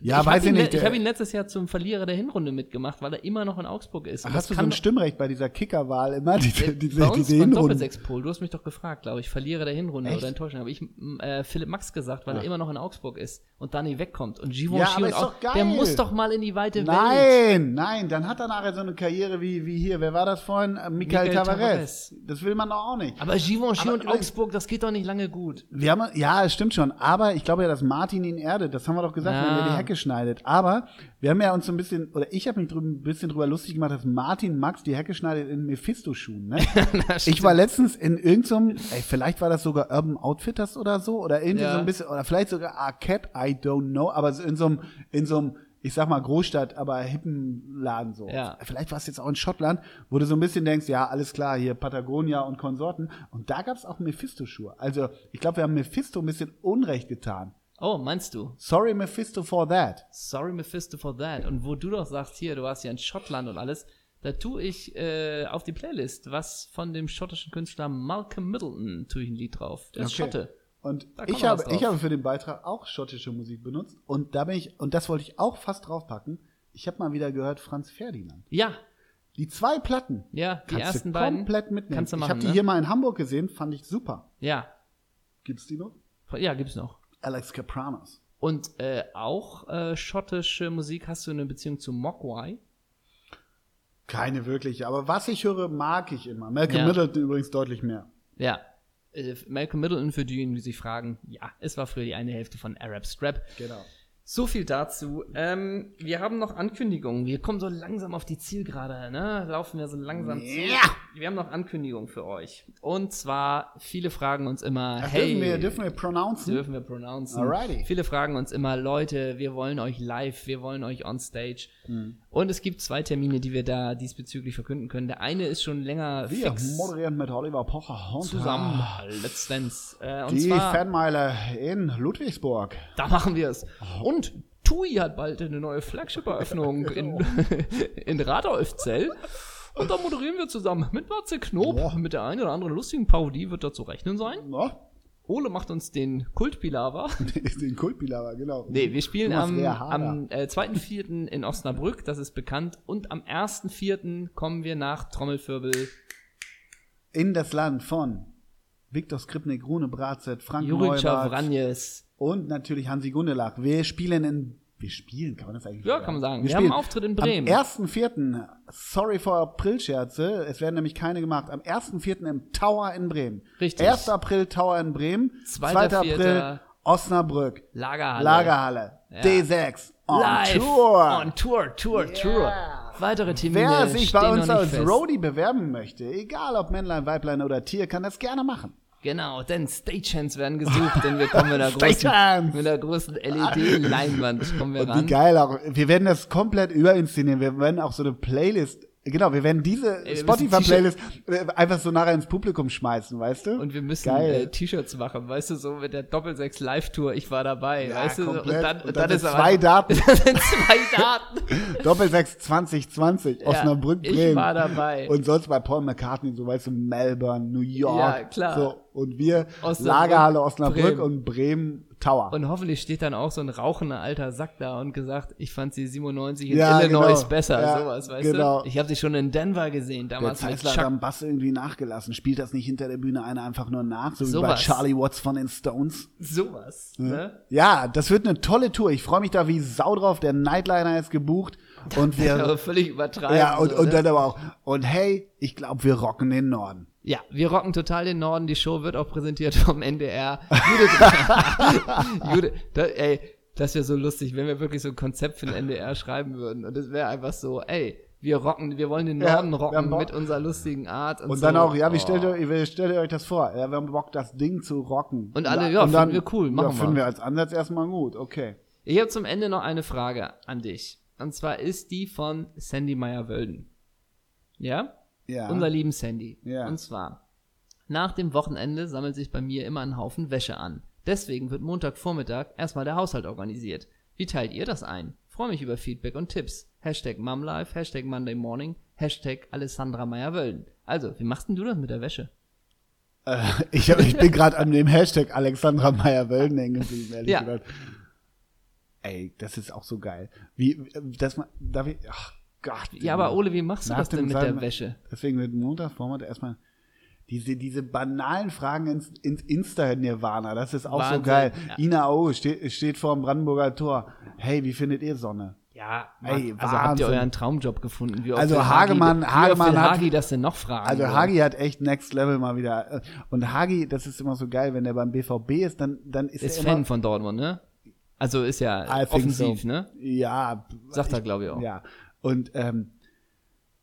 Speaker 2: Ja,
Speaker 1: ich
Speaker 2: weiß
Speaker 1: hab
Speaker 2: ich
Speaker 1: ihn, le-
Speaker 2: nicht.
Speaker 1: Ich
Speaker 2: der-
Speaker 1: habe ihn letztes Jahr zum Verlierer der Hinrunde mitgemacht, weil er immer noch in Augsburg ist. Und
Speaker 2: hast du so
Speaker 1: kann
Speaker 2: ein Stimmrecht bei dieser Kickerwahl immer? Die, die, die,
Speaker 1: Äh, bei uns
Speaker 2: diese
Speaker 1: beim
Speaker 2: Hinrunden.
Speaker 1: Doppelsechspol, du hast mich doch gefragt, glaube ich, verliere der Hinrunde
Speaker 2: Echt?
Speaker 1: oder Enttäuschung, habe ich m, äh, Philipp Max gesagt, weil
Speaker 2: Ja.
Speaker 1: er immer noch in Augsburg ist und da nicht wegkommt. Und
Speaker 2: Ja,
Speaker 1: Givenchy
Speaker 2: aber
Speaker 1: und
Speaker 2: ist
Speaker 1: auch,
Speaker 2: doch geil.
Speaker 1: der muss doch mal in die weite Welt.
Speaker 2: Nein, nein, dann hat er nachher so eine Karriere wie, wie hier, wer war das vorhin? Äh, Michael,
Speaker 1: Michael
Speaker 2: Tavares.
Speaker 1: Tavares.
Speaker 2: Das will man doch auch nicht.
Speaker 1: Aber Givenchy
Speaker 2: Aber
Speaker 1: und
Speaker 2: übrigens-
Speaker 1: Augsburg, das geht doch nicht lange gut.
Speaker 2: Wir haben, ja, es stimmt schon, aber ich glaube ja, dass Martin ihn erdet, das haben wir doch gesagt,
Speaker 1: Ja.
Speaker 2: wenn er die Hecke schneidet. Aber wir haben ja uns so ein bisschen, oder ich habe mich drüben ein bisschen drüber lustig gemacht, dass Martin Max die Hecke schneidet in Mephisto-Schuhen.
Speaker 1: <laughs>
Speaker 2: Ne? ich war letztens in irgendeinem, ey, vielleicht war das sogar Urban Outfitters oder so, oder irgendwie
Speaker 1: Ja.
Speaker 2: so ein bisschen, oder vielleicht sogar Arcade, I don't know, aber so in so einem, in so einem, ich sag mal Großstadt, aber hippen Laden so.
Speaker 1: Ja.
Speaker 2: Vielleicht war es jetzt auch in Schottland, wo du so ein bisschen denkst, ja, alles klar, hier Patagonia und Konsorten. Und da gab es auch Mephisto-Schuhe. Also ich glaube, wir haben Mephisto ein bisschen Unrecht getan.
Speaker 1: Oh, meinst du?
Speaker 2: Sorry, Mephisto, for that.
Speaker 1: Sorry, Mephisto, for that. Und wo du doch sagst, hier, du warst ja in Schottland und alles, da tue ich äh, auf die Playlist was von dem schottischen Künstler Malcolm Middleton, tue ich ein Lied drauf. Der ist
Speaker 2: Okay.
Speaker 1: Schotte.
Speaker 2: Und
Speaker 1: Da kommt
Speaker 2: ich
Speaker 1: noch
Speaker 2: habe,
Speaker 1: was drauf.
Speaker 2: ich habe für den Beitrag auch schottische Musik benutzt. Und da bin ich, und das wollte ich auch fast draufpacken. Ich habe mal wieder gehört Franz Ferdinand.
Speaker 1: Ja,
Speaker 2: Die zwei Platten.
Speaker 1: ja, die
Speaker 2: kannst
Speaker 1: ersten
Speaker 2: du
Speaker 1: beiden.
Speaker 2: komplett mitnehmen.
Speaker 1: Kannst du
Speaker 2: ich habe
Speaker 1: machen,
Speaker 2: die
Speaker 1: ne?
Speaker 2: hier mal in Hamburg gesehen, fand ich super.
Speaker 1: Ja,
Speaker 2: Gibt's die noch?
Speaker 1: ja, gibt's noch.
Speaker 2: Alex Capranos.
Speaker 1: Und äh, auch äh, schottische Musik, hast du eine Beziehung zu Mogwai?
Speaker 2: Keine wirkliche, aber was ich höre, mag ich immer. Malcolm
Speaker 1: Ja.
Speaker 2: Middleton übrigens deutlich mehr.
Speaker 1: Ja. Äh, Malcolm Middleton, für diejenigen, die sich fragen, ja, es war früher die eine Hälfte von Arab Strap.
Speaker 2: Genau.
Speaker 1: So viel dazu. Ähm, wir haben noch Ankündigungen. Wir kommen so langsam auf die Zielgerade, ne? Laufen wir so langsam
Speaker 2: Ja!
Speaker 1: zu. Wir haben noch Ankündigungen für euch. Und zwar, viele fragen uns immer,
Speaker 2: Das
Speaker 1: hey,
Speaker 2: dürfen wir, dürfen wir pronouncen.
Speaker 1: dürfen wir pronouncen.
Speaker 2: Hm? Alrighty.
Speaker 1: Viele fragen uns immer, Leute, wir wollen euch live, wir wollen euch on stage.
Speaker 2: Hm.
Speaker 1: Und es gibt zwei Termine, die wir da diesbezüglich verkünden können. Der eine ist schon länger
Speaker 2: wir
Speaker 1: fix
Speaker 2: moderieren mit Oliver Pocher Hunter
Speaker 1: zusammen, letztens. Äh, und
Speaker 2: Die
Speaker 1: zwar,
Speaker 2: Fanmeile in Ludwigsburg.
Speaker 1: da machen wir es.
Speaker 2: Oh.
Speaker 1: Und TUI hat bald eine neue
Speaker 2: <laughs>
Speaker 1: Flagship-Eröffnung in, <laughs> in Radolfzell. Und da moderieren wir zusammen mit Matze Knob.
Speaker 2: Boah.
Speaker 1: Mit der einen oder anderen lustigen Parodie wird da zu rechnen sein.
Speaker 2: No?
Speaker 1: Ole macht uns den Kultpilawa.
Speaker 2: Ist <laughs> den Kultpilaber, genau.
Speaker 1: Nee, wir spielen
Speaker 2: Thomas
Speaker 1: am,
Speaker 2: Wehr Hader.
Speaker 1: am äh, 2.4. in Osnabrück, das ist bekannt. Und am 1.4. kommen wir nach Trommelfirbel.
Speaker 2: In das Land von Viktor Skripnik, Rune Bratzett, Frank
Speaker 1: Juri
Speaker 2: Neubart
Speaker 1: Chavranjes.
Speaker 2: und natürlich Hansi Gundelach. Wir spielen in. Wir spielen, kann man das eigentlich
Speaker 1: Ja, kann man sagen.
Speaker 2: Wir,
Speaker 1: Wir haben
Speaker 2: spielen
Speaker 1: einen Auftritt in Bremen.
Speaker 2: Am 1.4. Sorry for April-Scherze. Es werden nämlich keine gemacht. Am 1.4. im Tower in Bremen.
Speaker 1: Richtig.
Speaker 2: 1. April Tower in Bremen. 2.
Speaker 1: Zweiter,
Speaker 2: April
Speaker 1: vierter.
Speaker 2: Osnabrück.
Speaker 1: Lagerhalle.
Speaker 2: Lagerhalle.
Speaker 1: Ja.
Speaker 2: D6. On
Speaker 1: Live.
Speaker 2: Tour.
Speaker 1: On Tour, Tour,
Speaker 2: Yeah.
Speaker 1: Tour. Weitere Termine
Speaker 2: Wer sich bei
Speaker 1: stehen
Speaker 2: uns
Speaker 1: noch nicht
Speaker 2: als
Speaker 1: fest.
Speaker 2: Roadie bewerben möchte, egal ob Männlein, Weiblein oder Tier, kann das gerne machen.
Speaker 1: Genau, denn Stagehands werden gesucht, denn wir kommen mit
Speaker 2: <laughs>
Speaker 1: einer großen,
Speaker 2: Stagehands.
Speaker 1: mit einer großen LED-Leinwand kommen wir
Speaker 2: Und wie
Speaker 1: ran.
Speaker 2: geil auch. Wir werden das komplett überinszenieren. Wir werden auch so eine Playlist, genau, wir werden diese
Speaker 1: wir müssen
Speaker 2: Spotify-Playlist äh, einfach so nachher ins Publikum schmeißen, weißt du?
Speaker 1: Und wir müssen
Speaker 2: Geil.
Speaker 1: äh, T-Shirts machen, weißt du, so mit der Doppelsechs Live-Tour, ich war dabei,
Speaker 2: Ja,
Speaker 1: weißt du, so.
Speaker 2: komplett.
Speaker 1: und dann,
Speaker 2: Und dann
Speaker 1: ist
Speaker 2: sind
Speaker 1: aber-
Speaker 2: zwei Daten.
Speaker 1: <laughs> dann sind zwei Daten.
Speaker 2: Doppelsechs 2020, Osnabrück,
Speaker 1: ich
Speaker 2: Bremen.
Speaker 1: war dabei.
Speaker 2: Und sonst bei Paul McCartney, so weißt du, Melbourne, New York.
Speaker 1: Ja, klar.
Speaker 2: So, und wir
Speaker 1: Osnabrück,
Speaker 2: Lagerhalle Osnabrück
Speaker 1: Bremen.
Speaker 2: und Bremen Tower.
Speaker 1: Und hoffentlich steht dann auch so ein rauchender alter Sack da und gesagt, ich fand sie 97 in
Speaker 2: Ja,
Speaker 1: Illinois
Speaker 2: genau.
Speaker 1: besser,
Speaker 2: Ja,
Speaker 1: sowas, weißt
Speaker 2: genau.
Speaker 1: du? Ich habe sie schon in Denver gesehen,
Speaker 2: der
Speaker 1: damals mit
Speaker 2: Zeissler
Speaker 1: Chuck
Speaker 2: hat am Bass irgendwie nachgelassen. Spielt das nicht hinter der Bühne einer einfach nur nach, so wie bei
Speaker 1: Sowas.
Speaker 2: Charlie Watts von den Stones?
Speaker 1: sowas,
Speaker 2: Mhm.
Speaker 1: ne?
Speaker 2: Ja, das wird eine tolle Tour. Ich freue mich da wie Sau drauf. Der Nightliner ist gebucht und
Speaker 1: <laughs>
Speaker 2: wir
Speaker 1: Aber völlig übertreiben.
Speaker 2: ja und,
Speaker 1: so,
Speaker 2: und
Speaker 1: ne?
Speaker 2: dann aber auch und hey, ich glaube, wir rocken den Norden.
Speaker 1: ja, wir rocken total den Norden. Die Show wird auch präsentiert vom NDR. <laughs> Judith, Judith da, ey, das wäre so lustig, wenn wir wirklich so ein Konzept für den NDR schreiben würden. Und das wäre einfach so, ey, wir rocken, wir wollen den
Speaker 2: Ja,
Speaker 1: Norden
Speaker 2: wir haben
Speaker 1: rocken
Speaker 2: Bock.
Speaker 1: mit unserer lustigen Art. Und,
Speaker 2: Und
Speaker 1: so.
Speaker 2: dann auch, ja, wie
Speaker 1: Oh.
Speaker 2: stellt, ihr, wie stellt ihr euch das vor? Ja, wir haben Bock, das Ding zu rocken.
Speaker 1: Und alle, ja, finden wir cool, machen
Speaker 2: ja, finden
Speaker 1: wir.
Speaker 2: wir als Ansatz erstmal gut, okay.
Speaker 1: Ich habe zum Ende noch eine Frage an dich. Und zwar ist die von Sandy Meyer-Wölden. Ja?
Speaker 2: Ja.
Speaker 1: Unser lieben Sandy.
Speaker 2: Ja.
Speaker 1: Und zwar, nach dem Wochenende sammelt sich bei mir immer ein Haufen Wäsche an. Deswegen wird Montagvormittag erstmal der Haushalt organisiert. Wie teilt ihr das ein? Freue mich über Feedback und Tipps. Hashtag MumLife, Hashtag Monday Morning, Hashtag Alessandra Meyer-Wölden. Also, wie machst denn du das mit der Wäsche?
Speaker 2: Äh, <laughs> ich, hab, ich bin gerade an dem Hashtag Alexandra Meyer-Wölden hängen geblieben, ehrlich
Speaker 1: Ja.
Speaker 2: gesagt. Ey, das ist auch so geil. Wie, äh, dass man, darf ich, ach Gott.
Speaker 1: Ja, aber Ole, wie machst du
Speaker 2: Nach
Speaker 1: das denn
Speaker 2: dem
Speaker 1: mit
Speaker 2: zweiten-
Speaker 1: der Wäsche?
Speaker 2: Deswegen wird Montagvormittag erstmal diese, diese banalen Fragen ins, ins Insta-Nirvana, das ist auch
Speaker 1: Wahnsinn,
Speaker 2: so geil.
Speaker 1: ja.
Speaker 2: Ina O steht, steht vor dem Brandenburger Tor. Hey, wie findet ihr Sonne?
Speaker 1: Ja,
Speaker 2: Ey,
Speaker 1: also habt ihr
Speaker 2: Wahnsinn.
Speaker 1: euren Traumjob gefunden? Wie oft
Speaker 2: Also
Speaker 1: will Hagi, wie
Speaker 2: Hagemann-
Speaker 1: oft
Speaker 2: Hagemann
Speaker 1: will
Speaker 2: hat-
Speaker 1: Hagi das denn noch fragen?
Speaker 2: Also
Speaker 1: So.
Speaker 2: Hagi hat echt Next Level mal wieder. äh, Und Hagi, das ist immer so geil, wenn der beim BVB ist, dann, dann ist,
Speaker 1: ist
Speaker 2: er
Speaker 1: Fan
Speaker 2: immer,
Speaker 1: von Dortmund, ne? Also ist ja
Speaker 2: I think
Speaker 1: offensiv,
Speaker 2: so.
Speaker 1: ne?
Speaker 2: Ja.
Speaker 1: Sagt er, glaube ich auch.
Speaker 2: Ja. Und ähm,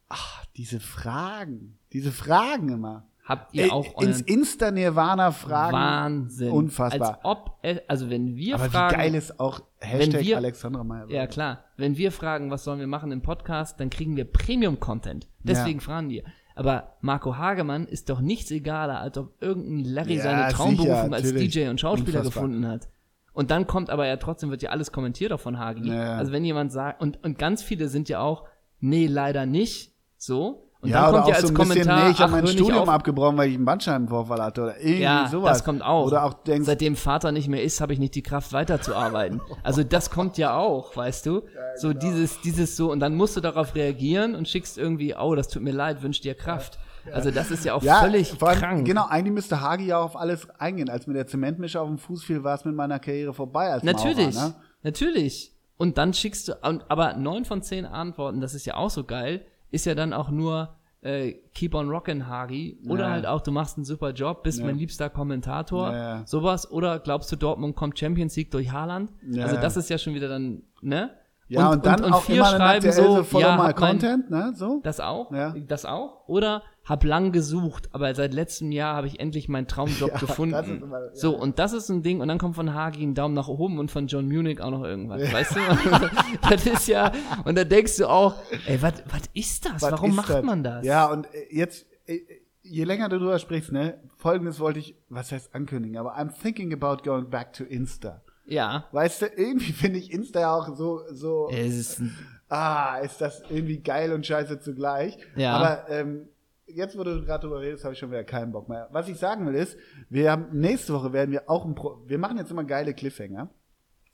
Speaker 2: ach, diese Fragen, diese Fragen immer.
Speaker 1: Habt ihr
Speaker 2: Äh,
Speaker 1: auch
Speaker 2: ins
Speaker 1: euren
Speaker 2: Insta Nirvana Fragen.
Speaker 1: Wahnsinn.
Speaker 2: Unfassbar.
Speaker 1: Als ob, äh, also wenn wir
Speaker 2: Aber
Speaker 1: fragen,
Speaker 2: wie geil ist auch Hashtag
Speaker 1: wir-
Speaker 2: Alexandra Meyer.
Speaker 1: ja klar, wenn wir fragen, was sollen wir machen im Podcast, dann kriegen wir Premium-Content. Deswegen fragen wir. Aber Marco Hagemann ist doch nichts egaler, als ob irgendein Larry
Speaker 2: Ja,
Speaker 1: seine Traumberufung
Speaker 2: sicher,
Speaker 1: als
Speaker 2: natürlich.
Speaker 1: DJ und Schauspieler
Speaker 2: Unfassbar.
Speaker 1: gefunden hat. Und dann kommt aber ja trotzdem, wird ja alles kommentiert auch von Hagi.
Speaker 2: Ja.
Speaker 1: Also wenn jemand sagt, und, und ganz viele sind ja auch, nee, leider nicht, so. Und
Speaker 2: ja,
Speaker 1: dann
Speaker 2: oder
Speaker 1: kommt
Speaker 2: auch
Speaker 1: ja als
Speaker 2: so ein
Speaker 1: Kommentar,
Speaker 2: bisschen, nee, ich habe
Speaker 1: ach,
Speaker 2: mein
Speaker 1: hör nicht auf,
Speaker 2: Studium abgebrochen, weil ich einen Bandscheibenvorfall hatte oder irgendwie
Speaker 1: ja,
Speaker 2: sowas.
Speaker 1: das kommt auch.
Speaker 2: Oder auch denkst,
Speaker 1: Seitdem Vater nicht mehr ist, habe ich nicht die Kraft
Speaker 2: <laughs>
Speaker 1: weiterzuarbeiten. Also das kommt ja auch, weißt du? so
Speaker 2: genau.
Speaker 1: dieses, dieses so, und dann musst du darauf reagieren und schickst irgendwie, oh, das tut mir leid, wünsch dir Kraft. Also das ist ja auch völlig
Speaker 2: vor allem,
Speaker 1: krank.
Speaker 2: Genau, eigentlich müsste Hagi ja auf alles eingehen. Als mir der Zementmischer auf den Fuß fiel, war es mit meiner Karriere vorbei. Als
Speaker 1: Natürlich,
Speaker 2: Maurer, ne?
Speaker 1: natürlich. Und dann schickst du, und- aber neun von zehn Antworten, das ist ja auch so geil, ist ja dann auch nur äh, Keep on rockin' Hagi oder
Speaker 2: Ja.
Speaker 1: halt auch du machst einen super Job, bist mein liebster Kommentator,
Speaker 2: Ja, ja.
Speaker 1: sowas oder glaubst du Dortmund kommt Champions League durch Haaland?
Speaker 2: Ja,
Speaker 1: Also
Speaker 2: ja.
Speaker 1: das ist ja schon wieder dann, ne?
Speaker 2: Ja, und, dann auch immer eine aktuelle Follow
Speaker 1: ja,
Speaker 2: mal
Speaker 1: hab mein-
Speaker 2: Content, ne? So.
Speaker 1: das auch,
Speaker 2: Ja.
Speaker 1: das auch oder hab lang gesucht, aber seit letztem Jahr habe ich endlich meinen Traumjob
Speaker 2: <laughs> Ja,
Speaker 1: gefunden.
Speaker 2: das ist immer- ja.
Speaker 1: So, und das ist ein Ding. Und dann kommt von Hagi ein Daumen nach oben und von John Munich auch noch irgendwas. Weißt du? <laughs> das ist ja, und da denkst du auch, ey, was ist das?
Speaker 2: Was
Speaker 1: Warum
Speaker 2: ist
Speaker 1: macht man das?
Speaker 2: Ja, und äh, jetzt, äh, je länger du drüber sprichst, ne? Folgendes wollte ich, was heißt ankündigen, aber I'm thinking about going back to Insta.
Speaker 1: Ja.
Speaker 2: Weißt du, irgendwie finde ich Insta ja auch so, so,
Speaker 1: Es ist,
Speaker 2: ah, ist das irgendwie geil und scheiße zugleich.
Speaker 1: Ja.
Speaker 2: Aber ähm, jetzt, wo du gerade drüber redest, habe ich schon wieder keinen Bock mehr. Was ich sagen will ist, wir haben nächste Woche werden wir auch ein Pro wir machen jetzt immer geile Cliffhanger.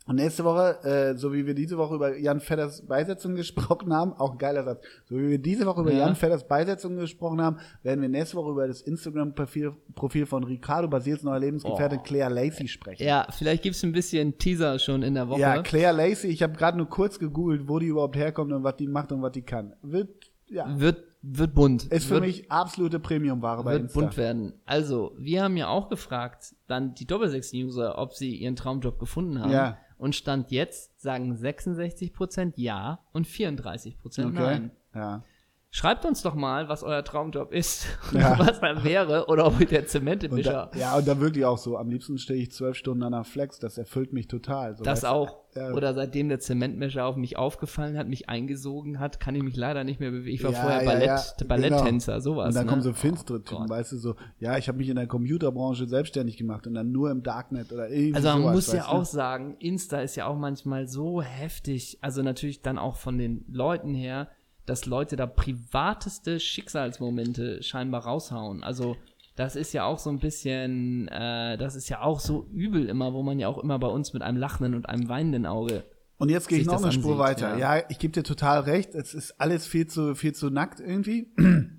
Speaker 2: Und nächste Woche, äh, so wie wir diese Woche über Jan Vedders Beisetzung gesprochen haben, auch ein geiler Satz, so wie wir diese Woche über
Speaker 1: Ja.
Speaker 2: Jan Vedders Beisetzung gesprochen haben, werden wir nächste Woche über das Instagram-Profil Profil von Ricardo Basils neuer Lebensgefährtin
Speaker 1: Oh.
Speaker 2: Claire Lacey sprechen.
Speaker 1: ja, vielleicht gibt's ein bisschen Teaser schon in der Woche.
Speaker 2: Ja, Claire Lacey, ich habe gerade nur kurz gegoogelt, wo die überhaupt herkommt und was die macht und was die kann. Wird, ja,
Speaker 1: wird, wird bunt.
Speaker 2: ist für
Speaker 1: wird,
Speaker 2: mich absolute Premium-Ware bei
Speaker 1: wird
Speaker 2: Insta.
Speaker 1: bunt werden. Also, wir haben ja auch gefragt, dann die Doppelsechs-User, ob sie ihren Traumjob gefunden haben.
Speaker 2: Ja.
Speaker 1: Und Stand jetzt sagen 66% Ja und 34% Nein.
Speaker 2: Ja.
Speaker 1: Schreibt uns doch mal, was euer Traumjob ist <laughs> und
Speaker 2: Ja.
Speaker 1: was er wäre oder ob ihr der
Speaker 2: Und
Speaker 1: Zementemischer.
Speaker 2: da, ja, und da wirklich auch so. Am liebsten stehe ich zwölf Stunden an der Flex, das erfüllt mich total. So,
Speaker 1: Das
Speaker 2: weißt du?
Speaker 1: auch.
Speaker 2: Ja.
Speaker 1: Oder seitdem der Zementmischer auf mich aufgefallen hat, mich eingesogen hat, kann ich mich leider nicht mehr bewegen. Ich war
Speaker 2: Ja,
Speaker 1: vorher
Speaker 2: ja,
Speaker 1: Ballett,
Speaker 2: ja,
Speaker 1: Balletttänzer,
Speaker 2: genau.
Speaker 1: sowas.
Speaker 2: Und dann
Speaker 1: ne?
Speaker 2: kommen so finstere Typen,
Speaker 1: Gott.
Speaker 2: weißt du, so, ja, ich habe mich in der Computerbranche selbstständig gemacht und dann nur im Darknet oder irgendwie
Speaker 1: Also man
Speaker 2: sowas,
Speaker 1: muss ja
Speaker 2: weißt du?
Speaker 1: auch sagen, Insta ist ja auch manchmal so heftig, also natürlich dann auch von den Leuten her, dass Leute da privateste Schicksalsmomente scheinbar raushauen. Also Das ist ja auch so ein bisschen, äh, das ist ja auch so übel immer, wo man ja auch immer bei uns mit einem lachenden und einem weinenden Auge.
Speaker 2: Und jetzt gehe ich
Speaker 1: sich
Speaker 2: noch
Speaker 1: das
Speaker 2: eine Spur
Speaker 1: ansieht,
Speaker 2: weiter.
Speaker 1: ja.
Speaker 2: Ja, ich gebe dir total recht. Es ist alles viel zu, viel zu nackt irgendwie. <clears throat>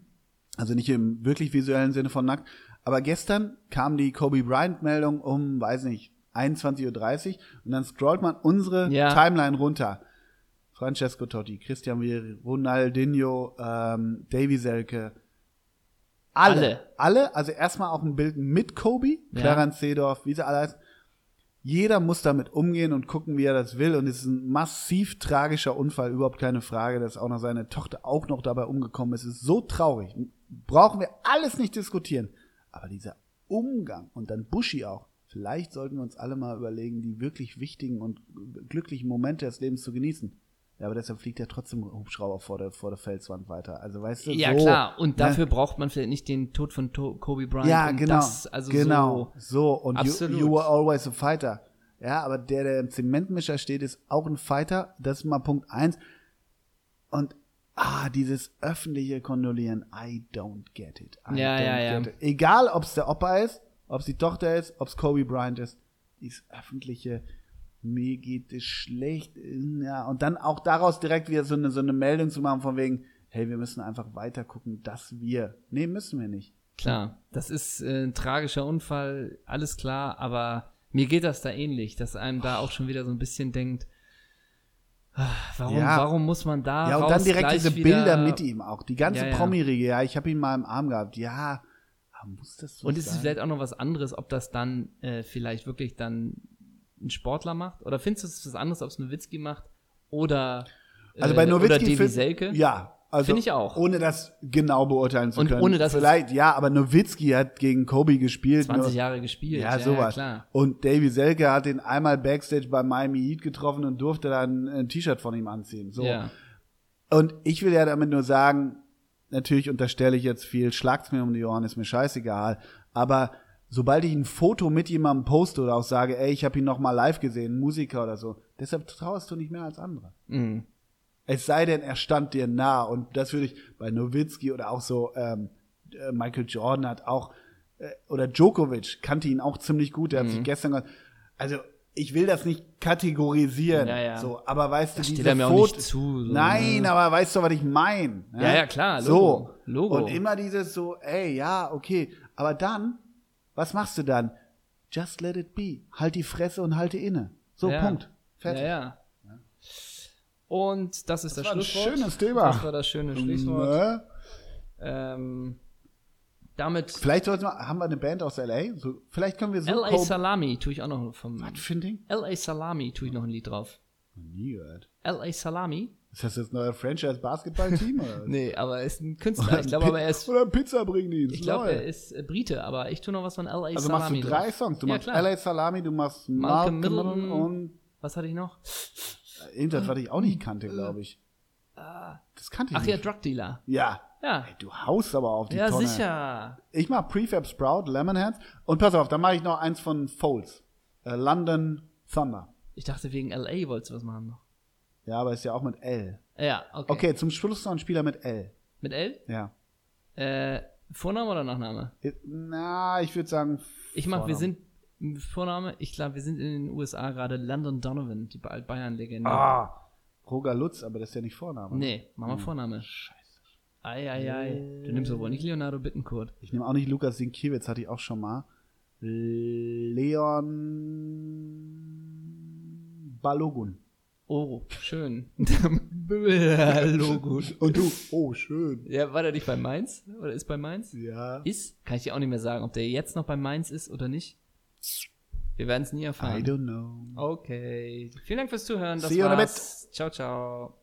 Speaker 2: Also nicht im wirklich visuellen Sinne von nackt. Aber gestern kam die Kobe Bryant-Meldung um, weiß nicht, 21.30 Uhr. Und dann scrollt man unsere
Speaker 1: Ja.
Speaker 2: Timeline runter. Francesco Totti, Christian Vieri, Ronaldinho, ähm, Davy Selke. Alle. Alle. Also erstmal auch ein Bild mit Kobe,
Speaker 1: Ja.
Speaker 2: Clarence Seedorf, wie sie alle heißen. Jeder muss damit umgehen und gucken, wie er das will. Und es ist ein massiv tragischer Unfall, überhaupt keine Frage, dass auch noch seine Tochter auch noch dabei umgekommen ist. Es ist so traurig. Brauchen wir alles nicht diskutieren. Aber dieser Umgang und dann Bushi auch. Vielleicht sollten wir uns alle mal überlegen, die wirklich wichtigen und glücklichen Momente des Lebens zu genießen. Ja, aber deshalb fliegt er trotzdem Hubschrauber vor der, vor der Felswand weiter. Also weißt du,
Speaker 1: Ja,
Speaker 2: so,
Speaker 1: klar. Und
Speaker 2: ne?
Speaker 1: dafür braucht man vielleicht nicht den Tod von to Kobe Bryant.
Speaker 2: Ja,
Speaker 1: um
Speaker 2: genau.
Speaker 1: Das, also
Speaker 2: genau.
Speaker 1: So,
Speaker 2: So, und you,
Speaker 1: Absolut.
Speaker 2: you were always a fighter. Ja, aber der, der im Zementmischer steht, ist auch ein Fighter. Das ist mal Punkt eins. Und ah, dieses öffentliche Kondolieren, I don't get it. I
Speaker 1: Ja,
Speaker 2: don't
Speaker 1: ja, ja.
Speaker 2: It. Egal, ob es der Opa ist, ob es die Tochter ist, ob es Kobe Bryant ist, dieses öffentliche, mir geht es schlecht. Ja, und dann auch daraus direkt wieder so eine, so eine Meldung zu machen von wegen, hey, wir müssen einfach weiter gucken, dass wir. Nee, müssen wir nicht.
Speaker 1: Klar, das ist äh, ein tragischer Unfall, alles klar, aber mir geht das da ähnlich, dass einem da auch schon wieder so ein bisschen denkt, ah, warum,
Speaker 2: Ja.
Speaker 1: warum muss man da
Speaker 2: Ja, und
Speaker 1: raus
Speaker 2: dann direkt
Speaker 1: gleich
Speaker 2: diese
Speaker 1: wieder,
Speaker 2: Bilder mit ihm auch. Die ganze
Speaker 1: Ja, ja.
Speaker 2: Promi-Riege, ja, ich habe ihn mal im Arm gehabt. Ja, aber muss das so
Speaker 1: Und es
Speaker 2: sein?
Speaker 1: ist vielleicht auch noch was anderes, ob das dann äh, vielleicht wirklich dann ein Sportler macht? Oder findest du es ist was anderes, ob es Nowitzki macht? Oder, äh,
Speaker 2: also bei
Speaker 1: oder
Speaker 2: Nowitzki
Speaker 1: Davy
Speaker 2: find-
Speaker 1: Selke?
Speaker 2: Ja, also
Speaker 1: Finde ich auch.
Speaker 2: ohne das genau beurteilen zu
Speaker 1: Und
Speaker 2: können.
Speaker 1: ohne dass es-
Speaker 2: vielleicht ja, aber Nowitzki hat gegen Kobe gespielt.
Speaker 1: 20
Speaker 2: nur-
Speaker 1: Jahre gespielt.
Speaker 2: genau. Ja, sowas.
Speaker 1: klar.
Speaker 2: Und Davy Selke hat ihn einmal backstage bei Miami Heat getroffen und durfte dann ein T-Shirt von ihm anziehen. So.
Speaker 1: Ja.
Speaker 2: Und ich will ja damit nur sagen, natürlich unterstelle ich jetzt viel, schlagt's mir um die Ohren, ist mir scheißegal. Aber sobald ich ein Foto mit jemandem poste oder auch sage, ey, ich habe ihn noch mal live gesehen, Musiker oder so, deshalb trauerst du nicht mehr als andere.
Speaker 1: Mhm.
Speaker 2: Es sei denn, er stand dir nah. Und das würde ich bei Nowitzki oder auch so ähm, äh, Michael Jordan hat auch äh, oder Djokovic kannte ihn auch ziemlich gut. Der hat
Speaker 1: Mhm.
Speaker 2: sich gestern ge- also ich will das nicht kategorisieren.
Speaker 1: Ja, ja.
Speaker 2: So, aber weißt du,
Speaker 1: steht
Speaker 2: diese
Speaker 1: er mir auch
Speaker 2: Foto-
Speaker 1: nicht zu, so, ne?
Speaker 2: Nein, aber weißt du, was ich meine?
Speaker 1: Ja, ja, klar,
Speaker 2: So
Speaker 1: Logo, Logo.
Speaker 2: und immer dieses so, ey, ja, okay, aber dann, was machst du dann? Just let it be. Halt die Fresse und halte inne. So
Speaker 1: ja.
Speaker 2: Punkt. Fertig.
Speaker 1: Ja, ja. Und das ist das,
Speaker 2: war ein
Speaker 1: Schlusswort.
Speaker 2: schönes Thema.
Speaker 1: Das war das schöne Schlusswort.
Speaker 2: Ne?
Speaker 1: Ähm, damit
Speaker 2: Vielleicht sollten wir, haben wir eine Band aus L.A.? So, vielleicht können wir so
Speaker 1: L.A.
Speaker 2: Kobe-
Speaker 1: Salami tue ich auch noch vom.
Speaker 2: Was für ein Ding?
Speaker 1: L.A. Salami tue ich noch ein Lied drauf.
Speaker 2: Noch Nie gehört.
Speaker 1: L.A. Salami?
Speaker 2: Ist das das neue Franchise-Basketball-Team? oder was?
Speaker 1: <laughs> Nee, aber er ist ein Künstler. Ich
Speaker 2: <laughs>
Speaker 1: glaube
Speaker 2: Pi-
Speaker 1: aber, er ist.
Speaker 2: Oder Pizza bringen die.
Speaker 1: Ich glaube, er ist äh, Brite, aber ich tue noch was von L.A.
Speaker 2: Also machst
Speaker 1: Salami.
Speaker 2: du drei
Speaker 1: drauf.
Speaker 2: Songs. Du
Speaker 1: Ja,
Speaker 2: machst
Speaker 1: klar.
Speaker 2: L.A. Salami, du machst
Speaker 1: Malcolm
Speaker 2: Malcolm
Speaker 1: Middleton.
Speaker 2: Middleton und
Speaker 1: Was hatte ich noch?
Speaker 2: äh, irgendwas, was ich auch nicht kannte, glaube ich. Das kannte ich
Speaker 1: Äh, Ach ja,
Speaker 2: nicht.
Speaker 1: Drug Dealer.
Speaker 2: Ja.
Speaker 1: Ja.
Speaker 2: Ey, du haust aber auf die
Speaker 1: Ja,
Speaker 2: Tonne.
Speaker 1: sicher.
Speaker 2: Ich mach Prefab Sprout, Lemonheads. Und pass auf, dann mache ich noch eins von Folds. Äh, London Thunder.
Speaker 1: Ich dachte, wegen L.A. wolltest du was machen noch.
Speaker 2: Ja, aber ist ja auch mit L.
Speaker 1: Ja, okay.
Speaker 2: Okay, zum Schluss noch ein Spieler mit L.
Speaker 1: Mit L?
Speaker 2: Ja.
Speaker 1: Äh, Vorname oder Nachname?
Speaker 2: Na, ich würde sagen.
Speaker 1: Ich mach, wir
Speaker 2: Vorname.
Speaker 1: sind Vorname, ich glaube, wir sind in den USA gerade Landon Donovan, die Bayern-Legende.
Speaker 2: Ah, Hm. Roger Lutz, aber das ist ja nicht Vorname.
Speaker 1: Nee, mach mal Vorname. Scheiße. Ei, ei, ei. Du nimmst doch wohl nicht Leonardo Bittencourt.
Speaker 2: Ich nehme auch nicht Lukas Sinkiewicz, hatte ich auch schon mal. Leon Balogun.
Speaker 1: Oh, schön. <laughs> Logo.
Speaker 2: Und du? Oh, schön.
Speaker 1: Ja, war der nicht bei Mainz? Oder ist bei Mainz?
Speaker 2: Ja.
Speaker 1: Ist? Kann ich dir auch nicht mehr sagen, ob der jetzt noch bei Mainz ist oder nicht. Wir werden es nie
Speaker 2: I
Speaker 1: erfahren.
Speaker 2: don't know.
Speaker 1: Okay. Vielen Dank fürs Zuhören. Das
Speaker 2: See you in a
Speaker 1: war's. Ciao, ciao.